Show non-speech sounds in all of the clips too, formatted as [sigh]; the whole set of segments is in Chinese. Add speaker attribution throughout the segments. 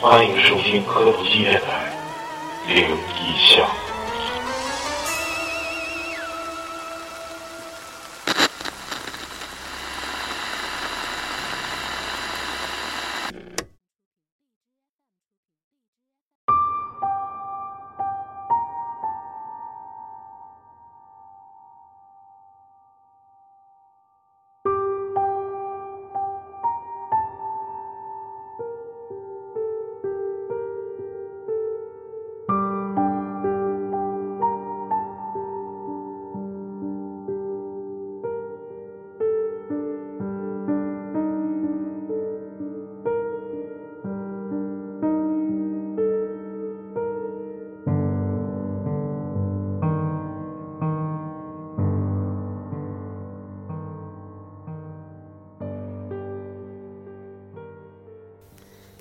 Speaker 1: 欢迎收听科普系电台《灵异巷》。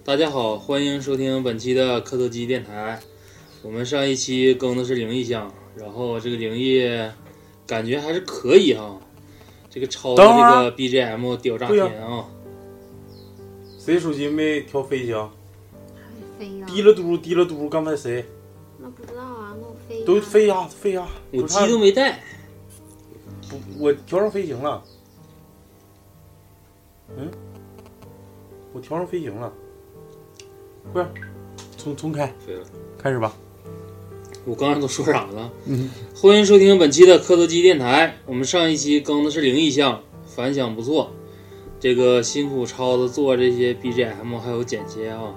Speaker 2: 大家好，欢迎收听本期的科特基电台。我们上一期更的是灵异项，然后这个灵异感觉还是可以哈、这个超的
Speaker 3: 等会
Speaker 2: 这
Speaker 3: 儿
Speaker 2: 个 BGM 屌炸
Speaker 3: 对呀
Speaker 2: 天啊！
Speaker 3: 谁手机没调飞行？
Speaker 4: 飞呀、
Speaker 3: 滴了嘟滴了嘟，刚才谁
Speaker 4: 那不知道啊，那我飞呀、
Speaker 3: 都飞呀飞呀，
Speaker 2: 我
Speaker 3: 不
Speaker 2: 鸡
Speaker 3: 是
Speaker 2: 都没带，
Speaker 3: 不我调上飞行了。嗯，我调上飞行了。快，重重开，
Speaker 2: 飞了。
Speaker 3: 开始吧。
Speaker 2: 我刚才都说啥了？
Speaker 3: 嗯，
Speaker 2: 欢迎收听本期的科特基电台。我们上一期更的是灵异项，反响不错。这个辛苦超子做这些 BGM 还有剪切啊，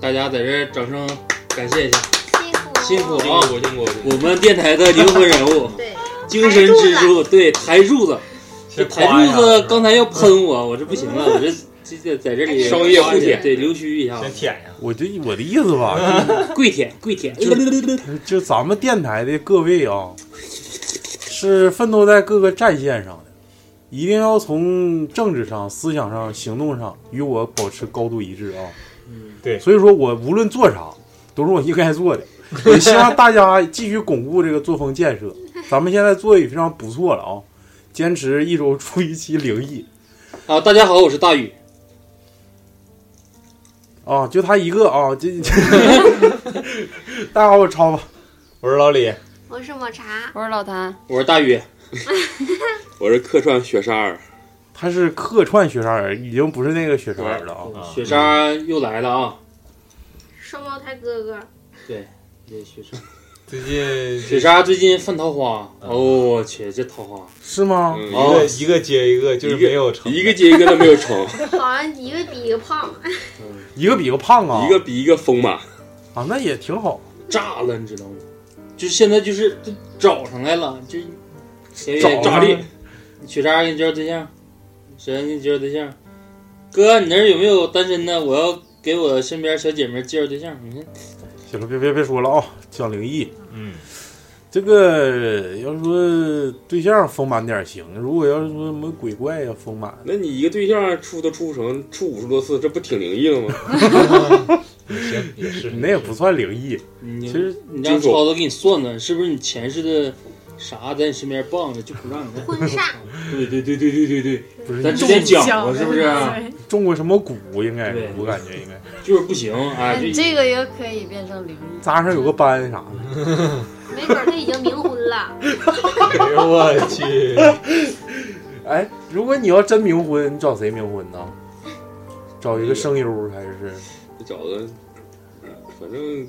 Speaker 2: 大家在这儿掌声感谢一下，
Speaker 4: 辛苦
Speaker 2: 辛苦
Speaker 5: 经
Speaker 2: 啊！
Speaker 5: 过经过，
Speaker 2: 我们电台的灵魂
Speaker 6: [laughs]
Speaker 2: 人物。
Speaker 4: 对，
Speaker 2: 精神支柱，对台柱子，
Speaker 7: 哎
Speaker 2: 这台柱子刚才要喷我，我这不
Speaker 6: [laughs]
Speaker 2: 行了，我这这这在这里
Speaker 5: 商业互
Speaker 4: 舔
Speaker 2: 对溜须一下，
Speaker 5: 先舔呀，
Speaker 3: 我就我的意思 [laughs] 吧，
Speaker 2: 跪舔跪舔，哎
Speaker 3: 就就就咱们电台的各位啊，是奋斗在各个战线上的，一定要从政治上、思想上、行动上与我保持高度一致啊。
Speaker 5: 对，
Speaker 3: 所以说我无论做啥，都是我应该做的。也希望大家继续巩固这个作风建设。咱们现在做的也非常不错了啊，坚持一周出一期灵异
Speaker 2: 啊！大家好，我是大宇，
Speaker 3: 啊，就 [laughs] 他一个啊，这大家好，我超吧。
Speaker 5: 我是老李，
Speaker 4: 我是抹茶，
Speaker 7: 我是老谭，
Speaker 2: 我是大宇，
Speaker 6: 我是客串雪莎儿，
Speaker 3: 他是客串雪莎儿，已经不是那个雪莎儿了啊。
Speaker 5: 啊
Speaker 2: 雪莎又来了啊！
Speaker 4: 双胞胎哥哥，
Speaker 2: 这雪莎，
Speaker 5: 最近
Speaker 2: 雪莎最近犯桃花，
Speaker 3: 嗯
Speaker 2: 哦，我去，这桃花，哦
Speaker 3: 是吗？
Speaker 6: 嗯
Speaker 5: 一个一个接一个，就是没有成
Speaker 6: 一个接一个都没有成，
Speaker 4: 好像一个比一个胖，
Speaker 3: 一个比一个胖啊，
Speaker 6: 一个比一个丰满。
Speaker 3: 啊，那也挺好。
Speaker 2: [laughs] 炸了，你知道吗？就现在就是都找上来了，就谁
Speaker 3: 找
Speaker 2: 炸
Speaker 3: 上
Speaker 2: 裂。雪莎给你介绍对象，谁给你介绍对象？哥，你那儿有没有单身的？我要给我身边小姐妹介绍对象。你看，
Speaker 3: 行了，别别别说了啊，讲灵异。
Speaker 5: 嗯，
Speaker 3: 这个要说对象丰满点儿行，如果要是说什么鬼怪呀、丰满，
Speaker 6: 那你一个对象处都处不成，处五十多次，这不挺灵异了吗？
Speaker 5: 也行也是，
Speaker 3: 那也不算灵异。
Speaker 2: 你
Speaker 3: 其实
Speaker 2: 你
Speaker 6: 金
Speaker 2: 让
Speaker 6: 主
Speaker 2: 超子给你算算，是不是你前世的啥在你身边傍着，就不让你
Speaker 6: [laughs]
Speaker 2: 再
Speaker 4: 婚纱，
Speaker 2: 对对对对对对对，
Speaker 3: 不是
Speaker 2: 咱之前讲过是不是？啊
Speaker 3: 中过什么蛊，应该
Speaker 2: 对
Speaker 3: 是我感觉应该
Speaker 2: 就是不行，哎，就
Speaker 7: 嗯这个也可以变成灵异。
Speaker 3: 扎上有个斑啥的。
Speaker 4: 没准儿他已经冥婚了，
Speaker 5: 哎呦我去，
Speaker 3: 哎，如果你要真冥婚，你找谁冥婚呢？找一个声优还是
Speaker 6: 就找个，反正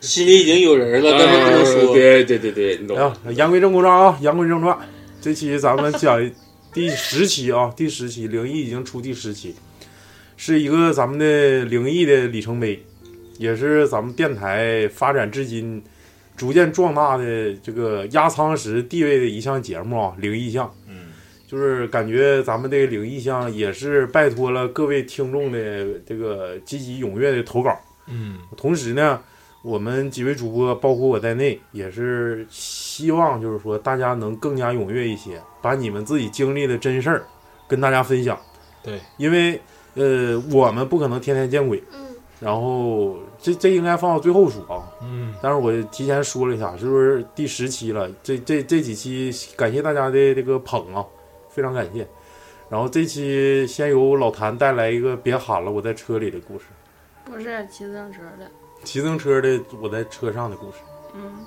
Speaker 2: 心里已经有人了，但是不能
Speaker 6: 啊
Speaker 2: 说。
Speaker 6: 对对对对，你懂
Speaker 3: 哎。呀，言归正传啊，言归正传，这期咱们讲第十期啊， [laughs] 第十期灵异已经出第十期，是一个咱们的灵异的里程碑，也是咱们电台发展至今逐渐壮大的这个压舱石地位的一项节目啊，灵异项。
Speaker 5: 嗯，
Speaker 3: 就是感觉咱们这个灵异项也是拜托了各位听众的这个积极踊跃的投稿。
Speaker 5: 嗯，
Speaker 3: 同时呢，我们几位主播，包括我在内，也是希望就是说大家能更加踊跃一些，把你们自己经历的真事儿跟大家分享。
Speaker 5: 对，
Speaker 3: 因为呃，我们不可能天天见鬼，
Speaker 4: 嗯，
Speaker 3: 然后这这应该放到最后说啊。
Speaker 5: 嗯，
Speaker 3: 但是我提前说了一下，是不是第十期了？这这这几期感谢大家的这个捧啊，非常感谢。然后这期先由老谭带来一个别喊了，我在车里的故事，
Speaker 7: 不是骑自行车的。
Speaker 3: 骑自行车的我在车上的故事。
Speaker 7: 嗯，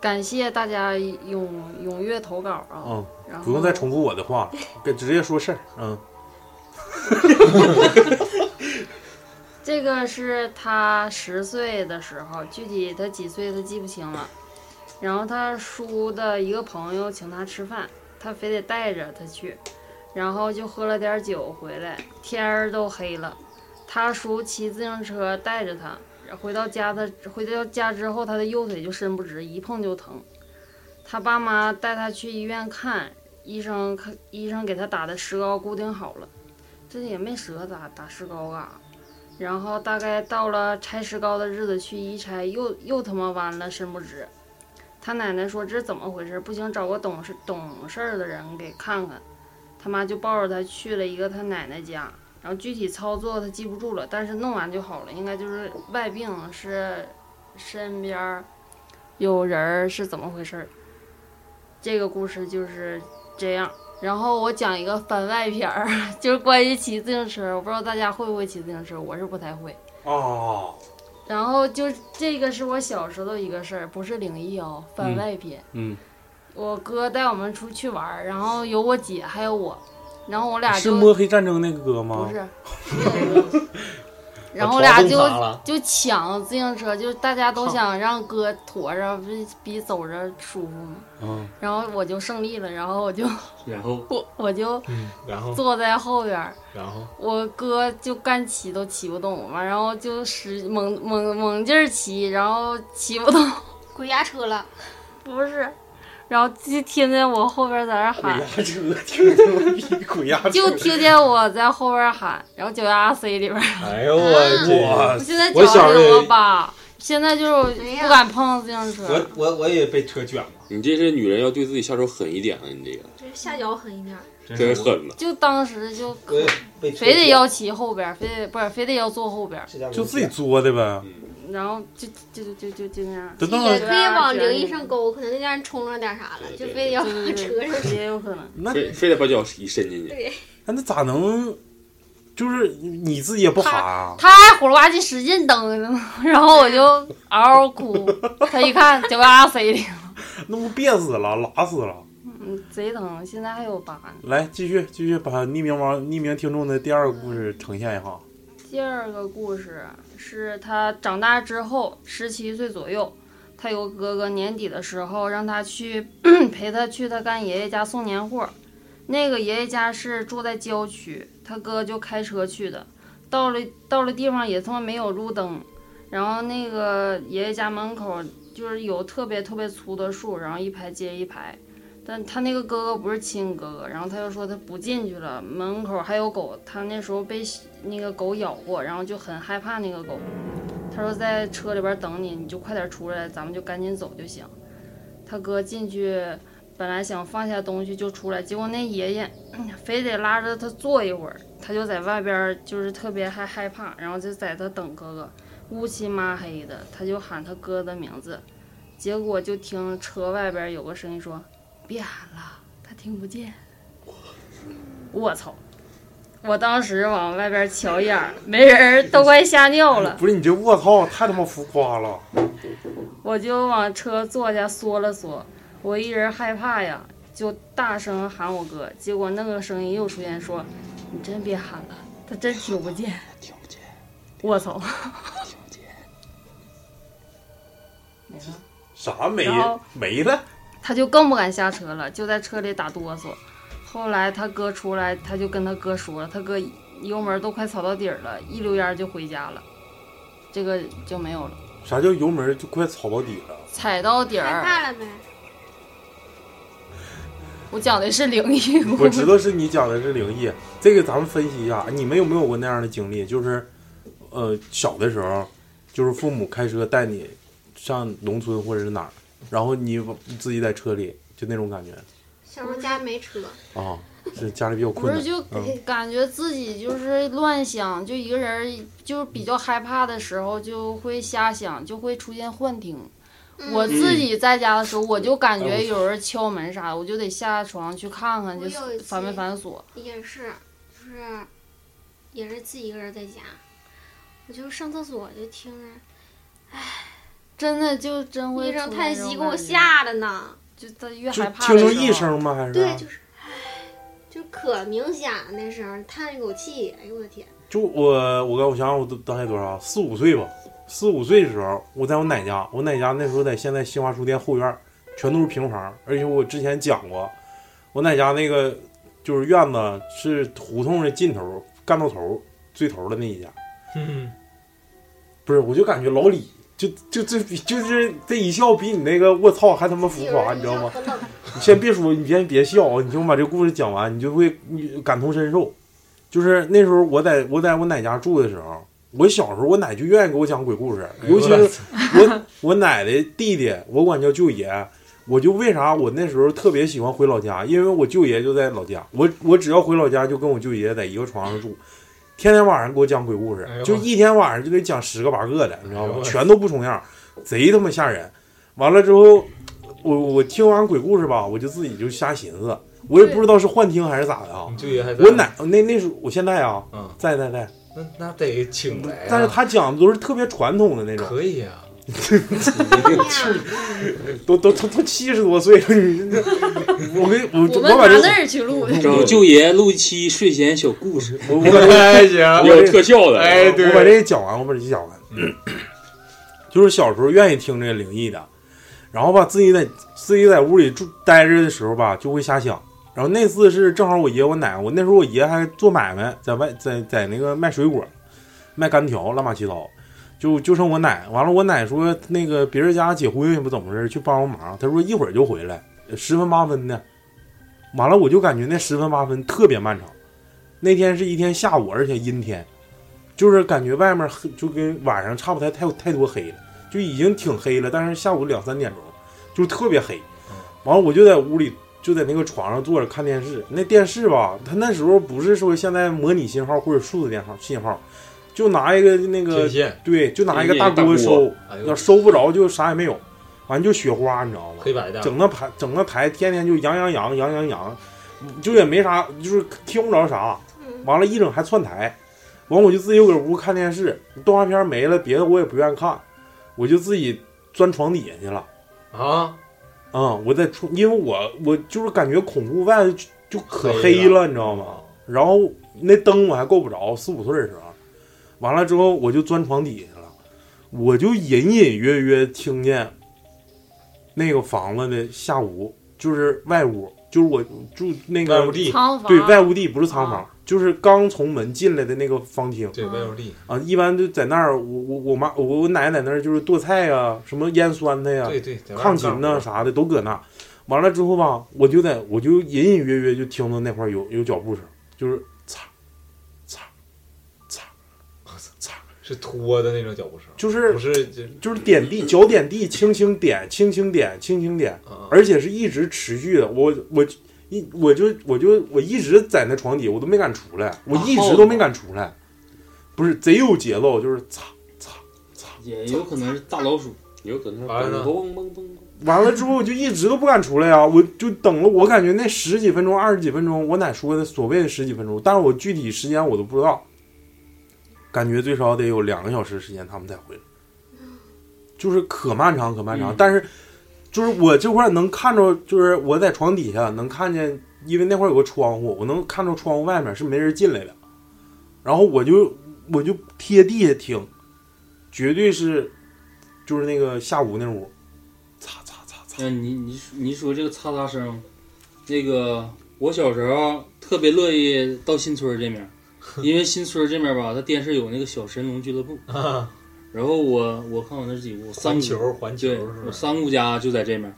Speaker 7: 感谢大家踊踊跃投稿啊！
Speaker 3: 嗯，
Speaker 7: 然后
Speaker 3: 不用再重复我的话，
Speaker 7: 嗯
Speaker 3: [laughs] 跟直接说事儿。嗯，
Speaker 7: 这个是他十岁的时候，具体他几岁他记不清了。然后他叔的一个朋友请他吃饭，他非得带着他去，然后就喝了点酒回来，天儿都黑了。他叔骑自行车带着他，回到家他回到家之后，他的右腿就伸不直，一碰就疼。他爸妈带他去医院看，医生看医生给他打的石膏固定好了，这也没舍打打石膏啊干、啥。然后大概到了拆石膏的日子去一拆，又又他妈弯了，伸不直。他奶奶说这是怎么回事？不行，找个懂事懂事儿的人给看看。他妈就抱着他去了一个他奶奶家，然后具体操作他记不住了，但是弄完就好了，应该就是外病是身边儿有人儿是怎么回事儿。这个故事就是这样。然后我讲一个番外篇儿，就是关于骑自行车，我不知道大家会不会骑自行车，我是不太会。
Speaker 3: 哦，
Speaker 7: 然后就这个是我小时候的一个事儿，不是灵异哦，番外篇。
Speaker 3: 嗯，
Speaker 7: 我哥带我们出去玩儿，然后有我姐还有我，然后我俩
Speaker 3: 是
Speaker 7: 就
Speaker 3: 摸黑战争那个歌吗？
Speaker 7: 不是， [laughs] 然后我俩就
Speaker 5: 我朝洞砸了
Speaker 7: 就抢自行车，就是大家都想让哥驮着，不是比走着舒服吗？
Speaker 3: 嗯，
Speaker 7: 然后我就胜利了，然后我就
Speaker 2: 然后
Speaker 7: 我我就
Speaker 5: 嗯，然后
Speaker 7: 坐在后边儿。
Speaker 5: 然后
Speaker 7: 我哥就干骑都骑不动，完然后就使猛猛猛劲儿骑，然后骑不动，
Speaker 4: 鬼压车了，
Speaker 7: 不是，然后就听见我后边在那
Speaker 5: 哎
Speaker 7: 喊，
Speaker 3: 车挺牛逼，鬼压
Speaker 7: 就听见我在后边喊，然后脚丫子塞里边儿，
Speaker 5: 哎呦我去！
Speaker 3: 哇
Speaker 7: 我， [laughs] 现在脚
Speaker 5: 我小
Speaker 7: 丫
Speaker 5: 时候
Speaker 7: 子
Speaker 5: 也
Speaker 7: 有个疤，现在就是不敢碰自行车
Speaker 5: 我，我我也被车卷了，
Speaker 6: 你这是女人要对自己下手狠一点啊！你这个
Speaker 4: 这下脚狠一点。
Speaker 6: 真狠呐！
Speaker 7: 就当时就
Speaker 5: 我也被车
Speaker 7: 非得
Speaker 5: 卷
Speaker 7: 要骑后边儿，非得不是非得要坐后边儿，
Speaker 5: 这家伙
Speaker 3: 就自己作的呗。
Speaker 7: 然后就就就就就就那样，
Speaker 3: 等
Speaker 4: 也
Speaker 3: 等，
Speaker 4: 可以往灵异上勾，可能那家人冲上点啥了，就非得要
Speaker 7: 对
Speaker 4: 往
Speaker 7: 对
Speaker 4: 车
Speaker 7: 对 [laughs]
Speaker 4: 上。
Speaker 7: 也有可能。
Speaker 3: 那
Speaker 6: 非非得把脚一伸进去，
Speaker 3: 哎那咋能？就是你自己也不喊啊？
Speaker 7: 他还葫芦娃唧使劲蹬， [laughs] 然后我就嗷嗷哭。他一看脚丫塞里，
Speaker 3: 那不憋死了，拉死了。
Speaker 7: 嗯，贼疼，现在还有疤呢。
Speaker 3: 来，继续继续把匿名网匿名听众的第二个故事呈现一下。
Speaker 7: 第二个故事是他长大之后，十七岁左右，他有个哥哥年底的时候让他去 [clears throat] 陪他去他干爷爷家送年货。那个爷爷家是住在郊区，他哥就开车去的。到了到了地方也他妈没有路灯，然后那个爷爷家门口就是有特别特别粗的树，然后一排接一排。但他那个哥哥不是亲哥哥，然后他就说他不进去了，门口还有狗，他那时候被那个狗咬过，然后就很害怕那个狗。他说在车里边等你，你就快点出来，咱们就赶紧走就行。他哥进去，本来想放下东西就出来，结果那爷爷 [clears throat] 嗯非得拉着他坐一会儿，他就在外边就是特别害害怕，然后就在这等哥哥，乌漆嘛黑的，他就喊他哥的名字，结果就听车外边有个声音说：“别喊了，他听不见。”我操！我当时往外边瞧一眼儿，没人儿，都快吓尿了。
Speaker 3: 不是你这卧槽，太他妈浮夸了！
Speaker 7: 我就往车座下缩了缩，我一人害怕呀，就大声喊我哥，结果那个声音又出现说：“你真别喊了，他真听不见。”听不见。我操！听不见。
Speaker 3: 啥没
Speaker 7: 然后
Speaker 3: 没了？
Speaker 7: 他就更不敢下车了，就在车里打哆嗦。后来他哥出来，他就跟他哥说了，他哥油门都快踩到底儿了，一溜烟儿就回家了，这个就没有了，
Speaker 3: 啥叫油门就快草到底了？
Speaker 7: 踩到底
Speaker 4: 害
Speaker 7: 儿。
Speaker 4: 怕了呗，
Speaker 7: 我讲的是灵异故 [laughs]
Speaker 3: 我
Speaker 7: 事
Speaker 3: 知。道是你讲的是灵异，这个咱们分析一下，你们有没有过那样的经历？就是，呃，小的时候，就是父母开车带你上农村或者是哪儿，然后你自己在车里，就那种感觉
Speaker 4: 小时候家没车，
Speaker 3: 啊，是家里比较
Speaker 7: 不
Speaker 3: 困难。
Speaker 7: 是，就
Speaker 3: 嗯
Speaker 7: 感觉自己就是乱想，就一个人儿就是比较害怕的时候，就会瞎想，就会出现幻听。我
Speaker 4: 嗯
Speaker 7: 自己在家的时候，我就感觉有人敲门啥的，我就得下床去看看，就
Speaker 4: 我有一次
Speaker 7: 反没反锁。
Speaker 4: [laughs] 也是，就是也是自己一个人在家，我就上厕所就听着
Speaker 7: 真的就真会
Speaker 4: 一声
Speaker 7: 出
Speaker 4: 叹
Speaker 7: 那种
Speaker 4: 息，给
Speaker 7: 感
Speaker 4: 我
Speaker 7: 觉，
Speaker 4: 吓的呢。
Speaker 7: 就他越
Speaker 3: 就
Speaker 7: 害怕
Speaker 3: 听
Speaker 7: 的
Speaker 3: 着
Speaker 7: 时
Speaker 3: 一
Speaker 7: 候
Speaker 3: 声吗？还是啊
Speaker 4: 对，就是，唉，就可明显了那声，叹一口气，哎呦我的天，
Speaker 3: 就我我刚我想想我都大概多少四五岁吧，四五岁的时候我在我奶家，我奶家那时候在现在新华书店后院儿，全都是平房，而且我之前讲过，我奶家那个就是院子是胡同的尽头，干到头最头的那一家，
Speaker 5: 嗯，
Speaker 3: 不是我就感觉老李就就这比就是这一笑比你那个我操还他妈浮
Speaker 4: 有
Speaker 3: 夸，
Speaker 4: 人
Speaker 3: 你
Speaker 4: 一
Speaker 3: 知道
Speaker 4: 下
Speaker 3: 吗？
Speaker 4: 可冷了。
Speaker 3: 你先别说，你先别笑啊，你听我把这故事讲完，你就会你感同身受。就是那时候我在我在我奶家住的时候，我小时候我奶就愿意给我讲鬼故事，
Speaker 5: 哎
Speaker 3: 尤其是我我奶的弟弟，我管叫舅爷。我就为啥我那时候特别喜欢回老家，因为我舅爷就在老家，我我只要回老家就跟我舅爷在一个床上住，天天晚上给我讲鬼故事
Speaker 5: 哎，呦
Speaker 3: 就一天晚上就得讲十个八个的，你知道
Speaker 5: 哎
Speaker 3: 吗
Speaker 5: 呦？
Speaker 3: 全都不重样，贼他妈吓人。完了之后，我我听完鬼故事吧，我就自己就瞎寻思，我也不知道是幻听还是咋的啊
Speaker 5: 你。舅爷还在
Speaker 3: 我奶那那时候我现在啊，
Speaker 5: 嗯
Speaker 3: 在在在，
Speaker 5: 那那得请来啊，
Speaker 3: 但是他讲的都是特别传统的那种，
Speaker 5: 可以啊，
Speaker 4: 哎呀，
Speaker 3: 都都都都七十多岁了，你这 [laughs] 我跟我
Speaker 7: 我
Speaker 3: 我
Speaker 7: 们
Speaker 3: 把
Speaker 7: 拿
Speaker 3: 这
Speaker 7: 那儿去录
Speaker 3: 嗯
Speaker 7: 的，
Speaker 2: 找舅爷录一期睡前小故事，
Speaker 3: 我我把这
Speaker 5: 还行，
Speaker 6: 有特效的，
Speaker 5: 哎对嗯
Speaker 3: 我把这个讲完，我把这个讲完。 [clears throat] 就是小时候愿意听这个灵异的，然后吧，自己在自己在屋里住待着的时候吧，就会瞎想。然后那次是正好我爷我奶，我那时候我爷还做买卖，在外在在那个卖水果，卖干条，乱八七糟。就就剩我奶，完了我奶说那个别人家结婚也不怎么回事，去帮帮忙。她说一会儿就回来，十分八分的。完了我就感觉那十分八分特别漫长。那天是一天下午，而且阴天，就是感觉外面黑，就跟晚上差不太太太多黑了，就已经挺黑了，但是下午两三点钟就特别黑。完了我就在屋里就在那个床上坐着看电视，那电视吧，它那时候不是说现在模拟信号或者数字电号信号，就拿一个那个
Speaker 5: 天线，
Speaker 3: 对，就拿一个
Speaker 6: 一
Speaker 3: 大
Speaker 6: 大
Speaker 3: 锅
Speaker 6: 锅
Speaker 3: 收，
Speaker 5: 哎呦
Speaker 3: 要收不着就啥也没有，完就雪花，你知道吗？
Speaker 5: 黑白的，
Speaker 3: 整个台整个台天天就羊羊羊羊羊羊，就也没啥，就是听不着啥。
Speaker 4: 嗯
Speaker 3: 完了，一整还窜台，完我就自己搁屋看电视，动画片没了，别的我也不愿意看，我就自己钻床底下去了。
Speaker 5: 啊，
Speaker 3: 啊、我在床，因为我我就是感觉恐怖外就就可黑
Speaker 5: 黑
Speaker 3: 了，你知道吗？然后那灯我还够不着，四五岁的时候，完了之后我就钻床底下了，我就隐隐约约听见那个房子的下屋，就是外屋，就是我住那个
Speaker 5: 外屋地，
Speaker 7: 仓房
Speaker 3: 对外屋地不是仓房
Speaker 7: 啊，
Speaker 3: 就是刚从门进来的那个方厅
Speaker 5: 对外屋地，
Speaker 3: 啊，一般就在那儿，我我我妈我我奶奶在那儿就是剁菜呀、什么腌酸菜呀、
Speaker 5: 对对，在外
Speaker 3: 啊抗琴呐啥的都搁那。完了之后吧，我就在我就隐隐约约就听到那块儿有有脚步声，就是擦擦擦擦，
Speaker 5: 是拖的那种脚步声，
Speaker 3: 就是
Speaker 5: 不是就
Speaker 3: 就是点地脚点地，轻轻点，轻轻点，轻轻点，
Speaker 5: 啊，
Speaker 3: 而且是一直持续的。我我一我就我就我一直在那床底，我都没敢出来，我一直都没敢出来，不是贼有节奏，就是擦擦擦。
Speaker 2: 也有可能是大老鼠。
Speaker 6: 有可能
Speaker 5: 完了呢
Speaker 6: 嘣嘣嘣，
Speaker 3: 完了之后，我就一直都不敢出来啊！我就等了，我感觉那十几分钟、二十几分钟，我奶说的所谓的十几分钟，但是我具体时间我都不知道，感觉最少得有两个小时时间他们才回来，就是可漫长可漫长。
Speaker 2: 嗯
Speaker 3: 但是就是我这块儿能看着，就是我在床底下能看见，因为那块儿有个窗户，我能看着窗户外面是没人进来的，然后我就我就贴地下听，绝对是就是那个下午那屋。擦擦擦擦。
Speaker 2: 那你你你说这个擦擦声，那个我小时候特别乐意到新村儿这面
Speaker 5: [laughs]
Speaker 2: 儿，因为新村儿这面儿吧，它电视有那个小神龙俱乐部。
Speaker 5: 啊，
Speaker 2: 然后我我看我那是几屋，三
Speaker 5: 环
Speaker 2: 屋
Speaker 5: 球环球
Speaker 2: 对
Speaker 5: 是，
Speaker 2: 我
Speaker 5: 不是？
Speaker 2: 三姑家就在这面儿。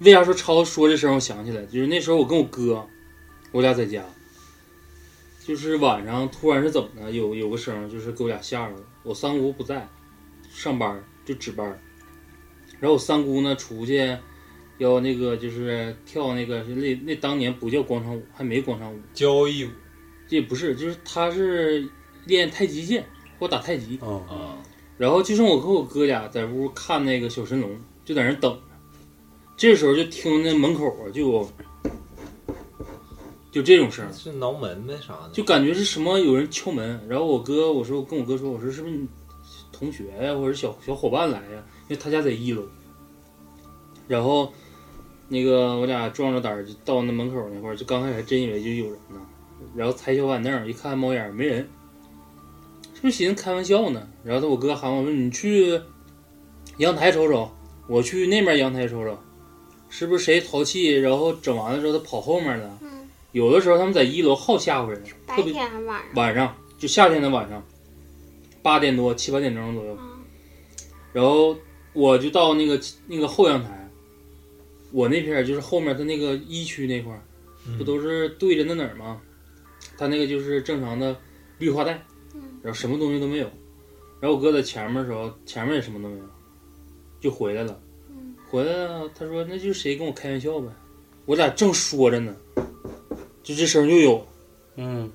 Speaker 2: 为啥说超说这声我想起来，就是那时候我跟我哥，我俩在家，就是晚上突然是怎么的，有有个声儿就是给我俩吓着了。我三姑不在，上班儿就值班儿，然后我三姑呢出去要那个就是跳那个是那那当年不叫广场舞，还没广场舞，
Speaker 5: 交易舞
Speaker 2: 这也不是，就是她是练太极剑或打太极，
Speaker 3: 嗯，
Speaker 6: 啊，
Speaker 2: 然后就剩我和我哥俩在屋看那个小神龙，就在那儿等着。这时候就听那门口啊，就有就这种声儿，
Speaker 5: 是挠门呗啥的，
Speaker 2: 就感觉是什么有人敲门，然后我哥我说我跟我哥说我说是不是你同学呀、或者小小伙伴来呀、因为他家在一楼，然后那个我俩壮着胆儿就到那门口那块儿，就刚开始还真以为就有人呢，然后踩小板凳儿一看猫眼儿没人，是不是寻思开玩笑呢？然后他我哥喊我说你去阳台瞅瞅，我去那边阳台瞅瞅，是不是谁淘气，然后整完了之后他跑后面了？
Speaker 4: 嗯，
Speaker 2: 有的时候他们在一楼好吓唬人，
Speaker 4: 白
Speaker 2: 特别
Speaker 4: 天还是晚上？
Speaker 2: 晚上，就夏天的晚上，八点多七八点钟左右，
Speaker 4: 啊，
Speaker 2: 然后我就到那个那个后阳台，我那片儿就是后面他那个一区那块儿，不都是对着那哪儿吗？他那个就是正常的绿化带，
Speaker 4: 嗯
Speaker 2: 然后什么东西都没有，然后我哥在前面的时候，前面也什么都没有，就回来了。
Speaker 4: 嗯
Speaker 2: 回来了，他说那就是谁跟我开玩笑呗，我俩正说着呢，就这声儿就有，
Speaker 3: 嗯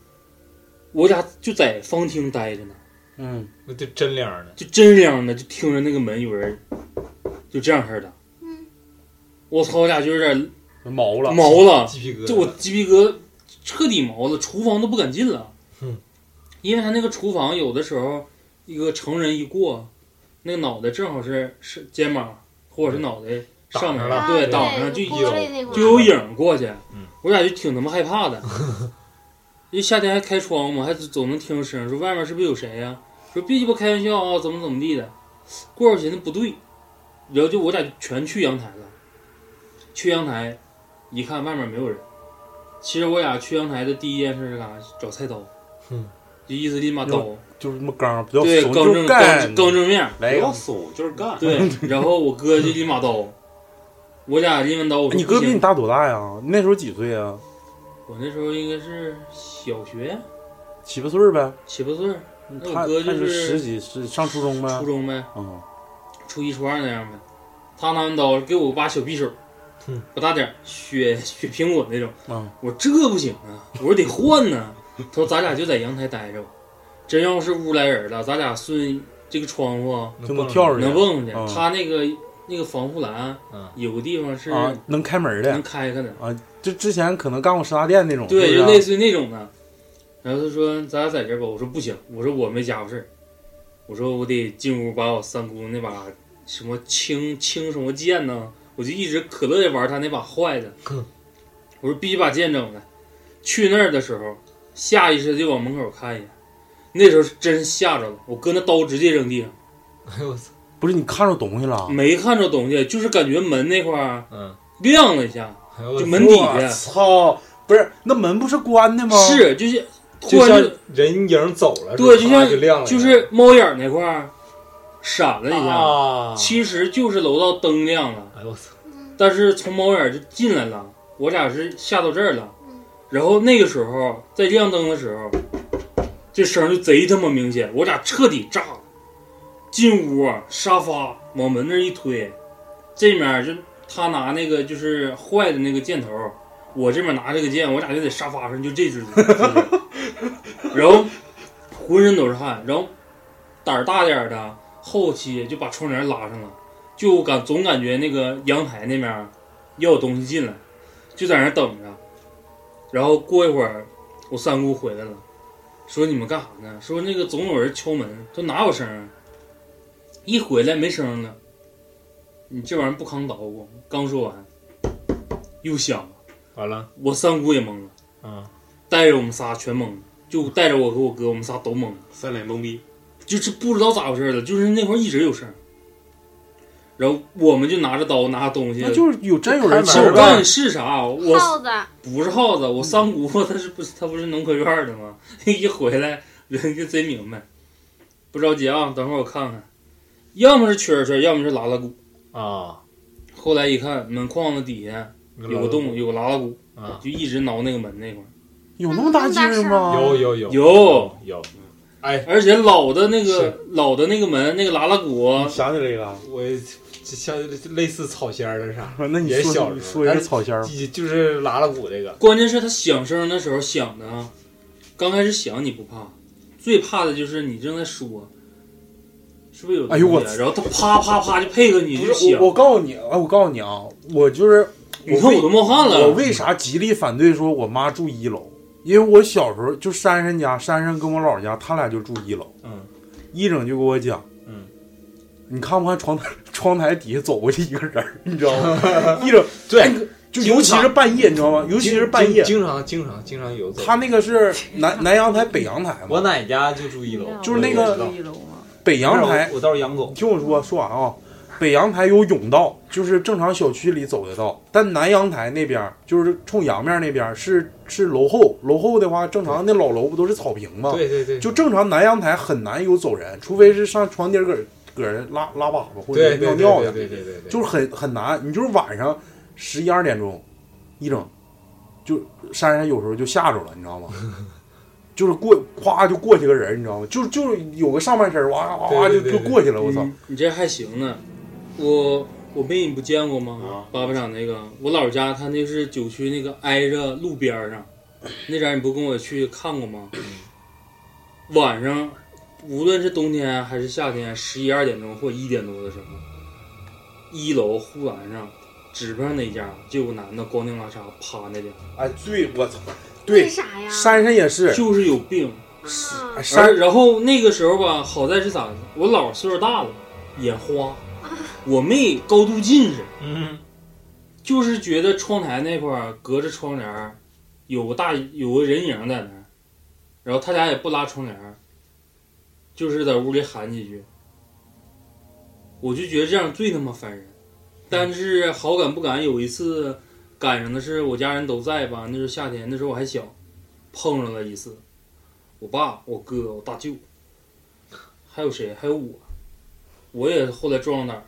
Speaker 2: 我俩就在房厅待着呢。
Speaker 3: 嗯
Speaker 5: 那就真亮的，
Speaker 2: 就真亮的，就听着那个门有人，就这样式的。
Speaker 4: 嗯，
Speaker 2: 我操，我俩就有点
Speaker 3: 嗯毛了，
Speaker 2: 毛了，
Speaker 5: 鸡皮疙瘩。
Speaker 2: 啊就我鸡皮疙瘩彻底毛了，厨房都不敢进了。
Speaker 5: 嗯，
Speaker 2: 因为他那个厨房有的时候一个成人一过，那个脑袋正好是是肩膀或者是脑袋上面
Speaker 5: 挡着了
Speaker 2: 对，
Speaker 5: 啊
Speaker 2: 挡
Speaker 4: 对
Speaker 2: 上就
Speaker 4: 玻
Speaker 5: 有
Speaker 4: 璃那块儿
Speaker 2: 就有影儿过去。
Speaker 5: 嗯
Speaker 2: 我俩就挺他妈害怕
Speaker 3: [laughs]
Speaker 2: 的，因为夏天还开窗嘛，还总能听声，说外面是不是有谁呀、说别鸡巴开玩笑啊，怎么怎么地的。过会儿寻思不对，然后就我俩就全去阳台了。去阳台一看，外面没有人。其实我俩去阳台的第一件事是干啥？找菜刀。
Speaker 5: 嗯，
Speaker 2: 就意思拎把刀，
Speaker 3: 就是什么刚，不要
Speaker 2: 对，
Speaker 3: 怂
Speaker 2: 刚正
Speaker 3: 就干
Speaker 2: 刚，刚正哎面。
Speaker 3: 来一
Speaker 6: 不
Speaker 3: 个
Speaker 6: 要，怂，就是干。
Speaker 2: 对，
Speaker 3: [laughs]
Speaker 2: 然后我哥就拎把刀，我俩拎完刀，我说
Speaker 3: 哎你哥
Speaker 2: 不
Speaker 3: 比
Speaker 2: 行
Speaker 3: 你大多大呀？你那时候几岁啊？
Speaker 2: 我那时候应该是小学
Speaker 3: 七八岁呗，
Speaker 2: 七八岁儿，那
Speaker 3: 他
Speaker 2: 我哥
Speaker 3: 他
Speaker 2: 就是
Speaker 3: 是十几，是上初中呗，
Speaker 2: 初中呗，
Speaker 3: 嗯，
Speaker 2: 初一初二那样呗。他拿完刀给我把小匕首
Speaker 5: 嗯，
Speaker 2: 不大点儿，血血苹果那种。
Speaker 3: 嗯
Speaker 2: 我说这不行啊，我说得换呢、他说咱俩就在阳台待着吧，真要是屋来人了，咱俩顺这个窗户啊
Speaker 3: 就能跳出
Speaker 2: 能
Speaker 3: 去
Speaker 2: 蹦出去。
Speaker 3: 嗯
Speaker 2: 他那个那个防护栏
Speaker 5: 嗯
Speaker 2: 有个地方是
Speaker 3: 啊，能开门
Speaker 2: 能
Speaker 3: 的，
Speaker 2: 开开的，
Speaker 3: 就之前可能干过沙拉店那种，
Speaker 2: 对，
Speaker 3: 是
Speaker 2: 就
Speaker 3: 不
Speaker 2: 类
Speaker 3: 是啊
Speaker 2: 似于那种的。然后他说：“咱俩在这儿吧。”我说：“不行，我说我没家伙事儿，我说我得进屋把我三姑那把什么青青什么剑呢，我就一直可乐也玩他那把坏的
Speaker 5: 哼，
Speaker 2: 我说必须把剑整来。去那儿的时候，下意识地就往门口看一眼，那时候是真吓着了，我哥那刀直接扔地上，
Speaker 5: 哎呦我操，
Speaker 3: 不是你看着东西
Speaker 5: 啊
Speaker 3: 了，
Speaker 2: 没看着东西，就是感觉门那块儿
Speaker 5: 嗯，
Speaker 2: 亮了一下，
Speaker 5: 哎呦我
Speaker 2: 就
Speaker 5: 操
Speaker 2: 门底
Speaker 3: 我
Speaker 2: 下
Speaker 3: 操，不是那门不是关的吗？，
Speaker 2: 是就是突
Speaker 5: 就
Speaker 2: 然
Speaker 5: 像
Speaker 2: 就
Speaker 5: 人影走了，
Speaker 2: 对
Speaker 5: 是
Speaker 2: 就
Speaker 5: 吧
Speaker 2: 像
Speaker 5: 就亮了，
Speaker 2: 就是猫眼儿那块儿闪了一下，
Speaker 5: 啊，
Speaker 2: 其实就是楼道灯亮了，
Speaker 5: 哎呦我操，
Speaker 4: 嗯
Speaker 2: 但是从猫眼儿就进来了，我俩是吓到这儿了
Speaker 4: 嗯。
Speaker 2: 然后那个时候在亮灯的时候，这声儿就贼他妈明显，我俩彻底炸了。进屋啊沙发往门那儿一推，这面儿就他拿那个就是坏的那个箭头，我这边拿这个剑，我俩就在沙发上就这姿势，然后浑身都是汗，然后胆儿大点儿的后期就把窗帘拉上了，就感总感觉那个阳台那面儿要有东西进来，就在那儿等着。然后过一会儿，我三姑回来了，说你们干啥呢？说那个总有人敲门，说哪有声儿啊？一回来没声儿了，你这玩意儿不扛捣鼓。刚说完，又响了，
Speaker 5: 完了，
Speaker 2: 我三姑也懵了，
Speaker 5: 嗯，
Speaker 2: 带着我们仨全懵了，就带着我和我哥，我们仨都懵了。
Speaker 6: 三脸懵逼，
Speaker 2: 就是不知道咋回事了，就是那块儿一直有声儿。然后我们就拿着刀拿东西，
Speaker 3: 那就是有真有人
Speaker 5: 就
Speaker 2: 手
Speaker 5: 开门
Speaker 3: 敲
Speaker 5: 呗
Speaker 2: 办是啥？我
Speaker 4: 耗子，
Speaker 2: 不是耗子，我三姑 [laughs] 他是不是他不是农科院的吗？ [laughs] 一回来人家贼明白。不着急啊，等会儿我看看，要么是蛐儿蛐儿，要么是拉拉鼓。
Speaker 5: 啊，
Speaker 2: 后来一看，门框子底下有个洞，有个拉拉鼓，
Speaker 5: 啊，
Speaker 2: 就一直挠那个门那块儿，
Speaker 3: 有那么大劲儿吗？
Speaker 5: 有有有
Speaker 2: 有
Speaker 5: 有，
Speaker 2: 而且老的那个
Speaker 5: 是
Speaker 2: 老的那个门那个拉拉鼓，
Speaker 3: 我想起来一个啊，
Speaker 5: 我这像类似草仙儿的啥，
Speaker 3: 那你
Speaker 5: 也
Speaker 3: 说
Speaker 5: 小
Speaker 3: 你
Speaker 5: 时候
Speaker 3: 说一个草仙儿
Speaker 2: 哎
Speaker 3: 吧，
Speaker 5: 就就是拉拉鼓这个，
Speaker 2: 关键是它响声的时候响的啊，刚开始响你不怕，最怕的就是你正在说，是不是有？
Speaker 3: 哎呦我
Speaker 2: 然后他啪啪啪就配合你
Speaker 3: 不
Speaker 2: 就是响，
Speaker 3: 我，我告诉你，哎，我告诉你啊，我就是
Speaker 2: 你看我都冒汗
Speaker 5: 嗯
Speaker 3: 我
Speaker 2: 了。
Speaker 3: 为啥极力反对说我妈住一楼？因为我小时候就珊珊家，珊珊跟我姥家，他俩就住一楼。
Speaker 5: 嗯，
Speaker 3: 一整就给我讲，
Speaker 5: 嗯，
Speaker 3: 你看不看窗台 [laughs] 窗台底下走过去一个人
Speaker 5: [laughs]
Speaker 3: 儿，你知道吗？ [laughs] 一整哎，就尤其是半夜，你知道吗？尤其是半夜，
Speaker 5: 经经常经常经常有走。
Speaker 3: 他那个是南南阳台北阳台
Speaker 5: 我
Speaker 3: 嘛，
Speaker 5: 奶家就住一楼，
Speaker 3: 就是那个
Speaker 5: 我知道
Speaker 7: 一楼吗？
Speaker 3: 北阳
Speaker 5: 不是
Speaker 3: 台
Speaker 5: 我，我倒是养狗
Speaker 3: 你，听我说说完啊，北阳台有甬道，就是正常小区里走的道，但南阳台那边儿就是冲阳面那边儿是是楼后，楼后的话正常那老楼不都是草坪吗？
Speaker 5: 对对对，
Speaker 3: 就正常南阳台很难有走人，除非是上床底儿搁搁人拉拉粑粑或者
Speaker 5: 对
Speaker 3: 尿
Speaker 5: 对
Speaker 3: 尿
Speaker 5: 对
Speaker 3: 的，
Speaker 5: 对对对对，
Speaker 3: 就是很很难。你就是晚上十一二点钟一整，就珊珊有时候就吓着了，你知
Speaker 5: [laughs]
Speaker 3: 道吗？就是过咵就过去个人，你知道吗？就就是有个上半身，哇哇哇就
Speaker 5: 对对对
Speaker 3: 就
Speaker 5: 对
Speaker 3: 过去了，我操！
Speaker 2: 嗯你这还行呢，我我妹你不见过
Speaker 3: 啊
Speaker 2: 吗？八巴掌那个，我姥家他那是九区那个挨着路边儿上，那家你不跟我去看过
Speaker 3: 嗯
Speaker 2: 吗？晚上，无论是冬天还是夏天，十一二点钟或一点多的时候，一楼护栏上，指不上哪家就有个男的光腚拉碴趴那里，
Speaker 3: 哎，对，我操，
Speaker 4: 为
Speaker 3: 对，
Speaker 4: 啥呀？
Speaker 3: 珊珊也是，
Speaker 2: 就是有病。
Speaker 4: 啊
Speaker 3: 哎
Speaker 2: 然
Speaker 3: 珊
Speaker 2: 然后那个时候吧，好在是咋的？我姥岁数大了，眼花，我妹高度近视，
Speaker 5: 嗯，
Speaker 2: 就是觉得窗台那块儿隔着窗帘儿有个大有个人影在那儿，然后他家也不拉窗帘儿，就是在屋里喊几句。我就觉得这样最他妈烦人，但是好赶不赶，有一次赶上的是我家人都在吧，那时候夏天，那时候我还小，碰上了一次，我爸、我哥、我大舅，还有谁？还有我，我也后来壮胆儿了，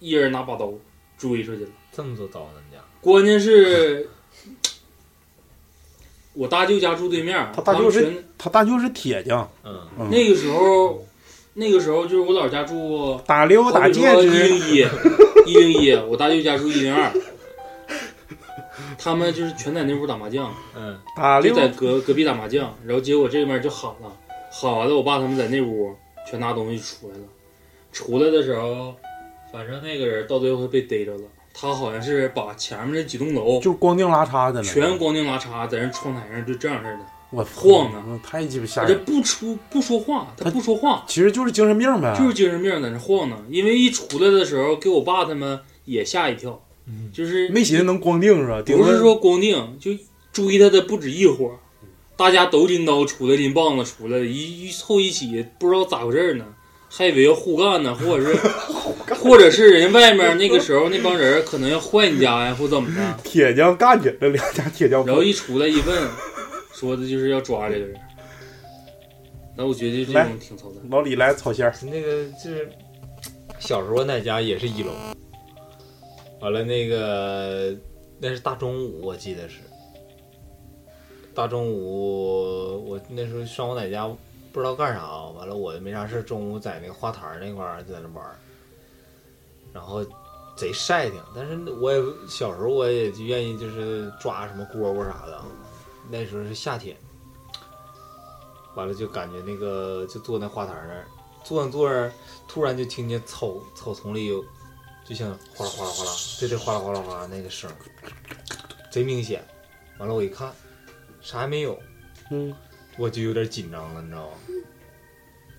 Speaker 2: 一人拿把刀追出去了。
Speaker 5: 这么多刀呢，你家
Speaker 2: 关键是，我大舅家住对面儿，
Speaker 3: 他大舅
Speaker 2: 们
Speaker 3: 是嗯
Speaker 2: 全
Speaker 3: 她大舅是铁匠，
Speaker 5: 嗯，
Speaker 2: 那个时候，那个时候就是我姥家住
Speaker 3: 打溜打戒
Speaker 2: 一
Speaker 3: 指，
Speaker 2: 零一，一零一，我大舅家住一零二，他们就是全在那屋打麻
Speaker 3: 啊
Speaker 2: 将，
Speaker 5: 嗯
Speaker 3: 打
Speaker 2: 就
Speaker 3: 溜
Speaker 2: 在隔隔壁打麻将，然后结果这面就喊了，喊完了，我爸他们在那屋全拿东西出来了，出来的时候，反正那个人到最后被逮着了，他好像是把前面那几栋楼
Speaker 3: 就是光腚拉碴的呢，
Speaker 2: 全光腚拉碴在人窗台上就这样似的，
Speaker 3: 我操
Speaker 2: 晃呢，
Speaker 3: 太鸡巴吓
Speaker 2: 而且
Speaker 3: 人，
Speaker 2: 不出不说话，他
Speaker 3: 他啊
Speaker 2: 不说话，
Speaker 3: 其实就是精神病呗，
Speaker 2: 就是精神病在那晃荡。因为一出来的时候，给我爸他们也吓一跳，
Speaker 5: 嗯，
Speaker 2: 就是
Speaker 3: 没寻思能光腚是吧？顶
Speaker 2: 不
Speaker 3: 多
Speaker 2: 是说光腚，就追他的不止一伙儿，
Speaker 3: 嗯
Speaker 2: 大家都拎刀出来，拎棒子出来，一一凑一起，不知道咋回事儿呢，还以为要互干呢，或者
Speaker 3: [laughs]
Speaker 2: 是，或者是人家外面那个时候那帮人儿可能要坏你家呀，或怎么的，
Speaker 3: 铁匠干起来了，两家铁匠铺
Speaker 2: 然后一出来一问，说的就是要抓这个人。那我觉得这种挺操蛋。
Speaker 3: 老李来草仙儿，
Speaker 5: 那个就是小时候我奶家也是一楼，完了那个那是大中午，我记得是大中午，我那时候上我奶家不知道干啥，完了我也没啥事，中午在那个花坛儿那块儿在那玩儿，然后贼晒挺，但是我也小时候我也就愿意就是抓什么蝈蝈啥的啊，那时候是夏天。完了就感觉那个就坐那花坛儿那儿，坐着坐着，突然就听见草草丛里有，就像哗啦哗啦哗啦，对对，哗啦哗啦哗啦那个声儿，贼明显。完了我一看，啥也没有，
Speaker 3: 嗯，
Speaker 5: 我就有点紧张了，你知道吗？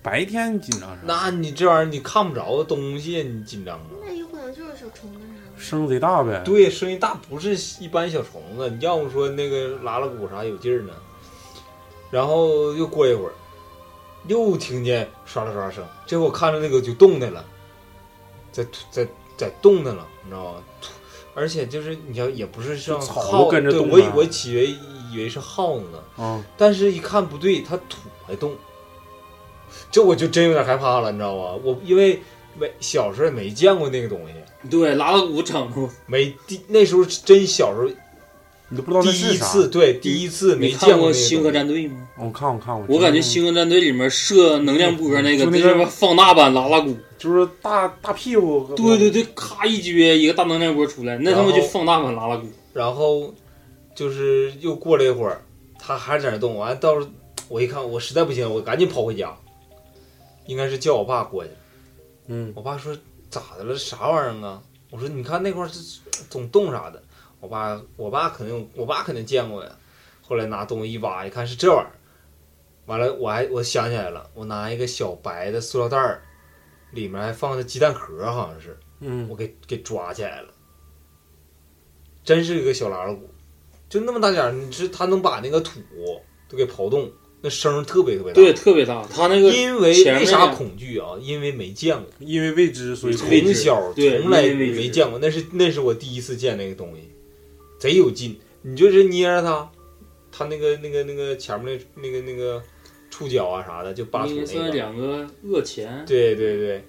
Speaker 3: 白天紧张啥？
Speaker 5: 那你这玩意儿你看不着的东西，你紧张啊？
Speaker 4: 那有可能就是小虫子啥的。
Speaker 3: 声贼大呗，
Speaker 5: 对，声音大不是一般小虫子，你要不说那个拉拉鼓啥有劲儿呢。然后又过一会儿，又听见刷啦刷啦声，这回我看着那个就动弹了，在在在动弹了，你知道吗？而且就是你要也不是像
Speaker 3: 草
Speaker 5: 耗，
Speaker 3: 跟着
Speaker 5: 对
Speaker 3: 动
Speaker 5: 我以
Speaker 3: 弹
Speaker 5: 我起为以为是耗子呢，
Speaker 3: 啊，
Speaker 5: 但是一看不对，它土还动，这我就真有点害怕了，你知道吗？我因为没小时候也没见过那个东西。
Speaker 2: 对，拉拉鼓整的，
Speaker 5: 没第那时候真小时候
Speaker 3: 你都不知道那
Speaker 5: 第
Speaker 3: 是
Speaker 5: 一
Speaker 3: 啥。
Speaker 5: 次，对，第一次没
Speaker 2: 你
Speaker 5: 见
Speaker 2: 看过《
Speaker 5: 那嗯个
Speaker 2: 星河
Speaker 5: 东
Speaker 2: 战队》吗？
Speaker 3: 我看我看我，
Speaker 2: 我感觉《星河战队》里面射能量波那
Speaker 5: 嗯
Speaker 2: 个，
Speaker 3: 就
Speaker 2: 那
Speaker 3: 那
Speaker 2: 是
Speaker 3: 个
Speaker 2: 不是放大版拉拉鼓。
Speaker 3: 就是大大屁股，
Speaker 2: 对对，对，咔一撅，一个大能量波出来，那他妈
Speaker 5: 然后
Speaker 2: 就放大版拉拉鼓。
Speaker 5: 西，然后就是又过了一会儿，他还在那动，完了到时候我一看，我实在不行，我赶紧跑回家，应该是叫我爸过去。
Speaker 3: 嗯
Speaker 5: 我爸说咋的了？啥玩意儿啊？我说你看那块儿是总动啥的。我爸我爸肯定我爸肯定见过呀。后来拿东西一挖，一看是这玩意儿。完了，我还我想起来了，我拿一个小白的塑料袋儿，里面还放着鸡蛋壳，好像是
Speaker 3: 嗯
Speaker 5: 我给给抓起来了。真是一个小拉拉鼓，就那么大点儿，你是它能把那个土都给刨动，那声儿特别特别大。
Speaker 2: 对，特别大。他那个
Speaker 5: 因为
Speaker 2: 前面
Speaker 5: 为啥
Speaker 2: 那
Speaker 5: 恐惧啊？因为没见过，
Speaker 3: 因为未知，所以
Speaker 2: 未知
Speaker 5: 从小
Speaker 2: 对
Speaker 5: 从来
Speaker 2: 因为未知
Speaker 5: 没见过，那是那是我第一次见那个东西，贼有劲。你就是捏着它，它那个那个那个前面那那个那个触角啊啥的，就扒土
Speaker 2: 应该
Speaker 5: 那
Speaker 2: 算
Speaker 5: 个，
Speaker 2: 两个恶钱。
Speaker 5: 对对对，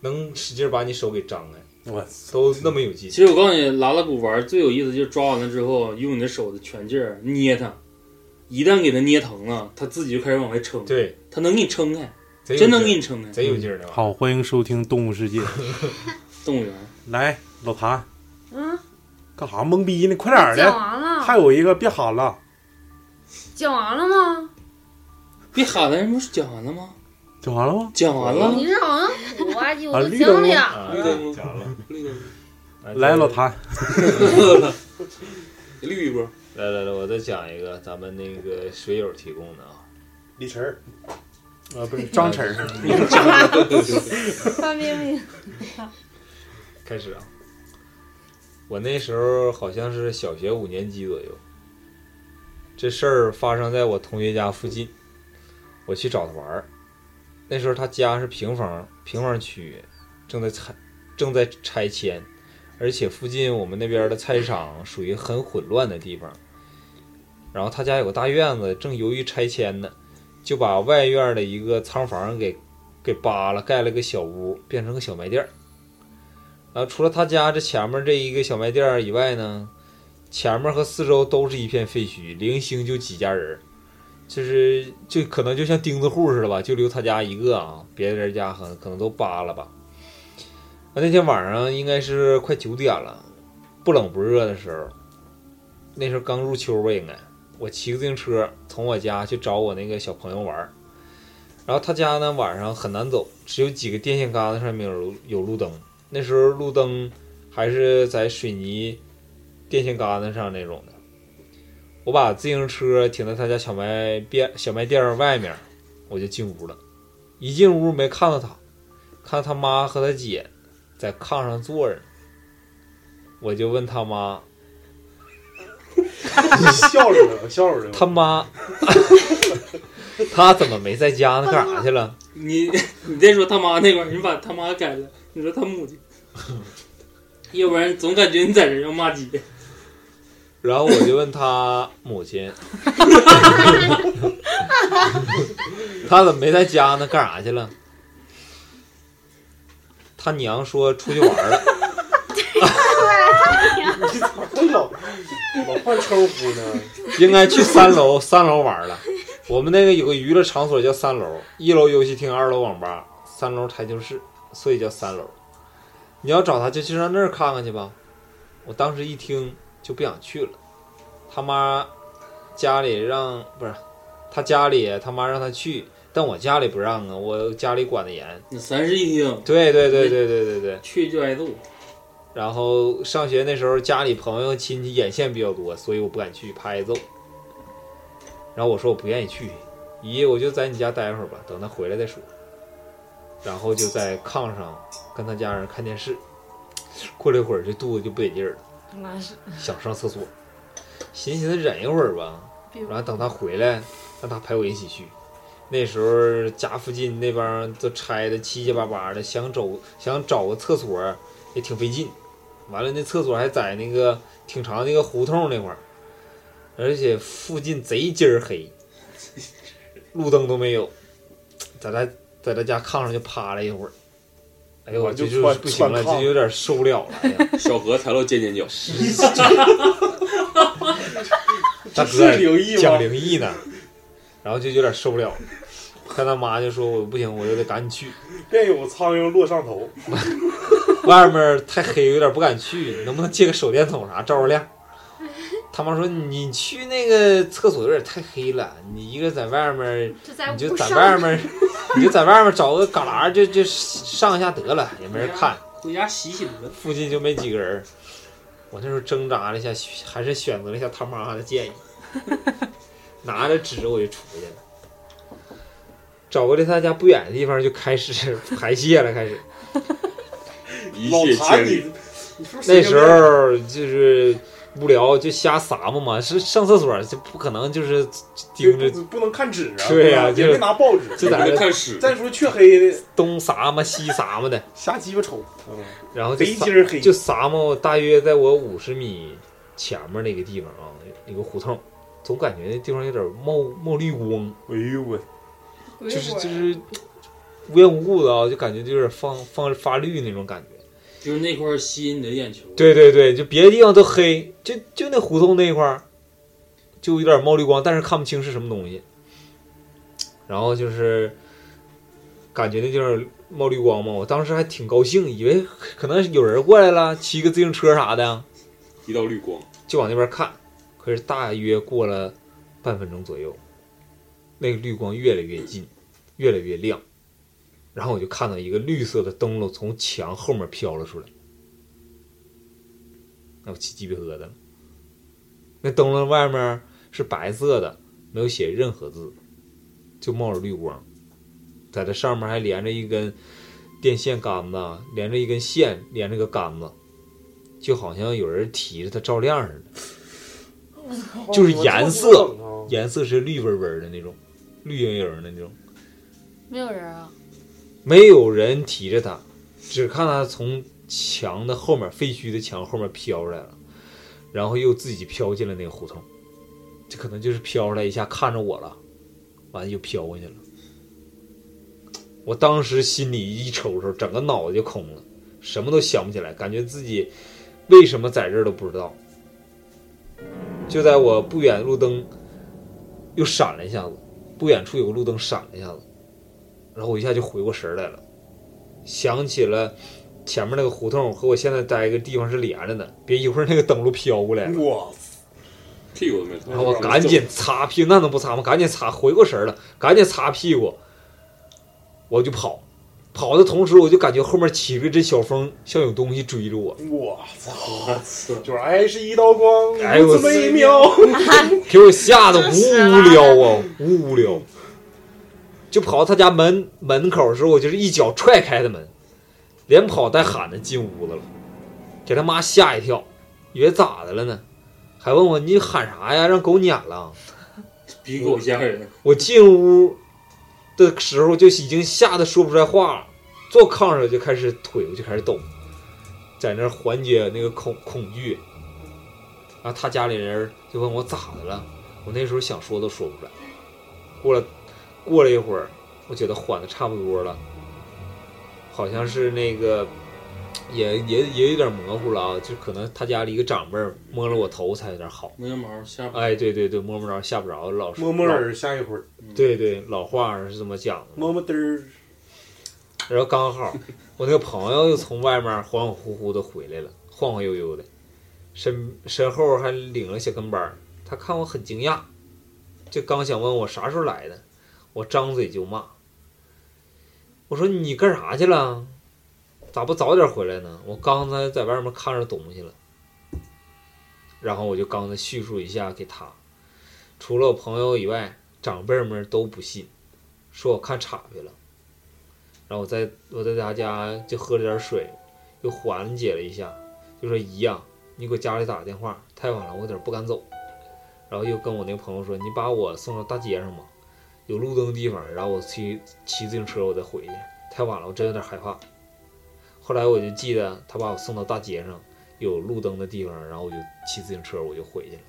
Speaker 5: 能使劲把你手给张开，
Speaker 3: 我操，
Speaker 5: 都那么有劲。
Speaker 2: 其实我告诉你，拉拉鼓玩最有意思就是抓完了之后，用你的手的全劲儿捏它，一旦给它捏疼了，它自己就开始往外撑，
Speaker 5: 对，
Speaker 2: 它能给你撑开，
Speaker 5: 贼有
Speaker 2: 真能
Speaker 5: 劲
Speaker 2: 给
Speaker 5: 儿
Speaker 2: 你撑开。
Speaker 5: 贼有劲儿的。
Speaker 3: 好，欢迎收听《动物 [laughs] 世界》。
Speaker 2: 动物园
Speaker 3: 来，老谭，
Speaker 7: 嗯，
Speaker 3: 干啥懵逼呢？快点儿
Speaker 7: 讲
Speaker 3: 的，
Speaker 7: 完了，
Speaker 3: 还有一个别喊了，
Speaker 7: 讲完了吗？
Speaker 2: 别喊了，你不是讲完了吗？
Speaker 3: 讲完了吗？
Speaker 2: 讲完了，
Speaker 7: 你是好像我吧唧，我
Speaker 3: 啊
Speaker 7: 都
Speaker 3: 嗯绿
Speaker 7: 听
Speaker 3: 灯
Speaker 7: 了
Speaker 3: 笼
Speaker 7: 呀。
Speaker 5: 啊
Speaker 6: 绿灯笼
Speaker 5: 讲了，啊
Speaker 6: 绿灯笼
Speaker 3: 来，老谭，
Speaker 6: 绿一波，
Speaker 5: 来来来，我再讲一个咱们那个水友提供的啊。
Speaker 3: 李晨儿，啊，不是张晨儿，啊
Speaker 7: [laughs] 范冰冰，
Speaker 5: 开始啊！我那时候好像是小学五年级左右，这事儿发生在我同学家附近，我去找他玩儿。那时候他家是平房，平房区正在拆，正在拆迁，而且附近我们那边的菜市场属于很混乱的地方。然后他家有个大院子，正由于拆迁呢，就把外院的一个仓房给给扒了，盖了个小屋，变成个小卖店儿。啊，除了他家这前面这一个小卖店儿以外呢，前面和四周都是一片废墟，零星就几家人儿，就是就可能就像钉子户似的吧，就留他家一个啊，别的人家可能可能都扒了吧。啊，那天晚上应该是快九点了，不冷不热的时候，那时候刚入秋吧，应该我骑个自行车从我家去找我那个小朋友玩儿，然后他家呢晚上很难走，只有几个电线杆子上面有路有路灯。那时候路灯还是在水泥电线杆子上那种的。我把自行车停在他家小卖店小卖店儿外面，我就进屋了。一进屋没看到他，看他妈和他姐在炕上坐着呢，我就问他妈，
Speaker 3: [laughs] 笑着呢，笑着呢。
Speaker 5: 他妈， [laughs] 他怎么没在家呢？干啥去了？
Speaker 2: [laughs] 你你再说他妈那块儿，你把他妈改了，你说他母
Speaker 5: [laughs]
Speaker 2: 亲，要不然总感觉你在这儿要骂街。
Speaker 5: 然后我就问他母亲，他怎么没在家呢？干啥去了？他娘说出去玩儿了。
Speaker 3: 你咋这老老换称呼呢？
Speaker 5: [laughs] 应该去三楼， [laughs] 三楼玩了。我们那个有个娱乐场所叫三楼，一楼游戏厅，二楼网吧，三楼台球室，所以叫三楼。你要找他，就去上那儿看看去吧。我当时一听就不想去了，他妈家里让不是，他家里他妈让他去，但我家里不让啊，我家里管得严。
Speaker 2: 你三室一厅，
Speaker 5: 对对对对对对对。
Speaker 2: 去就挨揍。
Speaker 5: 然后上学那时候家里朋友亲戚眼线比较多，所以我不敢去，怕挨揍。然后我说我不愿意去，姨，我就在你家待一会儿吧，等他回来再说。然后就在炕上跟他家人看电视。过了一会儿，这肚子就不得劲儿了，
Speaker 7: 那是
Speaker 5: 想上厕所，寻思寻思忍一会儿吧，然后等他回来，让他陪我一起去。那时候家附近那帮都拆的七七八八的，想走想找个厕所也挺费劲。完了，那厕所还在那个挺长那个胡同那块儿，而且附近贼鸡儿黑，路灯都没有，在他在他家炕上就趴了一会儿。哎呦，
Speaker 3: 我
Speaker 5: 我这
Speaker 3: 就
Speaker 5: 就
Speaker 3: 窜
Speaker 5: 是不行了，
Speaker 3: 窜炕
Speaker 5: 这就有点受不了了。哎
Speaker 3: [laughs]
Speaker 5: 呀，
Speaker 6: 小何抬到尖尖
Speaker 5: [laughs]
Speaker 6: 角，
Speaker 5: 大哥，
Speaker 3: 灵异
Speaker 5: 讲？灵异呢， [laughs] 然后就有点受不了了。看他妈就说：“我不行，我就得赶紧去，
Speaker 3: 便有苍蝇落上头。
Speaker 5: 外面太黑，有点不敢去，能不能借个手电筒啥照着亮？”他妈说：“你去那个厕所有点太黑了，你一个在外面，
Speaker 4: 就在
Speaker 7: 哎
Speaker 5: 你就
Speaker 4: 屋
Speaker 5: 在
Speaker 4: 上
Speaker 5: 外面， [laughs] 你就在外面找个旮旯就就上一下得了，也没人看，
Speaker 2: 回家洗洗得了。
Speaker 5: 附近就没几个人。我那时候挣扎了一下，还是选择了一下他妈的建议，拿着纸我就出去了，找个离他家不远的地方就开始排泄了，开始。
Speaker 6: 一
Speaker 2: 老
Speaker 6: 泻
Speaker 2: 谭
Speaker 6: 千里。
Speaker 2: 你，你是不是
Speaker 5: 那时候就是无聊就瞎撒嘛嘛，是上厕所就不可能就是盯着
Speaker 8: 不能看纸啊，
Speaker 5: 对呀
Speaker 8: 呀，
Speaker 5: 就
Speaker 8: 也别拿报纸，
Speaker 5: 就在
Speaker 6: 不
Speaker 5: 那
Speaker 6: 能看屎，
Speaker 8: 再说黢黑的，
Speaker 5: 东撒嘛西撒嘛的，
Speaker 8: 瞎鸡巴瞅，
Speaker 3: 嗯
Speaker 5: 然后就
Speaker 8: 贼
Speaker 5: 撒
Speaker 8: 鸡儿黑，
Speaker 5: 就撒嘛，我大约在我五十米前面那个地方啊，有个胡同，总感觉那地方有点冒冒绿光，
Speaker 3: 哎呦我，
Speaker 5: 就是就是无缘无故的啊，就感觉就有点放放发绿那种感觉。
Speaker 2: 就是那块儿吸引你的眼球？
Speaker 5: 对对对，就别的地方都黑，就就那胡同那一块儿，就有点冒绿光，但是看不清是什么东西。然后就是感觉那地方冒绿光嘛，我当时还挺高兴，以为可能有人过来了，骑个自行车啥的，
Speaker 6: 一道绿光，
Speaker 5: 就往那边看。可是大约过了半分钟左右，那个绿光越来越近，越来越亮，然后我就看到一个绿色的灯笼从墙后面飘了出来。那我起鸡皮疙瘩了。那灯笼外面是白色的，没有写任何字，就冒着绿光，在这上面还连着一根电线杆子，连着一根线，连着个杆子，就好像有人提着它照亮似的。就是颜色，颜色是绿纹纹的那种，绿莹莹的那种。
Speaker 7: 没有人啊，
Speaker 5: 没有人提着它，只看它从墙的后面，废墟的墙后面飘出来了，然后又自己飘进了那个胡同。这可能就是飘出来一下，看着我了，完了又飘过去了。我当时心里一抽抽，整个脑袋就空了，什么都想不起来，感觉自己为什么在这儿都不知道。就在我不远路灯又闪了一下子，不远处有个路灯闪了一下子。然后我一下就回过神儿来了，想起了前面那个胡同和我现在待一个地方是连着的，别一会儿那个灯笼飘过来了，
Speaker 8: 哇，
Speaker 6: 屁股都没
Speaker 5: 然后我赶紧擦屁股，那能不擦吗？赶紧擦，回过神儿了，赶紧擦屁股，我就跑，跑的同时我就感觉后面起了一阵小风，像有东西追着我，
Speaker 8: 我操，
Speaker 2: 我操！
Speaker 8: 就是哎是一道光，
Speaker 5: 哎呦
Speaker 8: 如此美妙，
Speaker 5: 给我吓得无无聊啊，无无聊，就跑到他家门门口的时候，我就是一脚踹开的门，连跑带喊的进屋子了，给他妈吓一跳，以为咋的了呢，还问我你喊啥呀，让狗撵了。
Speaker 2: 比狗吓人。
Speaker 5: 我进屋的时候就已经吓得说不出来话了，坐炕上就开始腿我就开始抖，在那儿缓解那个恐恐惧。然后他家里人就问我咋的了，我那时候想说都说不出来。过了过了一会儿，我觉得缓的差不多了，好像是那个也也也有点模糊了啊，就可能他家里一个长辈儿摸了我头才有点好。
Speaker 2: 没有毛，下巴
Speaker 5: 哎，对对对，摸不着，吓不着，老
Speaker 3: 摸摸耳下一会儿，
Speaker 5: 对对，老话儿是这么讲的。
Speaker 3: 么么嘚儿，
Speaker 5: 然后刚好我那个朋友又从外面恍恍惚惚的回来了，晃晃悠悠的，身身后还领了小跟班儿。他看我很惊讶，就刚想问我啥时候来的，我张嘴就骂。我说你干啥去了？咋不早点回来呢？我刚才在外面看着东西了。然后我就刚才叙述一下给他，除了我朋友以外，长辈们都不信，说我看岔去了。然后我在我在他家就喝了点水，又缓解了一下，就说姨呀、你给我家里打个电话，太晚了，我有点不敢走。然后又跟我那个朋友说，你把我送到大街上吧，有路灯的地方，然后我骑骑自行车我再回去，太晚了，我真有点害怕。后来我就记得他把我送到大街上有路灯的地方，然后我就骑自行车我就回去了，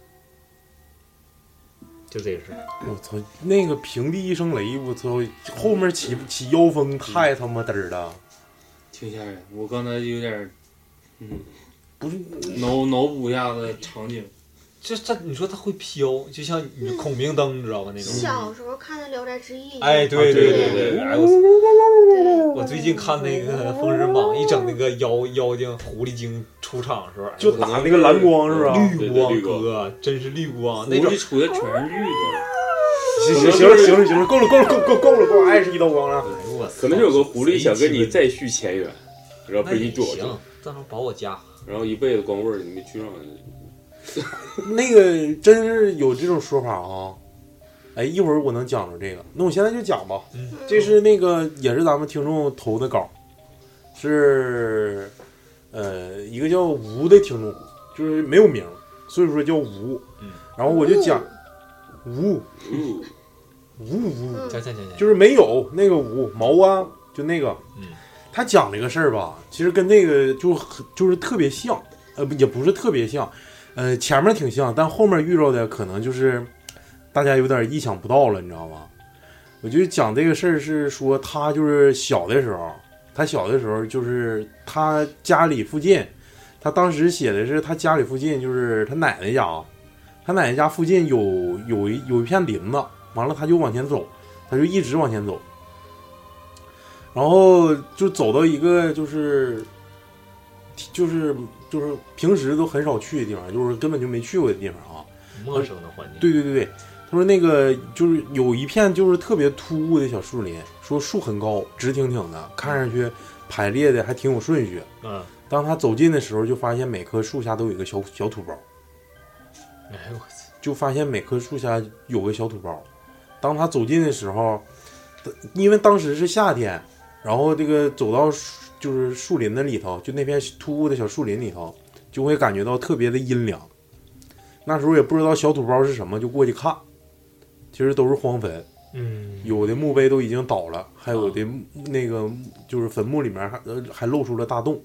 Speaker 5: 就这个事儿。
Speaker 3: 我操，那个平地一声雷，我操，后面起起妖风，太他妈嘚儿了，
Speaker 2: 挺吓人。我刚才有点儿嗯
Speaker 3: 不是
Speaker 2: 脑脑补一下子场景，
Speaker 5: 这这，你说它会飘，就像你的孔明灯，你知道吧？那种。
Speaker 4: 小时候看的《聊斋志
Speaker 3: 啊
Speaker 4: 异》，
Speaker 5: 哎，对
Speaker 4: 对
Speaker 5: 对
Speaker 4: 对
Speaker 5: 对，哎我
Speaker 3: 嗯
Speaker 4: 对，
Speaker 5: 我最近看那个《封神榜》，一整那个妖妖精、狐狸精出场的时候，哎
Speaker 3: 就打那个蓝光是吧？
Speaker 5: 绿
Speaker 6: 啊对对
Speaker 5: 光啊
Speaker 6: 绿光
Speaker 5: 哥，真是绿光，那
Speaker 2: 那
Speaker 5: 种
Speaker 2: 一出来全是绿的，
Speaker 3: 行行行了行了行了，够了够了够够够了够了，爱是一道光啊了。
Speaker 5: 哎呦我操
Speaker 6: 可能是有个狐狸想跟你
Speaker 5: 贼
Speaker 6: 再续前缘，然后
Speaker 5: 鸡巴
Speaker 6: 被你躲
Speaker 5: 哎那也
Speaker 6: 住，
Speaker 5: 行，正好保我家。
Speaker 6: 然后一辈子光棍儿你没去上，
Speaker 5: [laughs]
Speaker 3: 那个真是有这种说法啊。哎，一会儿我能讲着这个，那我现在就讲吧。
Speaker 5: 嗯
Speaker 3: 这是那个也是咱们听众投的稿，是呃一个叫吴的听众，就是没有名，所以说叫吴。
Speaker 5: 嗯
Speaker 3: 然后我就讲吴
Speaker 6: 嗯，
Speaker 3: 吴吴，
Speaker 5: 讲讲讲讲，
Speaker 3: 就是没有那个吴毛啊，就那个，
Speaker 5: 嗯
Speaker 3: 他讲这个事儿吧，其实跟那个就很就是特别像，呃，不也不是特别像，呃，前面挺像，但后面遇到的可能就是大家有点意想不到了，你知道吗？我就讲这个事儿是说他就是小的时候，他小的时候就是他家里附近，他当时写的是他家里附近就是他奶奶家啊，他奶奶家附近有有一有一片林子，完了他就往前走，他就一直往前走，然后就走到一个就是就是就是平时都很少去的地方，就是根本就没去过的地方啊。
Speaker 5: 陌生的环境。
Speaker 3: 对对对对，他说那个就是有一片就是特别突兀的小树林，说树很高，直挺挺的，看上去排列的还挺有顺序。
Speaker 5: 嗯，
Speaker 3: 当他走近的时候，就发现每棵树下都有一个小小土包。
Speaker 5: 哎呦我操，
Speaker 3: 就发现每棵树下有个小土包。当他走近的时候，因为当时是夏天，然后这个走到树就是树林子里头，就那片突兀的小树林里头，就会感觉到特别的阴凉。那时候也不知道小土包是什么，就过去看，其实都是荒坟，
Speaker 5: 嗯，
Speaker 3: 有的墓碑都已经倒了，还有的
Speaker 5: 啊
Speaker 3: 墓那个就是坟墓里面还呃还露出了大洞。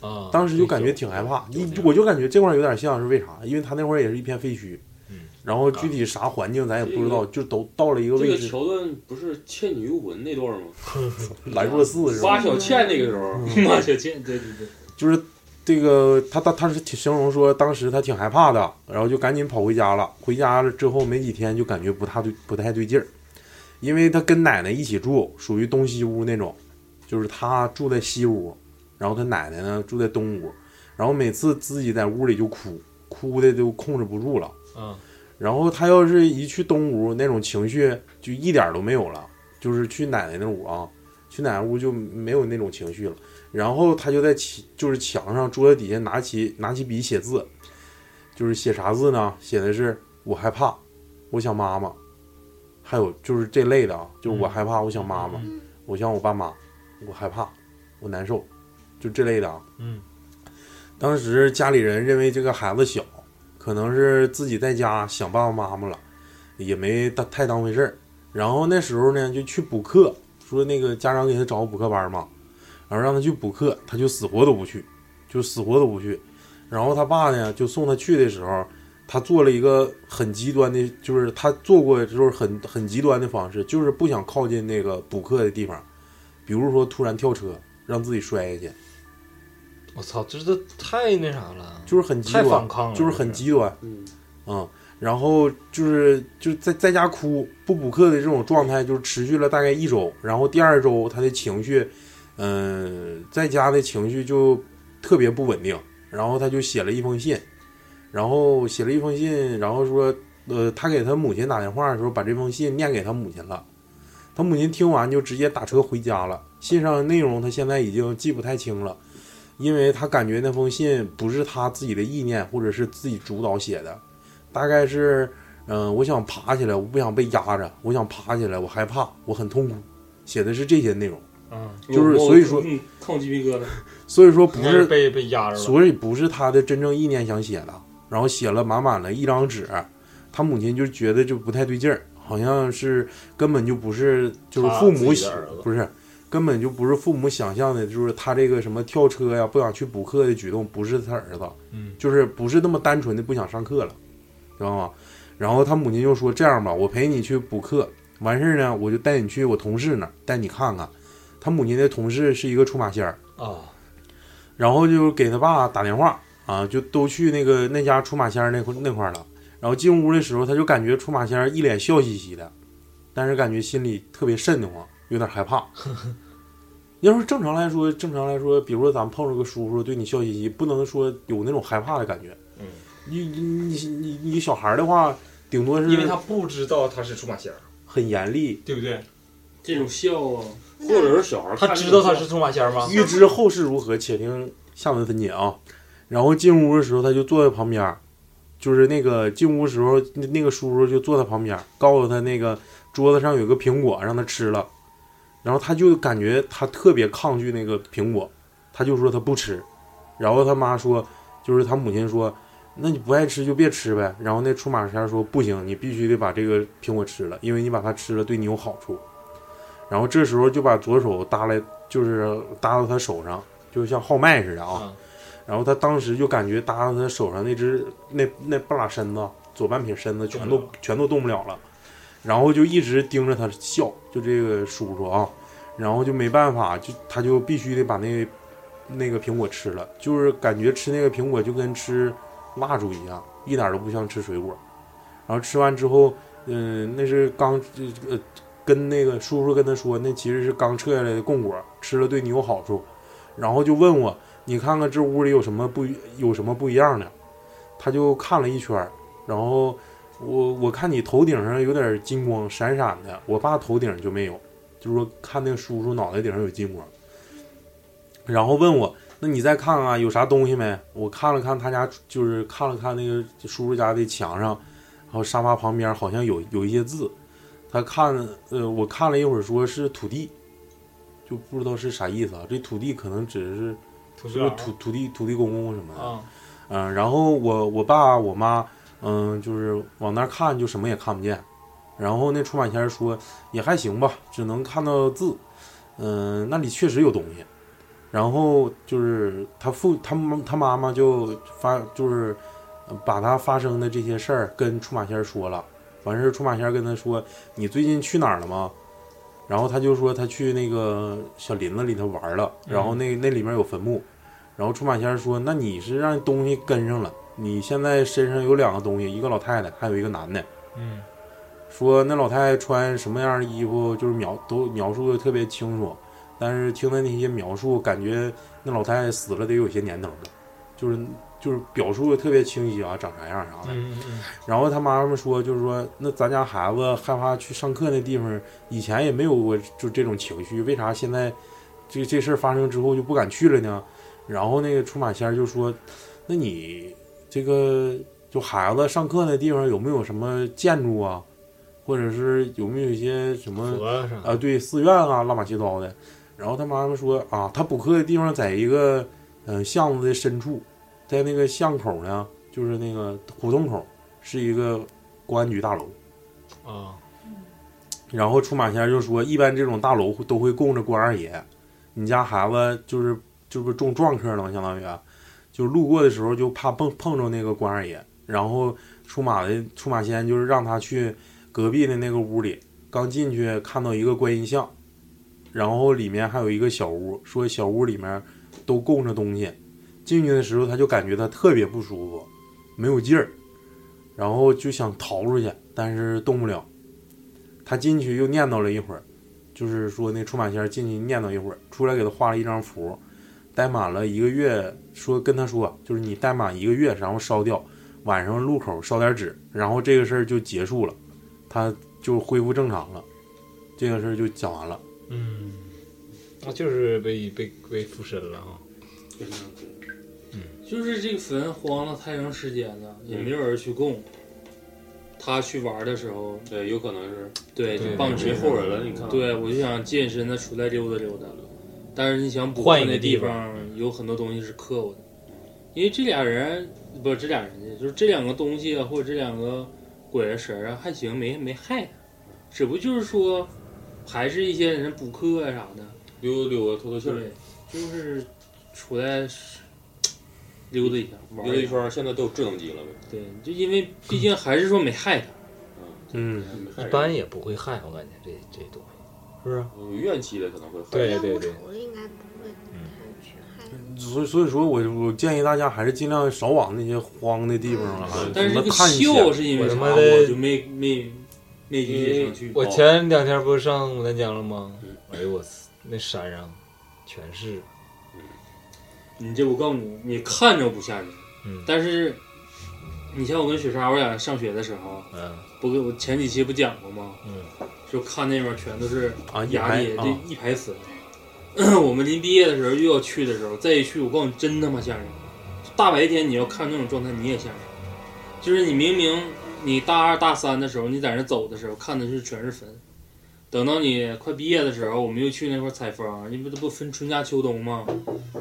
Speaker 5: 啊，
Speaker 3: 当时就感觉挺害怕，
Speaker 5: 有
Speaker 3: 一
Speaker 5: 那种
Speaker 3: 我就感觉这块儿有点像是为啥？因为他那块儿也是一片废墟，
Speaker 5: 嗯，
Speaker 3: 然后具体啥环境咱也不知道，就都到了一个
Speaker 6: 这
Speaker 3: 位
Speaker 6: 个
Speaker 3: 置，
Speaker 6: 桥段不是《倩女幽魂》那段吗？
Speaker 3: 兰若寺是吧？
Speaker 6: 挖小倩那个时候，
Speaker 5: 嗯
Speaker 2: 马小倩，对对对，
Speaker 3: 就是这个他他他是挺形容说当时他挺害怕的，然后就赶紧跑回家了。回家了之后没几天就感觉不太对不太对劲儿，因为他跟奶奶一起住，属于东西屋那种，就是他住在西屋，然后他奶奶呢住在东屋，然后每次自己在屋里就哭，哭的都控制不住了。
Speaker 5: 嗯，
Speaker 3: 然后他要是一去东屋，那种情绪就一点儿都没有了，就是去奶奶那屋啊，去奶奶屋就没有那种情绪了。然后他就在起就是墙上桌子底下拿起拿起笔写字，就是写啥字呢？写的是我害怕，我想妈妈，还有就是这类的啊，就是我害怕，我想妈妈，
Speaker 5: 嗯
Speaker 3: 我想我爸妈，我害怕，我难受，就这类的啊。
Speaker 5: 嗯，
Speaker 3: 当时家里人认为这个孩子小，可能是自己在家想爸爸妈妈了，也没当太当回事儿。然后那时候呢，就去补课，说那个家长给他找个补课班嘛，然后让他去补课，他就死活都不去，就死活都不去。然后他爸呢，就送他去的时候，他做了一个很极端的，就是他做过就是很很极端的方式，就是不想靠近那个补课的地方，比如说突然跳车，让自己摔下去，
Speaker 5: 我操，这都太那啥了，
Speaker 3: 就是很极
Speaker 5: 太
Speaker 3: 端
Speaker 5: 反，抗了，
Speaker 3: 就是很
Speaker 5: 这
Speaker 3: 极端。
Speaker 6: 嗯，
Speaker 3: 嗯，然后就是就是在在家哭不补课的这种状态，就是持续了大概一周。然后第二周他的情绪，嗯、在家的情绪就特别不稳定。然后他就写了一封信，然后写了一封信，然后说，呃，他给他母亲打电话的时候，把这封信念给他母亲了。他母亲听完就直接打车回家了。信上的内容他现在已经记不太清了，因为他感觉那封信不是他自己的意念或者是自己主导写的，大概是，嗯、我想爬起来，我不想被压着，我想爬起来，我害怕，我很痛苦，写的是这些内容。
Speaker 5: 嗯，
Speaker 3: 就是
Speaker 2: 我
Speaker 3: 所以说
Speaker 2: 嗯，看我鸡皮疙瘩，
Speaker 3: 所以说不
Speaker 5: 应该
Speaker 3: 是
Speaker 5: 被被压着了，
Speaker 3: 所以不是他的真正意念想写的，然后写了满满的一张纸，他母亲就觉得就不太对劲儿，好像是根本就不是就是
Speaker 5: 他
Speaker 3: 父母
Speaker 5: 自己的
Speaker 3: 想
Speaker 5: 儿子
Speaker 3: 不是根本就不是父母想象的，就是他这个什么跳车呀、不想去补课的举动，不是他儿子，
Speaker 5: 嗯，
Speaker 3: 就是不是那么单纯的不想上课了，知道吗？然后他母亲就说：“这样吧，我陪你去补课，完事儿呢，我就带你去我同事那儿，带你看看。”他母亲的同事是一个出马仙儿，
Speaker 5: 啊，
Speaker 3: 然后就给他爸打电话啊，就都去那个那家出马仙儿那块那块儿了。然后进屋的时候，他就感觉出马仙儿一脸笑嘻嘻的，但是感觉心里特别瘆得慌，有点害怕。要是正常来说，正常来说，比如说咱们碰着个叔叔对你笑嘻嘻，不能说有那种害怕的感觉。
Speaker 5: 嗯，
Speaker 3: 你你你你你小孩儿的话，顶多是
Speaker 5: 因为他不知道他是出马仙儿，
Speaker 3: 很严厉，
Speaker 5: 对不对？
Speaker 2: 这种笑啊，
Speaker 4: 那
Speaker 6: 或者是小孩儿看
Speaker 5: 他
Speaker 6: 这
Speaker 5: 知
Speaker 6: 种
Speaker 5: 道他
Speaker 6: 笑
Speaker 5: 是猪八仙吗？
Speaker 3: 欲知后事如何，且听下文分解啊。然后进屋的时候，他就坐在旁边儿，就是那个进屋的时候，那那个叔叔就坐在旁边儿，告诉他那个桌子上有个苹果，让他吃了。然后他就感觉他特别抗拒那个苹果，他就说他不吃。然后他妈说，就是他母亲说，那你不爱吃就别吃呗。然后那出马仙说不行，你必须得把这个苹果吃了，因为你把它吃了对你有好处。然后这时候就把左手搭来，就是搭到他手上，就像号脉似的啊。
Speaker 5: 嗯
Speaker 3: 然后他当时就感觉搭到他手上那只那那半拉身子，左半撇身子全
Speaker 5: 动
Speaker 3: 都
Speaker 5: 不了
Speaker 3: 全都动不了了，然后就一直盯着他笑，就这个叔叔啊，然后就没办法，就他就必须得把那那个苹果吃了，就是感觉吃那个苹果就跟吃蜡烛一样，一点都不像吃水果。然后吃完之后，嗯、那是刚呃跟那个叔叔跟他说，那其实是刚撤下来的供果，吃了对你有好处。然后就问我，你看看这屋里有什么不一有什么不一样的？他就看了一圈儿，然后我我看你头顶上有点金光闪闪的，我爸头顶就没有，就是说看那个叔叔脑袋顶上有金光，然后问我，那你再看啊看有啥东西没？我看了看他家，就是看了看那个叔叔家的墙上，然后沙发旁边好像有有一些字，他看呃我看了一会儿，说是土地，就不知道是啥意思啊，这土地可能指的是
Speaker 5: 土
Speaker 3: 就是土土地土地公公什么的。
Speaker 5: 啊，
Speaker 3: 嗯、然后我我爸我妈，嗯、就是往那儿看就什么也看不见。然后那出马仙儿说也还行吧，只能看到字，嗯、那里确实有东西。然后就是他父他妈他妈妈就发就是呃把他发生的这些事儿跟出马仙儿说了，完事儿出马仙儿跟他说你最近去哪儿了吗？然后他就说他去那个小林子里头玩儿了，然后那那里面有坟墓，然后出马仙儿说：“那你是让东西跟上了，你现在身上有两个东西，一个老太太，还有一个男的。
Speaker 5: 嗯，
Speaker 3: 说那老太太穿什么样的衣服，就是描都描述的特别清楚，但是听她那些描述，感觉那老太太死了得有些年头了，就是就是表述的特别清晰啊，长啥样啥的。
Speaker 5: 嗯嗯
Speaker 3: 然后他妈妈说，就是说，那咱家孩子害怕去上课那地方，以前也没有过就这种情绪，为啥现在这这事儿发生之后就不敢去了呢？然后那个出马仙儿就说，那你这个就孩子上课那地方有没有什么建筑啊，或者是有没有一些什么
Speaker 5: 嗯，佛啥
Speaker 3: 啊，对，寺院啊，乱七八糟的。然后他妈妈说啊，他补课的地方在一个嗯、呃巷子的深处，在那个巷口呢，就是那个胡同口，是一个公安局大楼。
Speaker 5: 啊，
Speaker 3: 然后出马仙儿就说，一般这种大楼都会供着关二爷，你家孩子就是就是不中撞客了吗？相当于，啊就路过的时候就怕碰碰着那个关二爷，然后出马的出马仙就是让他去隔壁的那个屋里，刚进去看到一个观音像，然后里面还有一个小屋，说小屋里面都供着东西，进去的时候他就感觉他特别不舒服，没有劲儿，然后就想逃出去，但是动不了。他进去又念叨了一会儿，就是说那出马仙儿进去念叨一会儿，出来给他画了一张符，待满了一个月，说跟他说，就是你待满一个月，然后烧掉，晚上路口烧点纸，然后这个事儿就结束了，他就恢复正常了，这个事儿就讲完了。
Speaker 5: 嗯，那就是被被被附身了啊，
Speaker 2: 就是这个坟荒了太长时间了，也
Speaker 6: 嗯
Speaker 2: 没有人去供。他去玩的时候，
Speaker 6: 对，有可能是
Speaker 2: 对，
Speaker 5: 对
Speaker 2: 就棒
Speaker 6: 没
Speaker 2: 槌
Speaker 6: 后人了，你看，
Speaker 2: 对，我就想健身的出来溜达溜达，但是你想补课
Speaker 5: 换一个
Speaker 2: 那
Speaker 5: 地
Speaker 2: 方，有很多东西是克我的，因为这俩人不是这俩人去，就是这两个东西啊，或者这两个鬼啊神啊还行，没没害他，只不过就是说，还是一些人补课啊啥的，
Speaker 6: 溜达溜达透透气儿，
Speaker 2: 对，就是出来溜达一下，玩
Speaker 6: 溜达一
Speaker 2: 下
Speaker 6: 圈儿，现在都有智能机了呗，
Speaker 2: 对，就因为毕竟还是说没害他，
Speaker 3: 嗯，
Speaker 5: 一般也不会害我感觉这这东西，是不是？
Speaker 6: 有怨气的可能会害
Speaker 5: 对
Speaker 4: 要
Speaker 5: 对
Speaker 4: 不
Speaker 5: 对
Speaker 4: 愁的应该不会太去害人。
Speaker 3: 所以所以说我我建议大家还是尽量少往那些荒的地方啊，
Speaker 5: 嗯
Speaker 2: 但是
Speaker 3: 什
Speaker 2: 这
Speaker 3: 么
Speaker 2: 个
Speaker 3: 探险
Speaker 2: 笑是因为
Speaker 5: 我
Speaker 2: 啥，
Speaker 5: 他妈的
Speaker 2: 我就没没没理解上去。
Speaker 5: 我前两天不是上牡丹江了吗？哎呦我操，那山上全是，
Speaker 2: 你这我告诉你，你看着不吓人，
Speaker 5: 嗯
Speaker 2: 但是
Speaker 9: 你像我跟雪莎，我俩上学的时候，
Speaker 5: 嗯
Speaker 9: 不跟我前几期不讲过吗？
Speaker 5: 嗯，
Speaker 9: 就看那边全都是
Speaker 3: 啊，一
Speaker 9: 压
Speaker 3: 排
Speaker 9: 力，
Speaker 3: 啊
Speaker 9: 这，一排死。 [clears throat] 我们临毕业的时候又要去的时候，再一去，我告诉你，真他妈吓人！大白天你要看那种状态，你也吓人。就是你明明你大二大三的时候，你在那走的时候看的是全是坟，等到你快毕业的时候，我们又去那块采风，你不这不分春夏秋冬吗？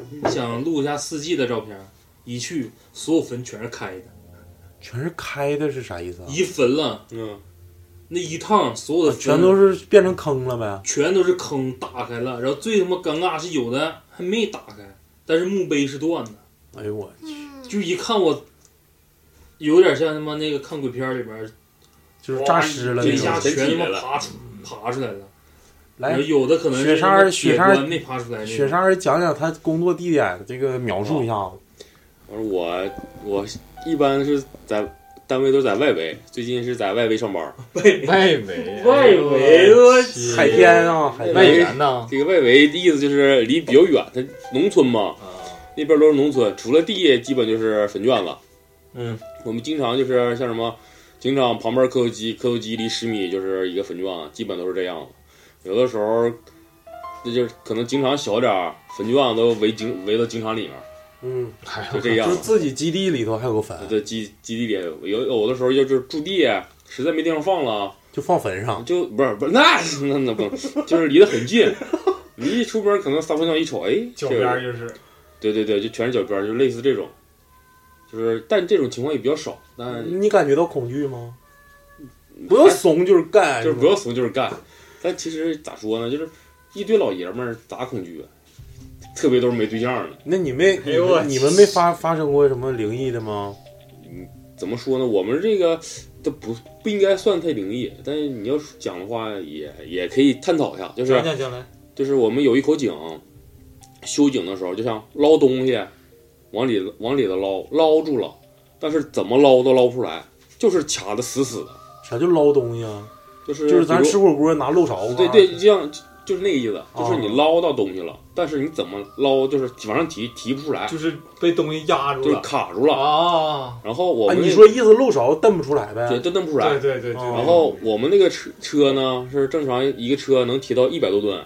Speaker 9: 你想录一下四季的照片，一去所有坟全是开的，
Speaker 3: 全是开的，是啥意思啊？
Speaker 9: 移坟了，
Speaker 2: 嗯，
Speaker 9: 那一趟所有的坟
Speaker 3: 啊全都是变成坑了呗？
Speaker 9: 全都是坑打开了，然后最他妈尴尬是有的还没打开，但是墓碑是断的，
Speaker 3: 哎呦我，
Speaker 4: 嗯，
Speaker 9: 就一看我，有点像他妈那个看鬼片里边儿，
Speaker 3: 就是诈尸了
Speaker 9: 就一
Speaker 3: 那
Speaker 9: 下
Speaker 3: 种。
Speaker 9: 全他妈爬出爬出来了，然
Speaker 3: 来
Speaker 9: 后，有的可能
Speaker 3: 哎
Speaker 9: 是
Speaker 3: 雪
Speaker 9: 他妈
Speaker 3: 莎雪莎
Speaker 9: 铁棺没爬出来那种，
Speaker 3: 雪莎讲讲她工作地点，这个描述一下子。
Speaker 2: 我说我我一般是在单位都是在外围，最近是在外围上班。
Speaker 5: 外围哎
Speaker 9: 外
Speaker 2: 哎
Speaker 9: 围我去
Speaker 3: 海边啊，海
Speaker 5: 外
Speaker 3: 边
Speaker 5: 援呢？
Speaker 2: 这个外围的意思就是离比较远，它农村嘛，
Speaker 5: 啊
Speaker 2: 那边都是农村，除了地基本就是坟圈子。
Speaker 5: 嗯，
Speaker 2: 我们经常就是像什么警场旁边磕头机，磕头机离十米就是一个坟圈子，基本都是这样子。有的时候，那就是可能警场小点儿，坟圈子都围警围到警场里面，
Speaker 3: 嗯，
Speaker 5: 哎
Speaker 2: 就这样子
Speaker 3: 就是。自己基地里头还有个坟，
Speaker 2: 的基基地里，有有的时候要就是驻地，啊实在没地方放了，啊
Speaker 3: 就放坟上。
Speaker 2: 就不是不是那 [laughs] 那那不就是离得很近，你一出门可能撒方向一瞅，哎，
Speaker 5: 脚
Speaker 2: 这
Speaker 5: 边
Speaker 2: 个
Speaker 5: 儿就是
Speaker 2: 对对对，就全是脚边儿，就类似这种，就是但这种情况也比较少，但
Speaker 3: 嗯你感觉到恐惧吗？不要怂，就是
Speaker 2: 嗯
Speaker 3: 干，
Speaker 2: 就是不要怂就是干，但其实咋说呢，就是一堆老爷们儿咋恐惧啊，特别都是没对象的。
Speaker 3: 那你没，
Speaker 5: 哎呦我
Speaker 3: 你们没发发生过什么灵异的吗？
Speaker 2: 怎么说呢？我们这个这不不应该算太灵异，但是你要讲的话也也可以探讨一下，就是
Speaker 5: 讲讲讲来，
Speaker 2: 就是我们有一口井，修井的时候就像捞东西，往里往里头捞，捞住了，但是怎么捞都捞不出来，就是卡的死死的，
Speaker 3: 啥叫捞东西啊？
Speaker 2: 就是
Speaker 3: 就是咱
Speaker 2: 呃比如
Speaker 3: 吃火锅拿漏勺啊子，
Speaker 2: 对对，就像就是那个意思，就是你
Speaker 3: 哦
Speaker 2: 捞到东西了，但是你怎么捞就是往上提提不出来，
Speaker 5: 就是被东西压住
Speaker 2: 就是
Speaker 5: 了
Speaker 2: 卡住了。
Speaker 5: 啊！
Speaker 2: 然后我
Speaker 3: 哦啊，
Speaker 2: 们
Speaker 3: 你
Speaker 2: 那
Speaker 3: 说意思漏勺蹬不出来
Speaker 2: 对
Speaker 3: 呗？
Speaker 2: 就弄不出来
Speaker 5: 对，对对对，
Speaker 3: 哦
Speaker 2: 然后我们那个车车呢是正常一个车能提到一百多吨，